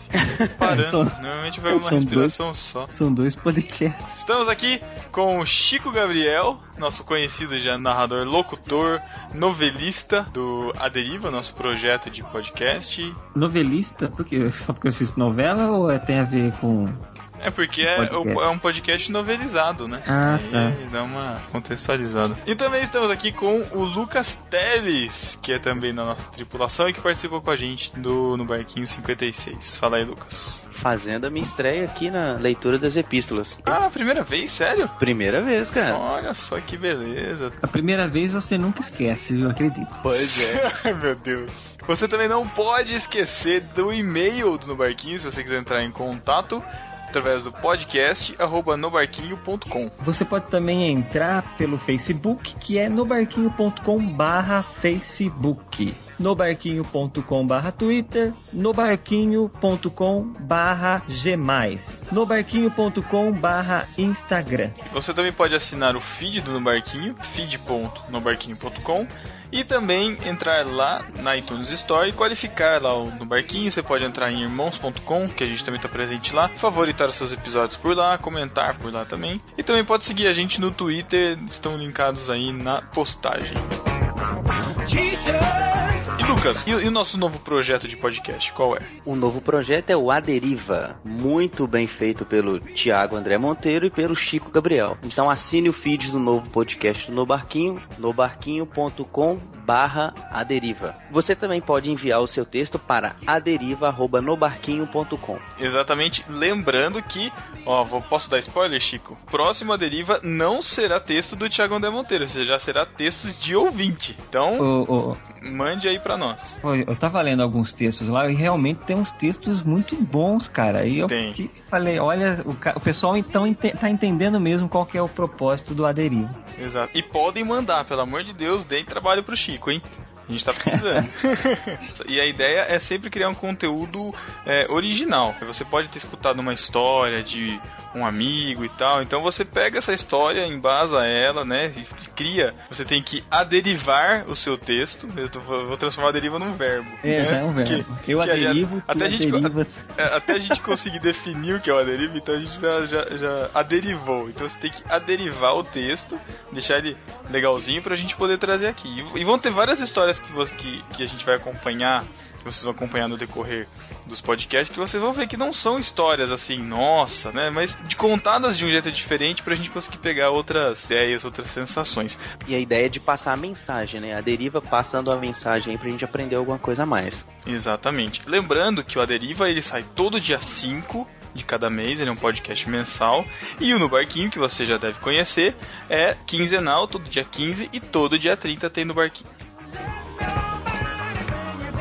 Speaker 1: Parando,
Speaker 10: São-
Speaker 1: normalmente vai uma
Speaker 10: são dois-
Speaker 1: respiração só.
Speaker 10: São dois podcasts.
Speaker 1: Estamos aqui com o Chico Gabriel, nosso conhecido já narrador, locutor, novelista do A Deriva, nosso projeto de podcast.
Speaker 10: Novelista? Por quê? Só porque eu assisto novela ou é- tem a ver com.
Speaker 1: É porque é,
Speaker 10: Podcast.
Speaker 1: é um podcast novelizado, né?
Speaker 10: Ah, tá.
Speaker 1: E dá uma contextualizada. E também estamos aqui com o Lucas Teles, que é também da nossa tripulação e que participou com a gente do, no Barquinho 56. Fala aí, Lucas.
Speaker 14: Fazendo a minha estreia aqui na leitura das epístolas.
Speaker 1: Ah, primeira vez? Sério?
Speaker 14: Primeira vez,
Speaker 10: É.
Speaker 14: cara.
Speaker 1: Olha só que beleza.
Speaker 10: A primeira vez você nunca esquece, viu? Acredito.
Speaker 14: Pois
Speaker 6: é.
Speaker 1: Ai, *laughs* Meu Deus. é. Você também não pode esquecer do e-mail do No Barquinho, se você quiser entrar em contato, através do podcast, arroba nobarquinho.com.
Speaker 10: Você pode também entrar pelo Facebook, que é nobarquinho.com/barra Facebook, nobarquinho.com/barra Twitter, nobarquinho.com/barra G+, nobarquinho.com/barra Instagram.
Speaker 1: Você também pode assinar o feed do No Barquinho, feed.nobarquinho.com e também entrar lá na iTunes Store e qualificar lá o No Barquinho. Você pode entrar em irmãos.com, que a gente também está presente lá, favoritar os seus episódios por lá, comentar por lá também. E também pode seguir a gente no Twitter, estão linkados aí na postagem. E Lucas, e, e o nosso novo projeto de podcast, qual é?
Speaker 13: O novo projeto é o A Deriva, muito bem feito pelo Tiago André Monteiro e pelo Chico Gabriel. Então assine o feed do novo podcast do No Barquinho, nobarquinho.com barra aderiva. Você também pode enviar o seu texto para aderiva.nobarquinho.com
Speaker 1: Exatamente, lembrando que, ó, vou- posso dar spoiler, Chico? Próxima deriva não será texto do Thiago André Monteiro, já será textos de ouvinte. Então,
Speaker 10: Ô, ô,
Speaker 1: mande aí pra nós.
Speaker 10: Pô, Eu tava lendo alguns textos lá e realmente tem uns textos muito bons, cara. E eu
Speaker 1: Tem.
Speaker 10: fi- falei, olha, o, ca- o pessoal então ente- tá entendendo mesmo qual que é o propósito do aderir.
Speaker 1: Exato. E podem mandar, pelo amor de Deus, deem trabalho pro Chico, hein? A gente tá precisando. e a ideia é sempre criar um conteúdo é, original. Você pode ter escutado uma história de um amigo e tal. Então você pega essa história, embasa ela, né? E cria. Você tem que aderivar o seu texto. Eu tô- vou transformar a deriva num verbo.
Speaker 10: É,
Speaker 1: né?
Speaker 10: já é um verbo.
Speaker 1: Que-
Speaker 10: eu
Speaker 1: que a-
Speaker 10: aderivo, tu
Speaker 1: até a gente-
Speaker 10: aderivas.
Speaker 1: é, até a gente conseguir definir o que é o aderivo, então a gente já, já, já aderivou. Então você tem que aderivar o texto, deixar ele legalzinho pra gente poder trazer aqui. E, e vão ter várias histórias que, vo- que, que a gente vai acompanhar, que vocês vão acompanhar no decorrer dos podcasts, que vocês vão ver que não são histórias assim, nossa, né? Mas de contadas de um jeito diferente pra gente conseguir pegar outras ideias, outras sensações.
Speaker 13: E a ideia é de passar a mensagem, né? A deriva passando a mensagem aí pra gente aprender alguma coisa a mais.
Speaker 1: Exatamente. Lembrando que o Aderiva ele sai todo dia 5 de cada mês, ele é um podcast mensal. E o No Barquinho, que você já deve conhecer, é quinzenal, todo dia 15 e todo dia 30 tem No Barquinho.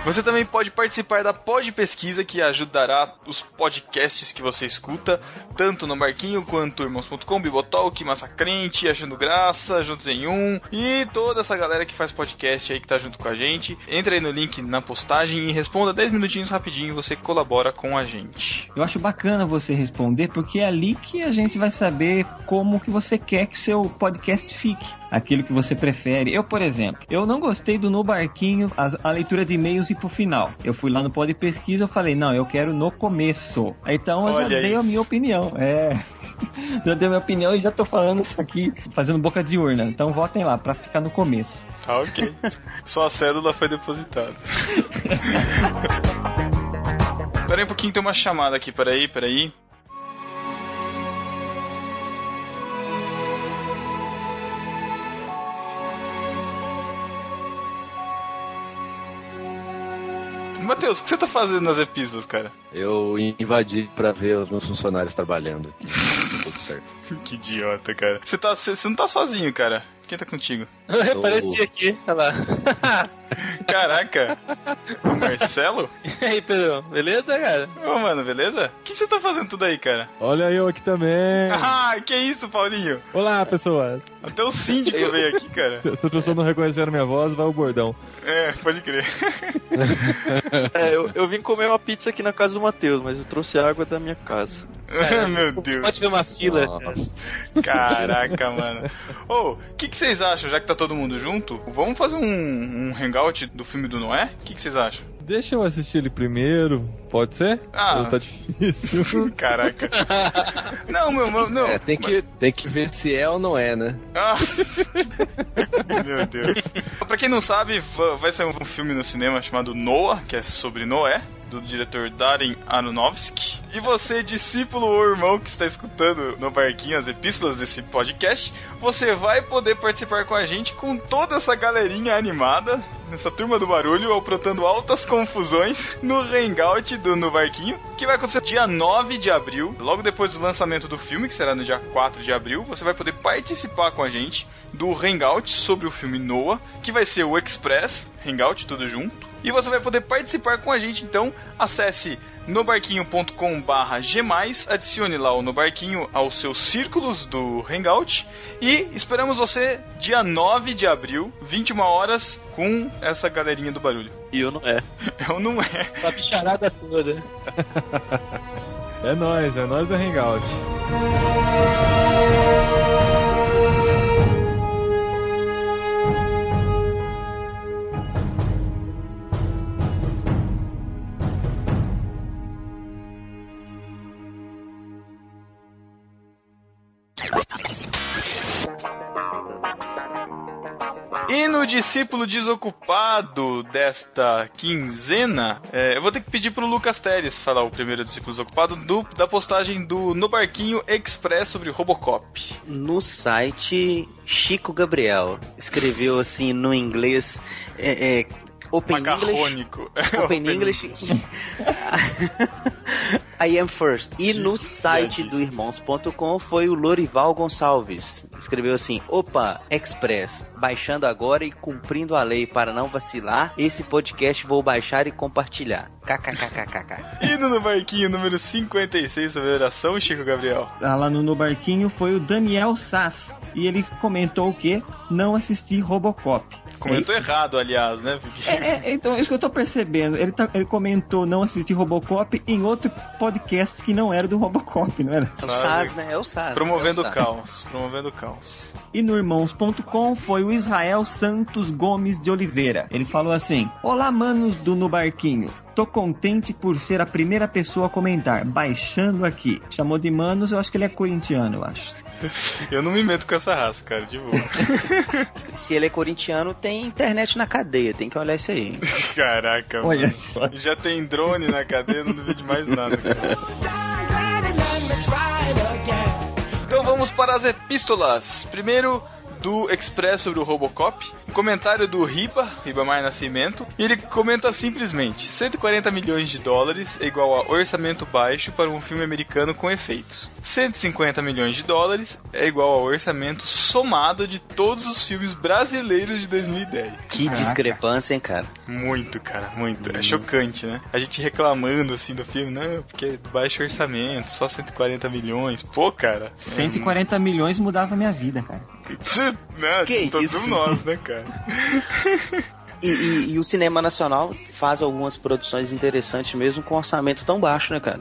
Speaker 1: Você também pode participar da Pod Pesquisa, que ajudará os podcasts que você escuta, tanto no Marquinho quanto Irmãos.com, Bibotalk, Massacrente, Achando Graça, Juntos em Um, e toda essa galera que faz podcast aí que tá junto com a gente. Entra aí no link na postagem e responda 10 minutinhos rapidinho, você colabora com a gente.
Speaker 10: Eu acho bacana você responder, porque é ali que a gente vai saber como que você quer que o seu podcast fique. Aquilo que você prefere. Eu, por exemplo, eu não gostei do No Barquinho, as- a leitura de e-mails e pro final. Eu fui lá no Pod Pesquisa, eu falei, não, eu quero no começo. Então eu já
Speaker 1: Olha
Speaker 10: dei a
Speaker 1: isso.
Speaker 10: minha opinião. É. *laughs* já dei a minha opinião e já tô falando isso aqui, fazendo boca de urna. Então votem lá, pra ficar no começo.
Speaker 1: Tá ok. Sua cédula foi depositada. *laughs* Peraí um pouquinho, tem uma chamada aqui, peraí, peraí. Matheus, o que você tá fazendo nas epístolas, cara?
Speaker 3: Eu invadi pra ver os meus funcionários trabalhando. Tudo certo.
Speaker 1: *laughs* Que idiota, cara. Você, tá, você, você não tá sozinho, cara. Quem tá contigo?
Speaker 3: Então, Eu apareci
Speaker 13: aqui, olha
Speaker 2: *laughs*
Speaker 13: lá.
Speaker 1: *laughs* Caraca! O Marcelo?
Speaker 13: E aí, Pedrão, beleza, cara?
Speaker 1: Ô, mano, beleza? O que você tá fazendo tudo aí, cara?
Speaker 15: Olha eu aqui também.
Speaker 1: *laughs* Ah, que isso, Paulinho?
Speaker 15: Olá, pessoas.
Speaker 1: Até o síndico veio aqui, cara.
Speaker 15: Se se as pessoas não reconheceram minha voz, vai o bordão.
Speaker 1: É, pode crer.
Speaker 6: É, eu, eu vim comer uma pizza aqui na casa do Matheus, mas eu trouxe água da minha casa.
Speaker 1: *laughs* Meu Deus.
Speaker 6: Pode ver uma fila.
Speaker 1: Caraca, mano. Ô, o que, que vocês acham, já que tá todo mundo junto? Vamos fazer um, um hangout do filme do Noé? O que, que
Speaker 15: *laughs*
Speaker 1: vocês acham?
Speaker 15: Deixa eu assistir ele primeiro, pode ser?
Speaker 1: Ah.
Speaker 15: Ou Tá difícil.
Speaker 1: Caraca. Não, meu, meu não.
Speaker 3: *laughs* É, tem que, tem que ver se é ou não é, né?
Speaker 1: Ah. *laughs* Meu Deus. *laughs* Pra quem não sabe, va- vai ser um filme no cinema chamado Noah, que é sobre Noé, do diretor Darren Aronofsky. E você, discípulo ou irmão que está escutando no barquinho as epístolas desse podcast, você vai poder participar com a gente com toda essa galerinha animada, essa turma do barulho, alprotando altas confusões no hangout do No Barquinho, que vai acontecer dia 9 de abril, logo depois do lançamento do filme, que será no dia 4 de abril. Você vai poder participar com a gente do hangout sobre o filme Noah, que vai ser o Express Hangout, tudo junto. E você vai poder participar com a gente, então acesse nobarquinho.com barra adicione lá o Nobarquinho aos seus círculos do Hangout e esperamos você dia 9 de abril, 21 horas, com essa galerinha do barulho. *laughs*
Speaker 6: E eu não é.
Speaker 1: Eu não é.
Speaker 6: A bicharada toda.
Speaker 15: É nóis, é nóis do Hangout.
Speaker 1: E no discípulo desocupado desta quinzena, é, eu vou ter que pedir pro Lucas Teres falar o primeiro discípulo desocupado do- da postagem do No Barquinho Express sobre Robocop.
Speaker 6: No site, Chico Gabriel escreveu assim no inglês. É, é, Open
Speaker 1: Macarrônico. *laughs*
Speaker 6: English. Open English. *laughs* I am first. E no site do irmãos.com foi o Lorival Gonçalves. Escreveu assim: Opa, Express, baixando agora e cumprindo a lei para não vacilar. Esse podcast vou baixar e compartilhar. KKKKKK.
Speaker 1: E no No Barquinho número 56 sobre oração, Chico Gabriel.
Speaker 10: Ah, lá no, no barquinho foi o Daniel Sass. E ele comentou que não assisti Robocop.
Speaker 1: Comentou errado, aliás, né? Porque-
Speaker 10: É, é, então, isso que eu tô percebendo. Ele, tá- ele comentou não assistir Robocop em outro podcast que não era do Robocop, não era?
Speaker 6: É o Sas, né? É o Sas.
Speaker 1: Promovendo o
Speaker 6: é Sas.
Speaker 1: caos, promovendo o caos.
Speaker 10: E no irmãos.com foi o Israel Santos Gomes de Oliveira. Ele falou assim: Olá, manos do No Barquinho. Tô contente por ser a primeira pessoa a comentar, baixando aqui. Chamou de manos, eu acho que ele é corintiano, eu acho.
Speaker 1: Eu não me meto com essa raça, cara, de
Speaker 6: *laughs*
Speaker 1: boa.
Speaker 6: Se ele é corintiano, tem internet na cadeia. Tem que olhar isso aí.
Speaker 1: Caraca, mano.
Speaker 6: Olha
Speaker 1: Já tem drone na cadeia, não duvido de mais nada.
Speaker 6: *laughs*
Speaker 1: Então vamos para as epístolas. Primeiro do Express sobre o Robocop, um comentário do Riba, Ribamar Nascimento, e ele comenta simplesmente: 140 milhões de dólares é igual a orçamento baixo para um filme americano com efeitos. 150 milhões de dólares é igual ao orçamento somado de todos os filmes brasileiros de 2010.
Speaker 6: Que discrepância, hein, cara?
Speaker 1: Muito, cara, muito. É chocante, né? A gente reclamando assim do filme, não, porque é baixo orçamento, só 140 milhões. Pô, cara. é
Speaker 10: 140 milhões mudava minha vida, cara.
Speaker 1: muito- Né?
Speaker 6: Que
Speaker 1: Todos
Speaker 6: isso?
Speaker 1: nós, né, cara?
Speaker 6: E, e- e o cinema nacional faz algumas produções interessantes mesmo com orçamento tão baixo, né, cara?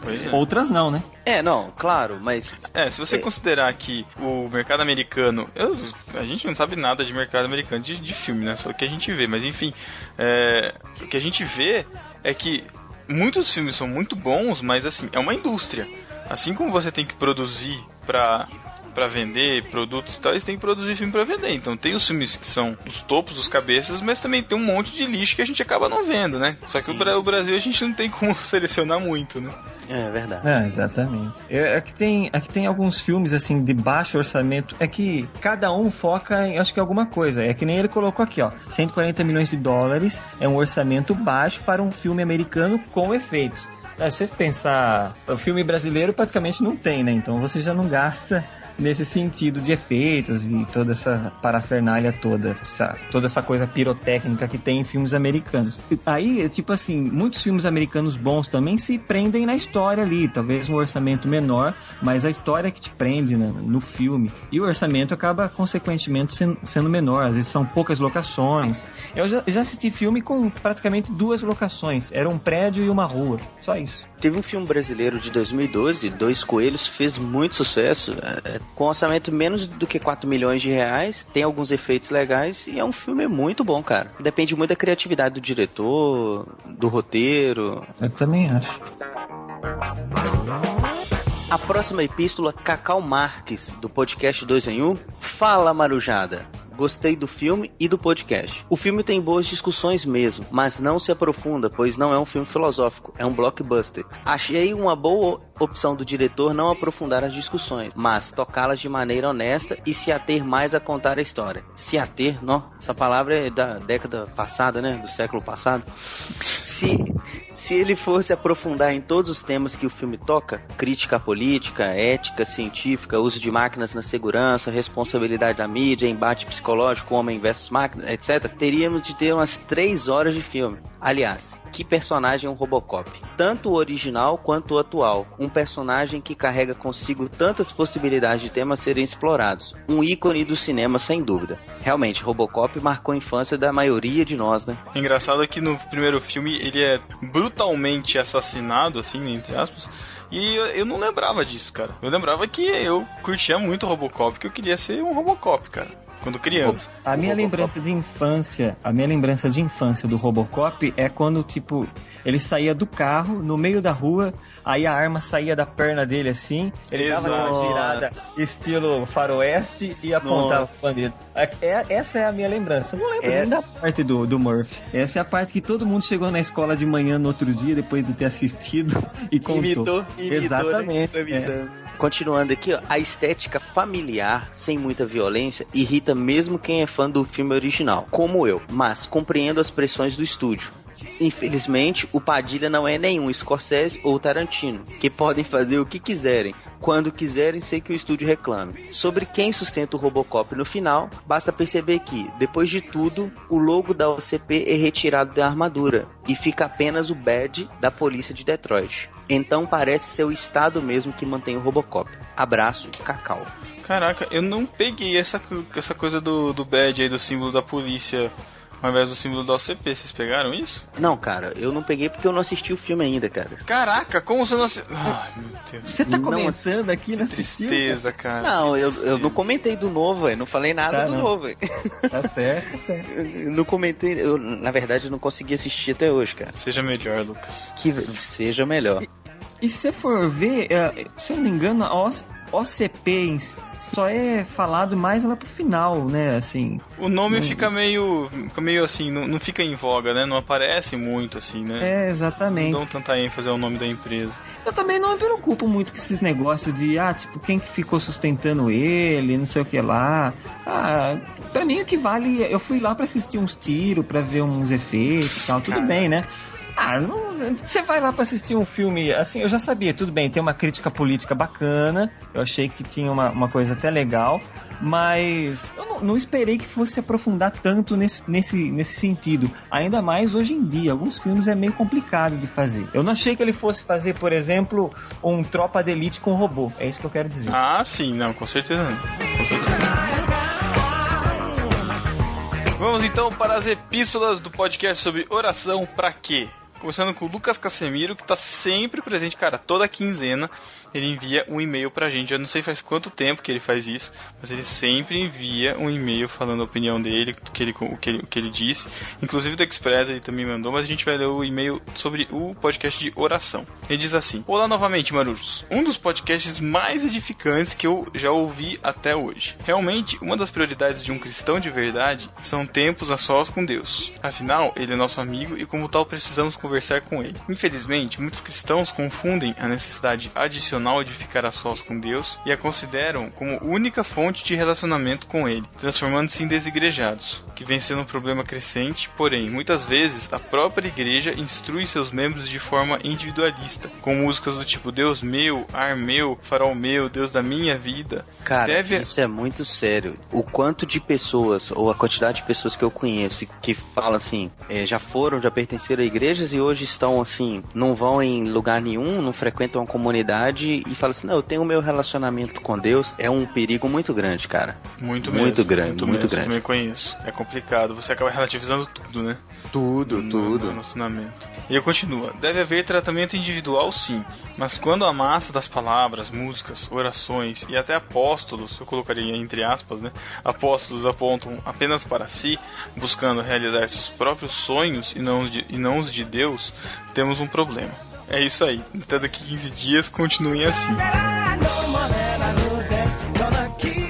Speaker 1: Pois é.
Speaker 10: Outras não, né?
Speaker 6: É, não, claro, mas.
Speaker 1: É, se você considerar que o mercado americano. eu- a gente não sabe nada de mercado americano de, de filme, né? Só o que a gente vê. Mas enfim, é, o que a gente vê é que muitos filmes são muito bons, mas assim, é uma indústria. Assim como você tem que produzir pra, pra vender produtos e tal, eles têm que produzir filme pra vender. Então tem os filmes que são os topos, os cabeças, mas também tem um monte de lixo que a gente acaba não vendo, né? Só que o Bra- o Brasil a gente não tem como *laughs* selecionar muito, né?
Speaker 6: É verdade.
Speaker 10: É, exatamente. É, aqui, tem, aqui tem alguns filmes, assim, de baixo orçamento. É que cada um foca em, acho que, alguma coisa. É que nem ele colocou aqui, ó. 140 milhões de dólares é um orçamento baixo para um filme americano com efeitos. É, Se você pensar, o filme brasileiro praticamente não tem, né? Então você já não gasta nesse sentido de efeitos e toda essa parafernália toda, essa, toda essa coisa pirotécnica que tem em filmes americanos. Aí, é tipo assim, muitos filmes americanos bons também se prendem na história ali, talvez um orçamento menor, mas a história que te prende né, no filme. E o orçamento acaba, consequentemente, sen- sendo menor. Às vezes são poucas locações. Eu já, já assisti filme com praticamente duas locações. Era um prédio e uma rua. Só isso.
Speaker 6: Teve um filme brasileiro de 2012, Dois Coelhos, fez muito sucesso, é, é, com orçamento menos do que 4 milhões de reais, tem alguns efeitos legais e é um filme muito bom, cara. Depende muito da criatividade do diretor, do roteiro.
Speaker 10: Eu também acho.
Speaker 6: A próxima epístola, Cacau Marques, do podcast 2 em 1. Fala, Marujada. Gostei do filme e do podcast. O filme tem boas discussões mesmo, mas não se aprofunda, pois não é um filme filosófico, é um blockbuster. Achei uma boa opção do diretor não aprofundar as discussões, mas tocá-las de maneira honesta e se ater mais a contar a história. Se ater, não, essa palavra é da década passada, né, do século passado. Se, se ele fosse aprofundar em todos os temas que o filme toca, crítica à política, ética científica, uso de máquinas na segurança, responsabilidade da mídia, embate psicológico, homem versus máquina, etc., teríamos de ter umas três horas de filme. Aliás, que personagem é um Robocop? Tanto o original quanto o atual. Um personagem que carrega consigo tantas possibilidades de temas serem explorados. Um ícone do cinema, sem dúvida. Realmente, Robocop marcou a infância da maioria de nós, né?
Speaker 1: Engraçado é que no primeiro filme ele é brutalmente assassinado, assim, entre aspas. E eu, eu não lembrava disso, cara. Eu lembrava que eu curtia muito Robocop, que eu queria ser um Robocop, cara. quando criança.
Speaker 10: A minha lembrança de infância, a minha lembrança de infância do Robocop é quando, tipo, ele saía do carro, no meio da rua, aí a arma saía da perna dele assim, ele dava uma
Speaker 1: Exato.
Speaker 10: girada estilo faroeste e apontava
Speaker 1: Nossa.
Speaker 10: o bandeira. É- essa é a minha lembrança. Eu não lembro
Speaker 1: É.
Speaker 10: nem da parte do, do Murphy. Essa é a parte que todo mundo chegou na escola de manhã no outro dia, depois de ter assistido *laughs* e contou.
Speaker 6: Imitou, imitou, né?
Speaker 10: Exatamente. é.
Speaker 6: Foi imitando. Continuando aqui, ó, a estética familiar, sem muita violência, irrita mesmo quem é fã do filme original, como eu, mas compreendo as pressões do estúdio. Infelizmente, o Padilha não é nenhum Scorsese ou Tarantino, que podem fazer o que quiserem, quando quiserem, sem que o estúdio reclame. Sobre quem sustenta o Robocop no final, basta perceber que, depois de tudo, o logo da OCP é retirado da armadura e fica apenas o badge da polícia de Detroit. Então parece ser o estado mesmo que mantém o Robocop. Abraço, Cacau.
Speaker 1: Caraca, eu não peguei essa, co- essa coisa do, do badge aí, do símbolo da polícia, ao invés do símbolo da OCP. Vocês pegaram isso?
Speaker 6: Não, cara, eu não peguei porque eu não assisti o filme ainda, cara.
Speaker 1: Caraca, como você não assi- Ai, meu Deus.
Speaker 10: Você tá
Speaker 6: Não
Speaker 10: comentando aqui na assistiu?
Speaker 1: Tristeza, cara.
Speaker 6: Não, eu, eu não comentei do novo, eu não falei nada
Speaker 10: Ah, Tá,
Speaker 6: do
Speaker 10: não.
Speaker 6: novo. velho.
Speaker 10: Tá certo, tá certo.
Speaker 6: Eu Não comentei, eu, na verdade eu não consegui assistir até hoje, cara.
Speaker 1: Seja melhor, Lucas.
Speaker 6: Que seja melhor.
Speaker 10: E se você for ver, eh, se eu não me engano, a OC OCP em si só é falado mais lá pro final, né? Assim.
Speaker 1: O nome
Speaker 10: Não-
Speaker 1: fica meio. fica meio assim, não, não fica em voga, né? Não aparece muito assim, né?
Speaker 10: É, exatamente.
Speaker 1: Não dão tanta ênfase ao nome da empresa.
Speaker 10: Eu também não me preocupo muito com esses negócios de, ah, tipo, quem que ficou sustentando ele, não sei o que lá. Ah, pra mim o que vale. Eu fui lá pra assistir uns tiros, pra ver uns efeitos e tal, tudo
Speaker 1: Cara.
Speaker 10: bem, né? Ah, não- você vai lá pra assistir um filme, assim, eu já sabia, tudo bem, tem uma crítica política bacana, eu achei que tinha uma, uma coisa até legal, mas eu não, não esperei que fosse se aprofundar tanto nesse, nesse, nesse sentido. Ainda mais hoje em dia, alguns filmes é meio complicado de fazer. Eu não achei que ele fosse fazer, por exemplo, um Tropa de Elite com robô, é isso que eu quero dizer.
Speaker 1: Ah, sim, não, com certeza não. Com certeza. Vamos então para as epístolas do podcast sobre oração pra quê? Começando com o Lucas Casemiro, que tá sempre presente, cara, toda quinzena ele envia um e-mail pra gente. Eu não sei faz quanto tempo que ele faz isso, mas ele sempre envia um e-mail falando a opinião dele, o que ele, o que ele, o que ele disse. Inclusive do Express ele também mandou, mas a gente vai ler o e-mail sobre o podcast de oração. Ele diz assim: Olá novamente, Marujos. Um dos podcasts mais edificantes que eu já ouvi até hoje. Realmente, uma das prioridades de um cristão de verdade são tempos a sós com Deus. Afinal, ele é nosso amigo e, como tal, precisamos conversar com ele. Infelizmente, muitos cristãos confundem a necessidade adicional de ficar a sós com Deus e a consideram como única fonte de relacionamento com ele, transformando-se em desigrejados, que vem sendo um problema crescente, porém, muitas vezes a própria igreja instrui seus membros de forma individualista, com músicas do tipo Deus meu, ar meu, farol meu, Deus da minha vida.
Speaker 6: Cara,
Speaker 1: Deve-
Speaker 6: isso é muito sério. O quanto de pessoas, ou a quantidade de pessoas que eu conheço que falam assim, eh, já foram, já pertenceram a igrejas e hoje estão assim, não vão em lugar nenhum, não frequentam a comunidade e falam assim, não, eu tenho o meu relacionamento com Deus, é um perigo muito grande, cara.
Speaker 1: Muito
Speaker 6: Muito
Speaker 1: mesmo.
Speaker 6: grande, muito
Speaker 1: mesmo,
Speaker 6: grande.
Speaker 1: Também conheço. É complicado. Você acaba relativizando tudo, né?
Speaker 6: Tudo,
Speaker 1: tudo. relacionamento. E ele continua. Deve haver tratamento individual, sim. Mas quando a massa das palavras, músicas, orações e até apóstolos, eu colocaria entre aspas, né? Apóstolos apontam apenas para si, buscando realizar seus próprios sonhos e não os de, e não os de Deus, temos um problema. É isso aí. Até daqui 15 dias continuem assim.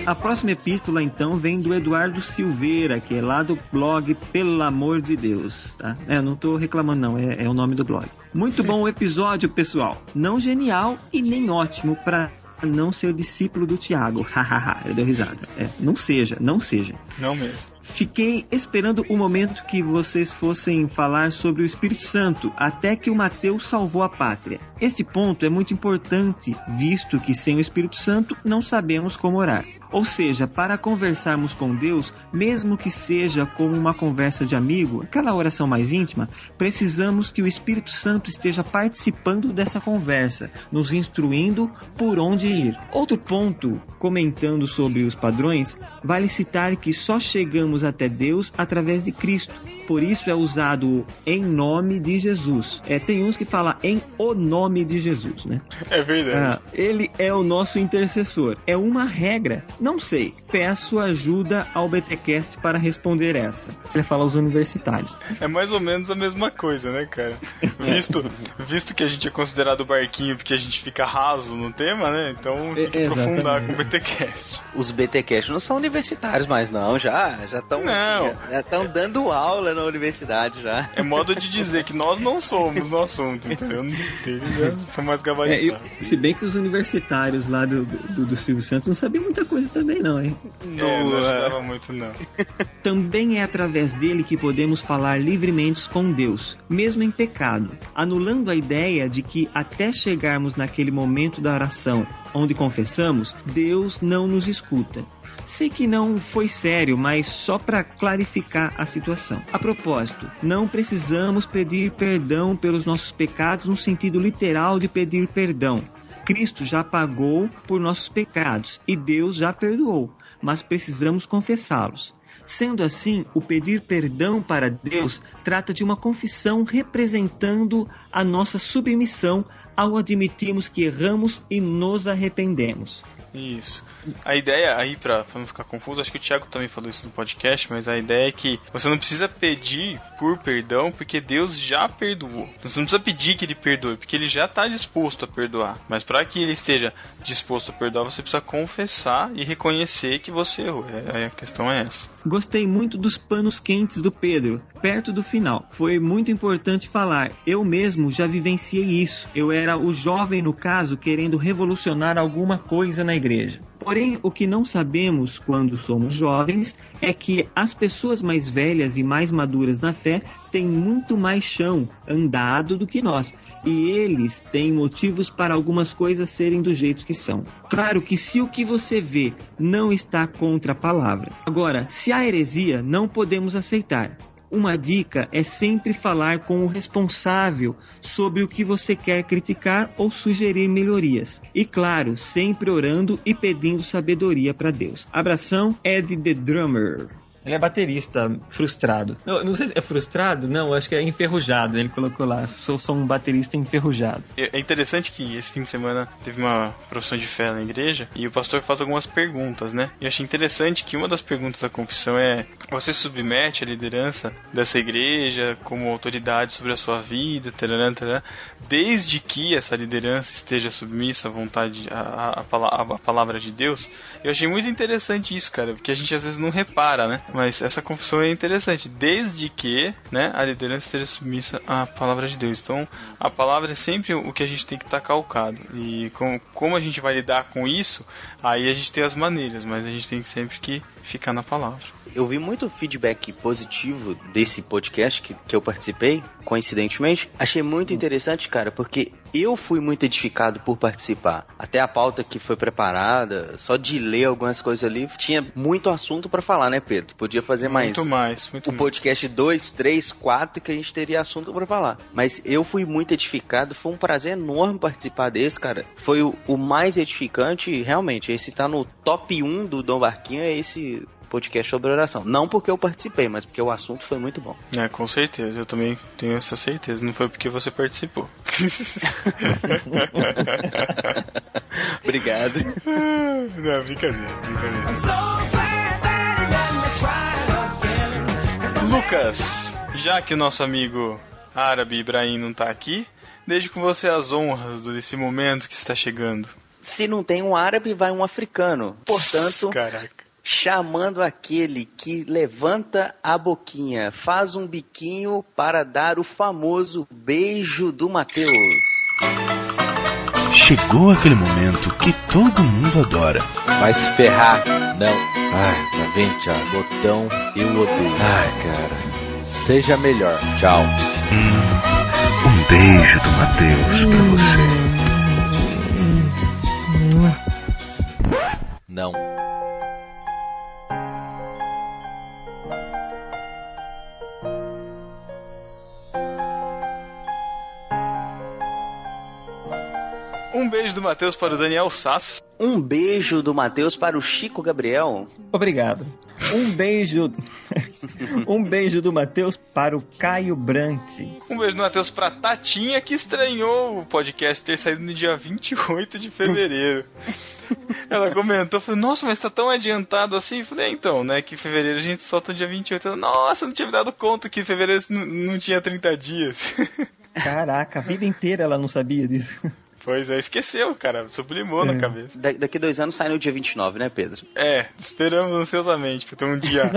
Speaker 10: A próxima epístola, então, vem do Eduardo Silveira, que é lá do blog Pelo Amor de Deus, tá? É, eu não tô reclamando, não, é, é o nome do blog. Muito bom o episódio, pessoal. Não genial e nem ótimo pra não ser discípulo do Tiago. *laughs* Hahaha, ele deu risada. É, não seja, não seja.
Speaker 1: Não mesmo.
Speaker 10: Fiquei esperando o momento que vocês fossem falar sobre o Espírito Santo, até que o Mateus salvou a pátria. Esse ponto é muito importante, visto que sem o Espírito Santo não sabemos como orar. Ou seja, para conversarmos com Deus, mesmo que seja como uma conversa de amigo, aquela oração mais íntima, precisamos que o Espírito Santo esteja participando dessa conversa, nos instruindo por onde ir. Outro ponto, comentando sobre os padrões, vale citar que só chegamos até Deus através de Cristo. Por isso é usado o em nome de Jesus. É, tem uns que falam em o nome de Jesus, né?
Speaker 1: É verdade.
Speaker 10: Ah, ele é o nosso intercessor. É uma regra. Não sei. Peço ajuda ao BTcast para responder essa. Você fala aos universitários.
Speaker 1: É mais ou menos a mesma coisa, né, cara? Visto, visto que a gente é considerado barquinho porque a gente fica raso no tema, né? Então tem que
Speaker 6: É,
Speaker 1: aprofundar
Speaker 6: exatamente.
Speaker 1: com o BTcast.
Speaker 6: Os BTcast não são universitários mais, não, já. Já estão
Speaker 1: Não.
Speaker 6: já, estão dando aula na universidade já.
Speaker 1: É modo de dizer que nós não somos no assunto, entendeu? Eles já são mais
Speaker 10: É, eu-
Speaker 1: gabaritados.
Speaker 10: se bem que os universitários lá do, do, do Silvio Santos não sabiam muita coisa também, não, hein?
Speaker 1: É, não ajudava muito, não.
Speaker 10: Também é através dele que podemos falar livremente com Deus, mesmo em pecado, anulando a ideia de que até chegarmos naquele momento da oração onde confessamos, Deus não nos escuta. Sei que não foi sério, mas só para clarificar a situação. A propósito, não precisamos pedir perdão pelos nossos pecados no sentido literal de pedir perdão. Cristo já pagou por nossos pecados e Deus já perdoou, mas precisamos confessá-los. Sendo assim, o pedir perdão para Deus trata de uma confissão representando a nossa submissão ao admitirmos que erramos e nos arrependemos.
Speaker 1: Isso. A ideia aí, pra, pra não ficar confuso, acho que o Thiago também falou isso no podcast, mas a ideia é que você não precisa pedir por perdão, porque Deus já perdoou. Então, você não precisa pedir que ele perdoe, porque ele já está disposto a perdoar. Mas para que ele esteja disposto a perdoar, você precisa confessar e reconhecer que você errou. É, a questão é essa.
Speaker 10: Gostei muito dos panos quentes do Pedro, perto do final. Foi muito importante falar. Eu mesmo já vivenciei isso. Eu era o jovem, no caso, querendo revolucionar alguma coisa na igreja. Porém, o que não sabemos quando somos jovens é que as pessoas mais velhas e mais maduras na fé têm muito mais chão andado do que nós. E eles têm motivos para algumas coisas serem do jeito que são. Claro que se o que você vê não está contra a palavra. Agora, se há heresia, não podemos aceitar. Uma dica é sempre falar com o responsável sobre o que você quer criticar ou sugerir melhorias. E claro, sempre orando e pedindo sabedoria para Deus. Abração, Ed the Drummer. Ele é baterista frustrado. Não, não sei se é frustrado, não, acho que é enferrujado. Ele colocou lá, sou, sou um baterista enferrujado.
Speaker 1: É é interessante que esse fim de semana teve uma profissão de fé na igreja e o pastor faz algumas perguntas, né? E eu achei interessante que uma das perguntas da confissão é: você submete a liderança dessa igreja como autoridade sobre a sua vida, tararã, tararã, desde que essa liderança esteja submissa à vontade, à, à- à pala- à palavra de Deus? Eu achei muito interessante isso, cara, porque a gente às vezes não repara, né? Mas essa confissão é interessante, desde que né, a liderança esteja submissa à palavra de Deus. Então, a palavra é sempre o que a gente tem que estar calcado. E com, como a gente vai lidar com isso, aí a gente tem as maneiras, mas a gente tem sempre que ficar na palavra.
Speaker 6: Eu vi muito feedback positivo desse podcast que, que eu participei, coincidentemente. Achei muito interessante, cara, porque eu fui muito edificado por participar. Até a pauta que foi preparada, só de ler algumas coisas ali, tinha muito assunto pra falar, né, Pedro? Podia fazer mais.
Speaker 1: Muito mais, muito
Speaker 6: o podcast 2, 3, 4 que a gente teria assunto pra falar. Mas eu fui muito edificado, foi um prazer enorme participar desse, cara. Foi o, o mais edificante, realmente. Esse tá no top 1 do Dom Barquinho, é esse podcast sobre oração. Não porque eu participei, mas porque o assunto foi muito *laughs* bom.
Speaker 1: É, com certeza, eu também tenho essa certeza. Não foi porque você participou. *laughs*
Speaker 6: Obrigado.
Speaker 1: *laughs* Não, brincadeira, brincadeira. Lucas, já que o nosso amigo árabe Ibrahim não tá aqui, deixo com você as honras desse momento que está chegando.
Speaker 6: Se não tem um árabe, vai um africano. Portanto,
Speaker 1: Caraca.
Speaker 6: chamando aquele que levanta a boquinha, faz um biquinho para dar o famoso beijo do Mateus.
Speaker 16: Chegou aquele momento que todo mundo adora.
Speaker 3: Mas ferrar, não. Ai, tá bem, tchau. Botão, eu odeio. Ai, cara. Seja melhor. Tchau.
Speaker 16: Hum. Um beijo do Mateus pra você.
Speaker 3: Não.
Speaker 1: Um Um beijo do Matheus para o Daniel Sass.
Speaker 13: Um beijo do Matheus para o Chico Gabriel.
Speaker 10: Obrigado. Um beijo. *laughs* um beijo do Matheus para o Caio Brante.
Speaker 1: Um beijo do Matheus para Tatinha, que estranhou o podcast ter saído no dia 28 de *laughs* fevereiro. Ela comentou, falou, nossa, mas tá tão adiantado assim? Eu falei, é, então, né, que fevereiro a gente solta no dia 28. Ela, nossa, não tinha me dado conta que fevereiro não, não tinha 30 dias. *laughs*
Speaker 10: Caraca, a vida inteira ela não sabia disso.
Speaker 1: Pois é, esqueceu, cara. Sublimou é. na cabeça.
Speaker 13: Da daqui dois anos sai no dia 29, né, Pedro?
Speaker 1: É, esperamos ansiosamente pra ter um *laughs* dia.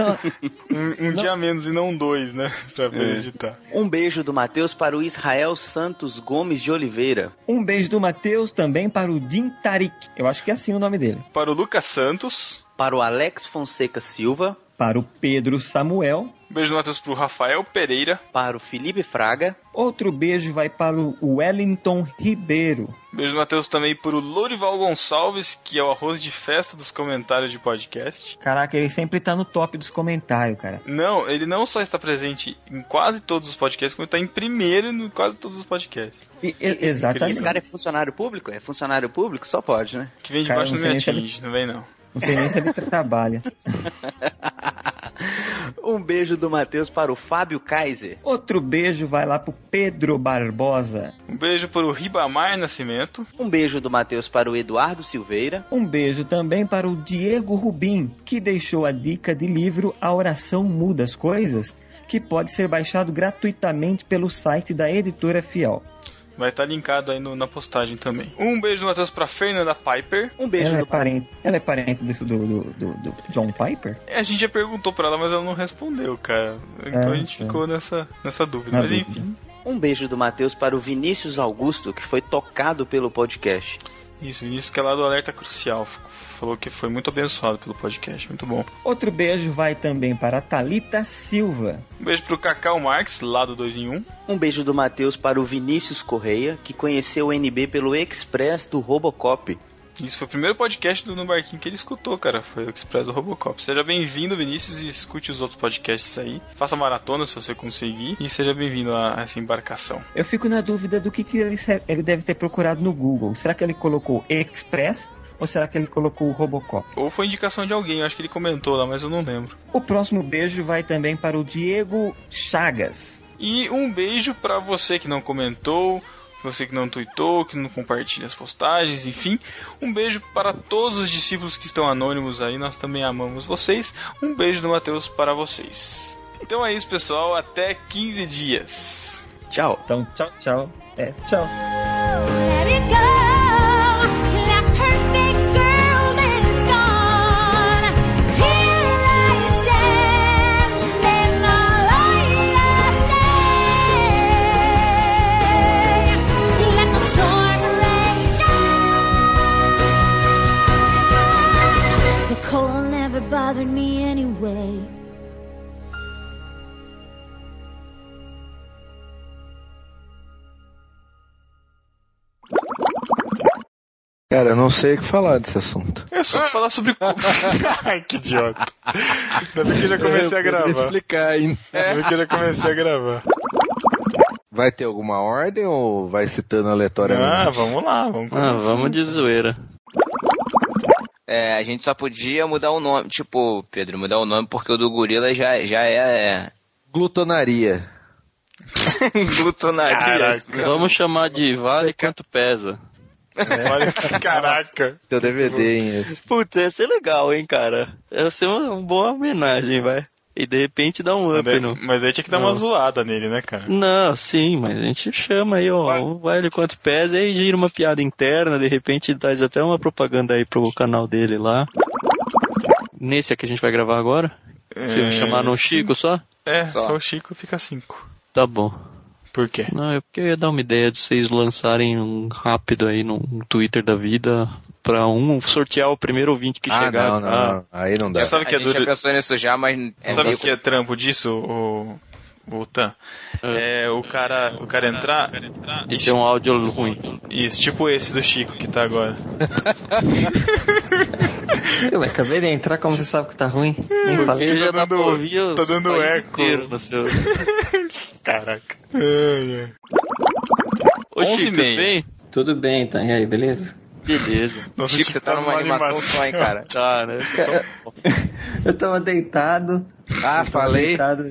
Speaker 1: um, um dia menos e não dois, né? *laughs* Pra é. editar.
Speaker 13: Um beijo do Matheus para o Israel Santos Gomes de Oliveira.
Speaker 10: Um beijo do Matheus também para o Din Tarik. Eu acho que é assim o nome dele.
Speaker 1: Para o Lucas Santos.
Speaker 13: Para o Alex Fonseca Silva.
Speaker 10: Para o Pedro Samuel.
Speaker 1: Um beijo do Matheus para o Rafael Pereira.
Speaker 13: Para o Felipe Fraga.
Speaker 10: Outro beijo vai para o Wellington Ribeiro.
Speaker 1: Um beijo do Matheus também para o Lorival Gonçalves, que é o arroz de festa dos comentários de podcast.
Speaker 10: Caraca, ele sempre está no top dos comentários, cara.
Speaker 1: Não, ele não só está presente em quase todos os podcasts, como está em primeiro em quase todos os podcasts.
Speaker 13: E, e, exatamente. Esse cara é funcionário público? É funcionário público? Só pode, né? *laughs*
Speaker 1: Que vem de cara, baixo não, não me atinge, ele... não vem não.
Speaker 10: Não sei nem se ele trabalha.
Speaker 13: um beijo do Matheus para o Fábio Kaiser.
Speaker 10: Outro beijo vai lá pro Pedro Barbosa.
Speaker 1: Um beijo para o Ribamar Nascimento.
Speaker 13: Um beijo do Matheus para o Eduardo Silveira.
Speaker 10: Um beijo também para o Diego Rubim, que deixou a dica de livro A Oração Muda as Coisas, que pode ser baixado gratuitamente pelo site da editora Fiel.
Speaker 1: Vai estar tá linkado aí no, na postagem também. Um beijo do Matheus pra Fernanda Piper.
Speaker 10: Um beijo ela do é parente, Ela é parente desse do, do, do, do, John Piper?
Speaker 1: A gente já perguntou pra ela, mas ela não respondeu, cara. Então é, a gente é. ficou nessa, nessa dúvida. Na mas dúvida. enfim.
Speaker 13: Um beijo do Matheus para o Vinícius Augusto, que foi tocado pelo podcast.
Speaker 1: Isso, Vinícius, que é lá do Alerta Crucial. Falou que foi muito abençoado pelo podcast, muito bom.
Speaker 10: Outro beijo vai também para a Thalita Silva.
Speaker 1: Um beijo para o Cacau Marx, lá do 2 em 1.
Speaker 13: Um beijo do Matheus para o Vinícius Correia, que conheceu o NB pelo Express do Robocop.
Speaker 1: Isso foi o primeiro podcast do No Barquinho que ele escutou, cara. Foi o Express do Robocop. Seja bem-vindo, Vinícius, e escute os outros podcasts aí. Faça maratona se você conseguir. E seja bem-vindo a essa embarcação.
Speaker 10: Eu fico na dúvida do que, que ele, ele deve ter procurado no Google. Será que ele colocou Express ou será que ele colocou o Robocop?
Speaker 1: Ou foi indicação de alguém, eu acho que ele comentou lá, mas eu não lembro.
Speaker 10: O próximo beijo vai também para o Diego Chagas.
Speaker 1: E um beijo para você que não comentou, você que não tweetou, que não compartilha as postagens, enfim. Um beijo para todos os discípulos que estão anônimos aí, nós também amamos vocês. Um beijo do Matheus para vocês. Então é isso, pessoal, até 15 dias.
Speaker 10: Tchau. Então, tchau, tchau. É, tchau. bothered me anyway.
Speaker 3: Cara, eu não sei o que falar desse assunto.
Speaker 1: Eu É só vou falar sobre. que idiota. Ainda bem que eu já comecei eu a gravar.
Speaker 3: explicar ainda.
Speaker 1: Ainda bem que eu já comecei a gravar.
Speaker 3: Vai ter alguma ordem ou vai citando aleatoriamente?
Speaker 1: *laughs* Ah, vamos lá, vamos
Speaker 6: começar. Ah, vamos de zoeira.
Speaker 13: *laughs*
Speaker 2: É, a gente só podia mudar o nome, tipo, Pedro, mudar o nome porque o do gorila já, já é. é...
Speaker 3: Glutonaria.
Speaker 2: Glutonaria.
Speaker 6: Caraca. Vamos chamar de Vale Quanto Pesa.
Speaker 1: É. Olha que *laughs* caraca.
Speaker 3: Teu DVD, hein? Esse.
Speaker 6: Putz, ia ser legal, hein, cara. Ia ser uma, boa homenagem, vai. E de repente dá um up,
Speaker 1: mas,
Speaker 6: no...
Speaker 1: mas aí tinha que dar Não. uma zoada nele, né, cara?
Speaker 6: Não, sim, mas a gente chama aí, ó, um o vale quanto pesa, aí gira uma piada interna, de repente faz até uma propaganda aí pro canal dele lá. Nesse é que a gente vai gravar agora? É, chamar no Chico só?
Speaker 1: É, só. só o Chico fica cinco.
Speaker 6: Tá bom.
Speaker 1: Por quê?
Speaker 6: Não, é porque eu ia dar uma ideia de vocês lançarem um rápido aí no Twitter da vida pra um sortear o primeiro ouvinte que
Speaker 3: ah,
Speaker 6: chegar.
Speaker 3: Não, não, ah, não. Aí não dá.
Speaker 2: Você sabe que a é duro... já pensou nisso já, mas.
Speaker 1: É sabe meio... que é trampo disso, o. O Tan. É, o cara, o cara entrar.
Speaker 6: Ah. E ter um áudio ruim.
Speaker 1: Isso, tipo esse do Chico que tá agora.
Speaker 10: eu acabei de entrar, como você sabe que tá ruim?
Speaker 6: Nem falei. Tá já dá pra ouvir
Speaker 1: tá dando eco.
Speaker 6: No seu...
Speaker 1: Caraca. É,
Speaker 6: Ô, Chico, bem?
Speaker 5: Tudo bem, tá? E aí, beleza?
Speaker 6: Beleza.
Speaker 2: Nossa, Chico, você tá, tá numa animação, animação só,
Speaker 1: *laughs*
Speaker 2: hein, cara?
Speaker 6: Tá, né?
Speaker 5: Eu tava deitado.
Speaker 3: Ah,
Speaker 5: eu tava
Speaker 3: falei.
Speaker 5: deitado.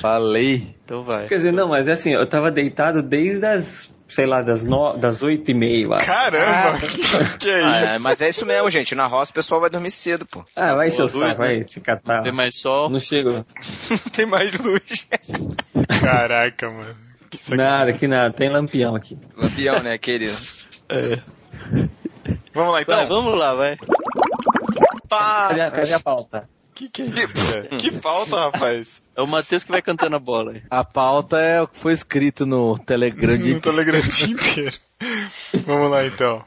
Speaker 3: Falei.
Speaker 6: Então vai.
Speaker 5: Quer dizer, não, mas é assim, eu tava deitado desde as, sei lá, das, no, das 8 e meia. eu acho.
Speaker 1: Caramba, que, *laughs* que é isso?
Speaker 2: Ah, é, mas é isso mesmo, gente. Na roça o pessoal vai dormir cedo, pô.
Speaker 5: Ah, vai seu
Speaker 6: Boa luz,
Speaker 5: saco, vai se catar.
Speaker 6: Tem é. mais sol.
Speaker 5: Não chego.
Speaker 1: Tem mais luz. Caraca, mano. Que sacanagem.
Speaker 5: Nada, que nada, tem lampião aqui.
Speaker 2: Lampião, né, querido?
Speaker 1: Vamos lá, então.
Speaker 6: Vai, vamos lá, vai.
Speaker 5: Cadê, a- cadê a pauta?
Speaker 1: Que que é isso,
Speaker 6: *laughs*
Speaker 1: cara? Que falta, rapaz.
Speaker 6: É o Matheus que vai cantando a bola aí.
Speaker 3: A pauta é o que foi escrito no Telegram. de-
Speaker 1: No Telegram o dia *laughs* inteiro. Vamos lá, então.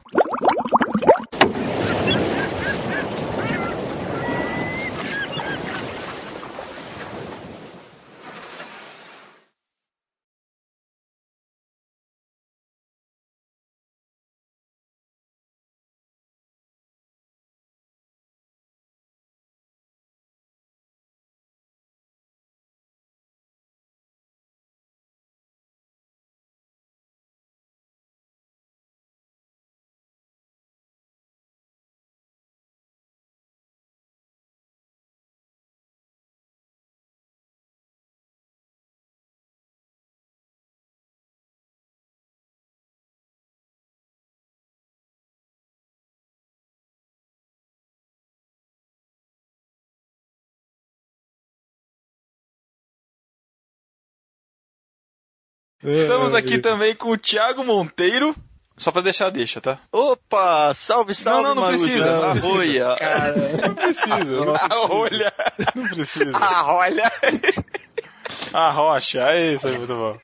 Speaker 1: Estamos aqui também com o Thiago Monteiro. Só pra deixar, deixa, tá?
Speaker 6: Opa, salve, salve,
Speaker 1: não, não
Speaker 6: Marujão.
Speaker 1: precisa, não precisa.
Speaker 6: Arroia.
Speaker 1: Não *laughs* precisa.
Speaker 2: Ah, olha!
Speaker 1: Não precisa.
Speaker 2: Ah, olha!
Speaker 1: A rocha, é isso aí, muito bom.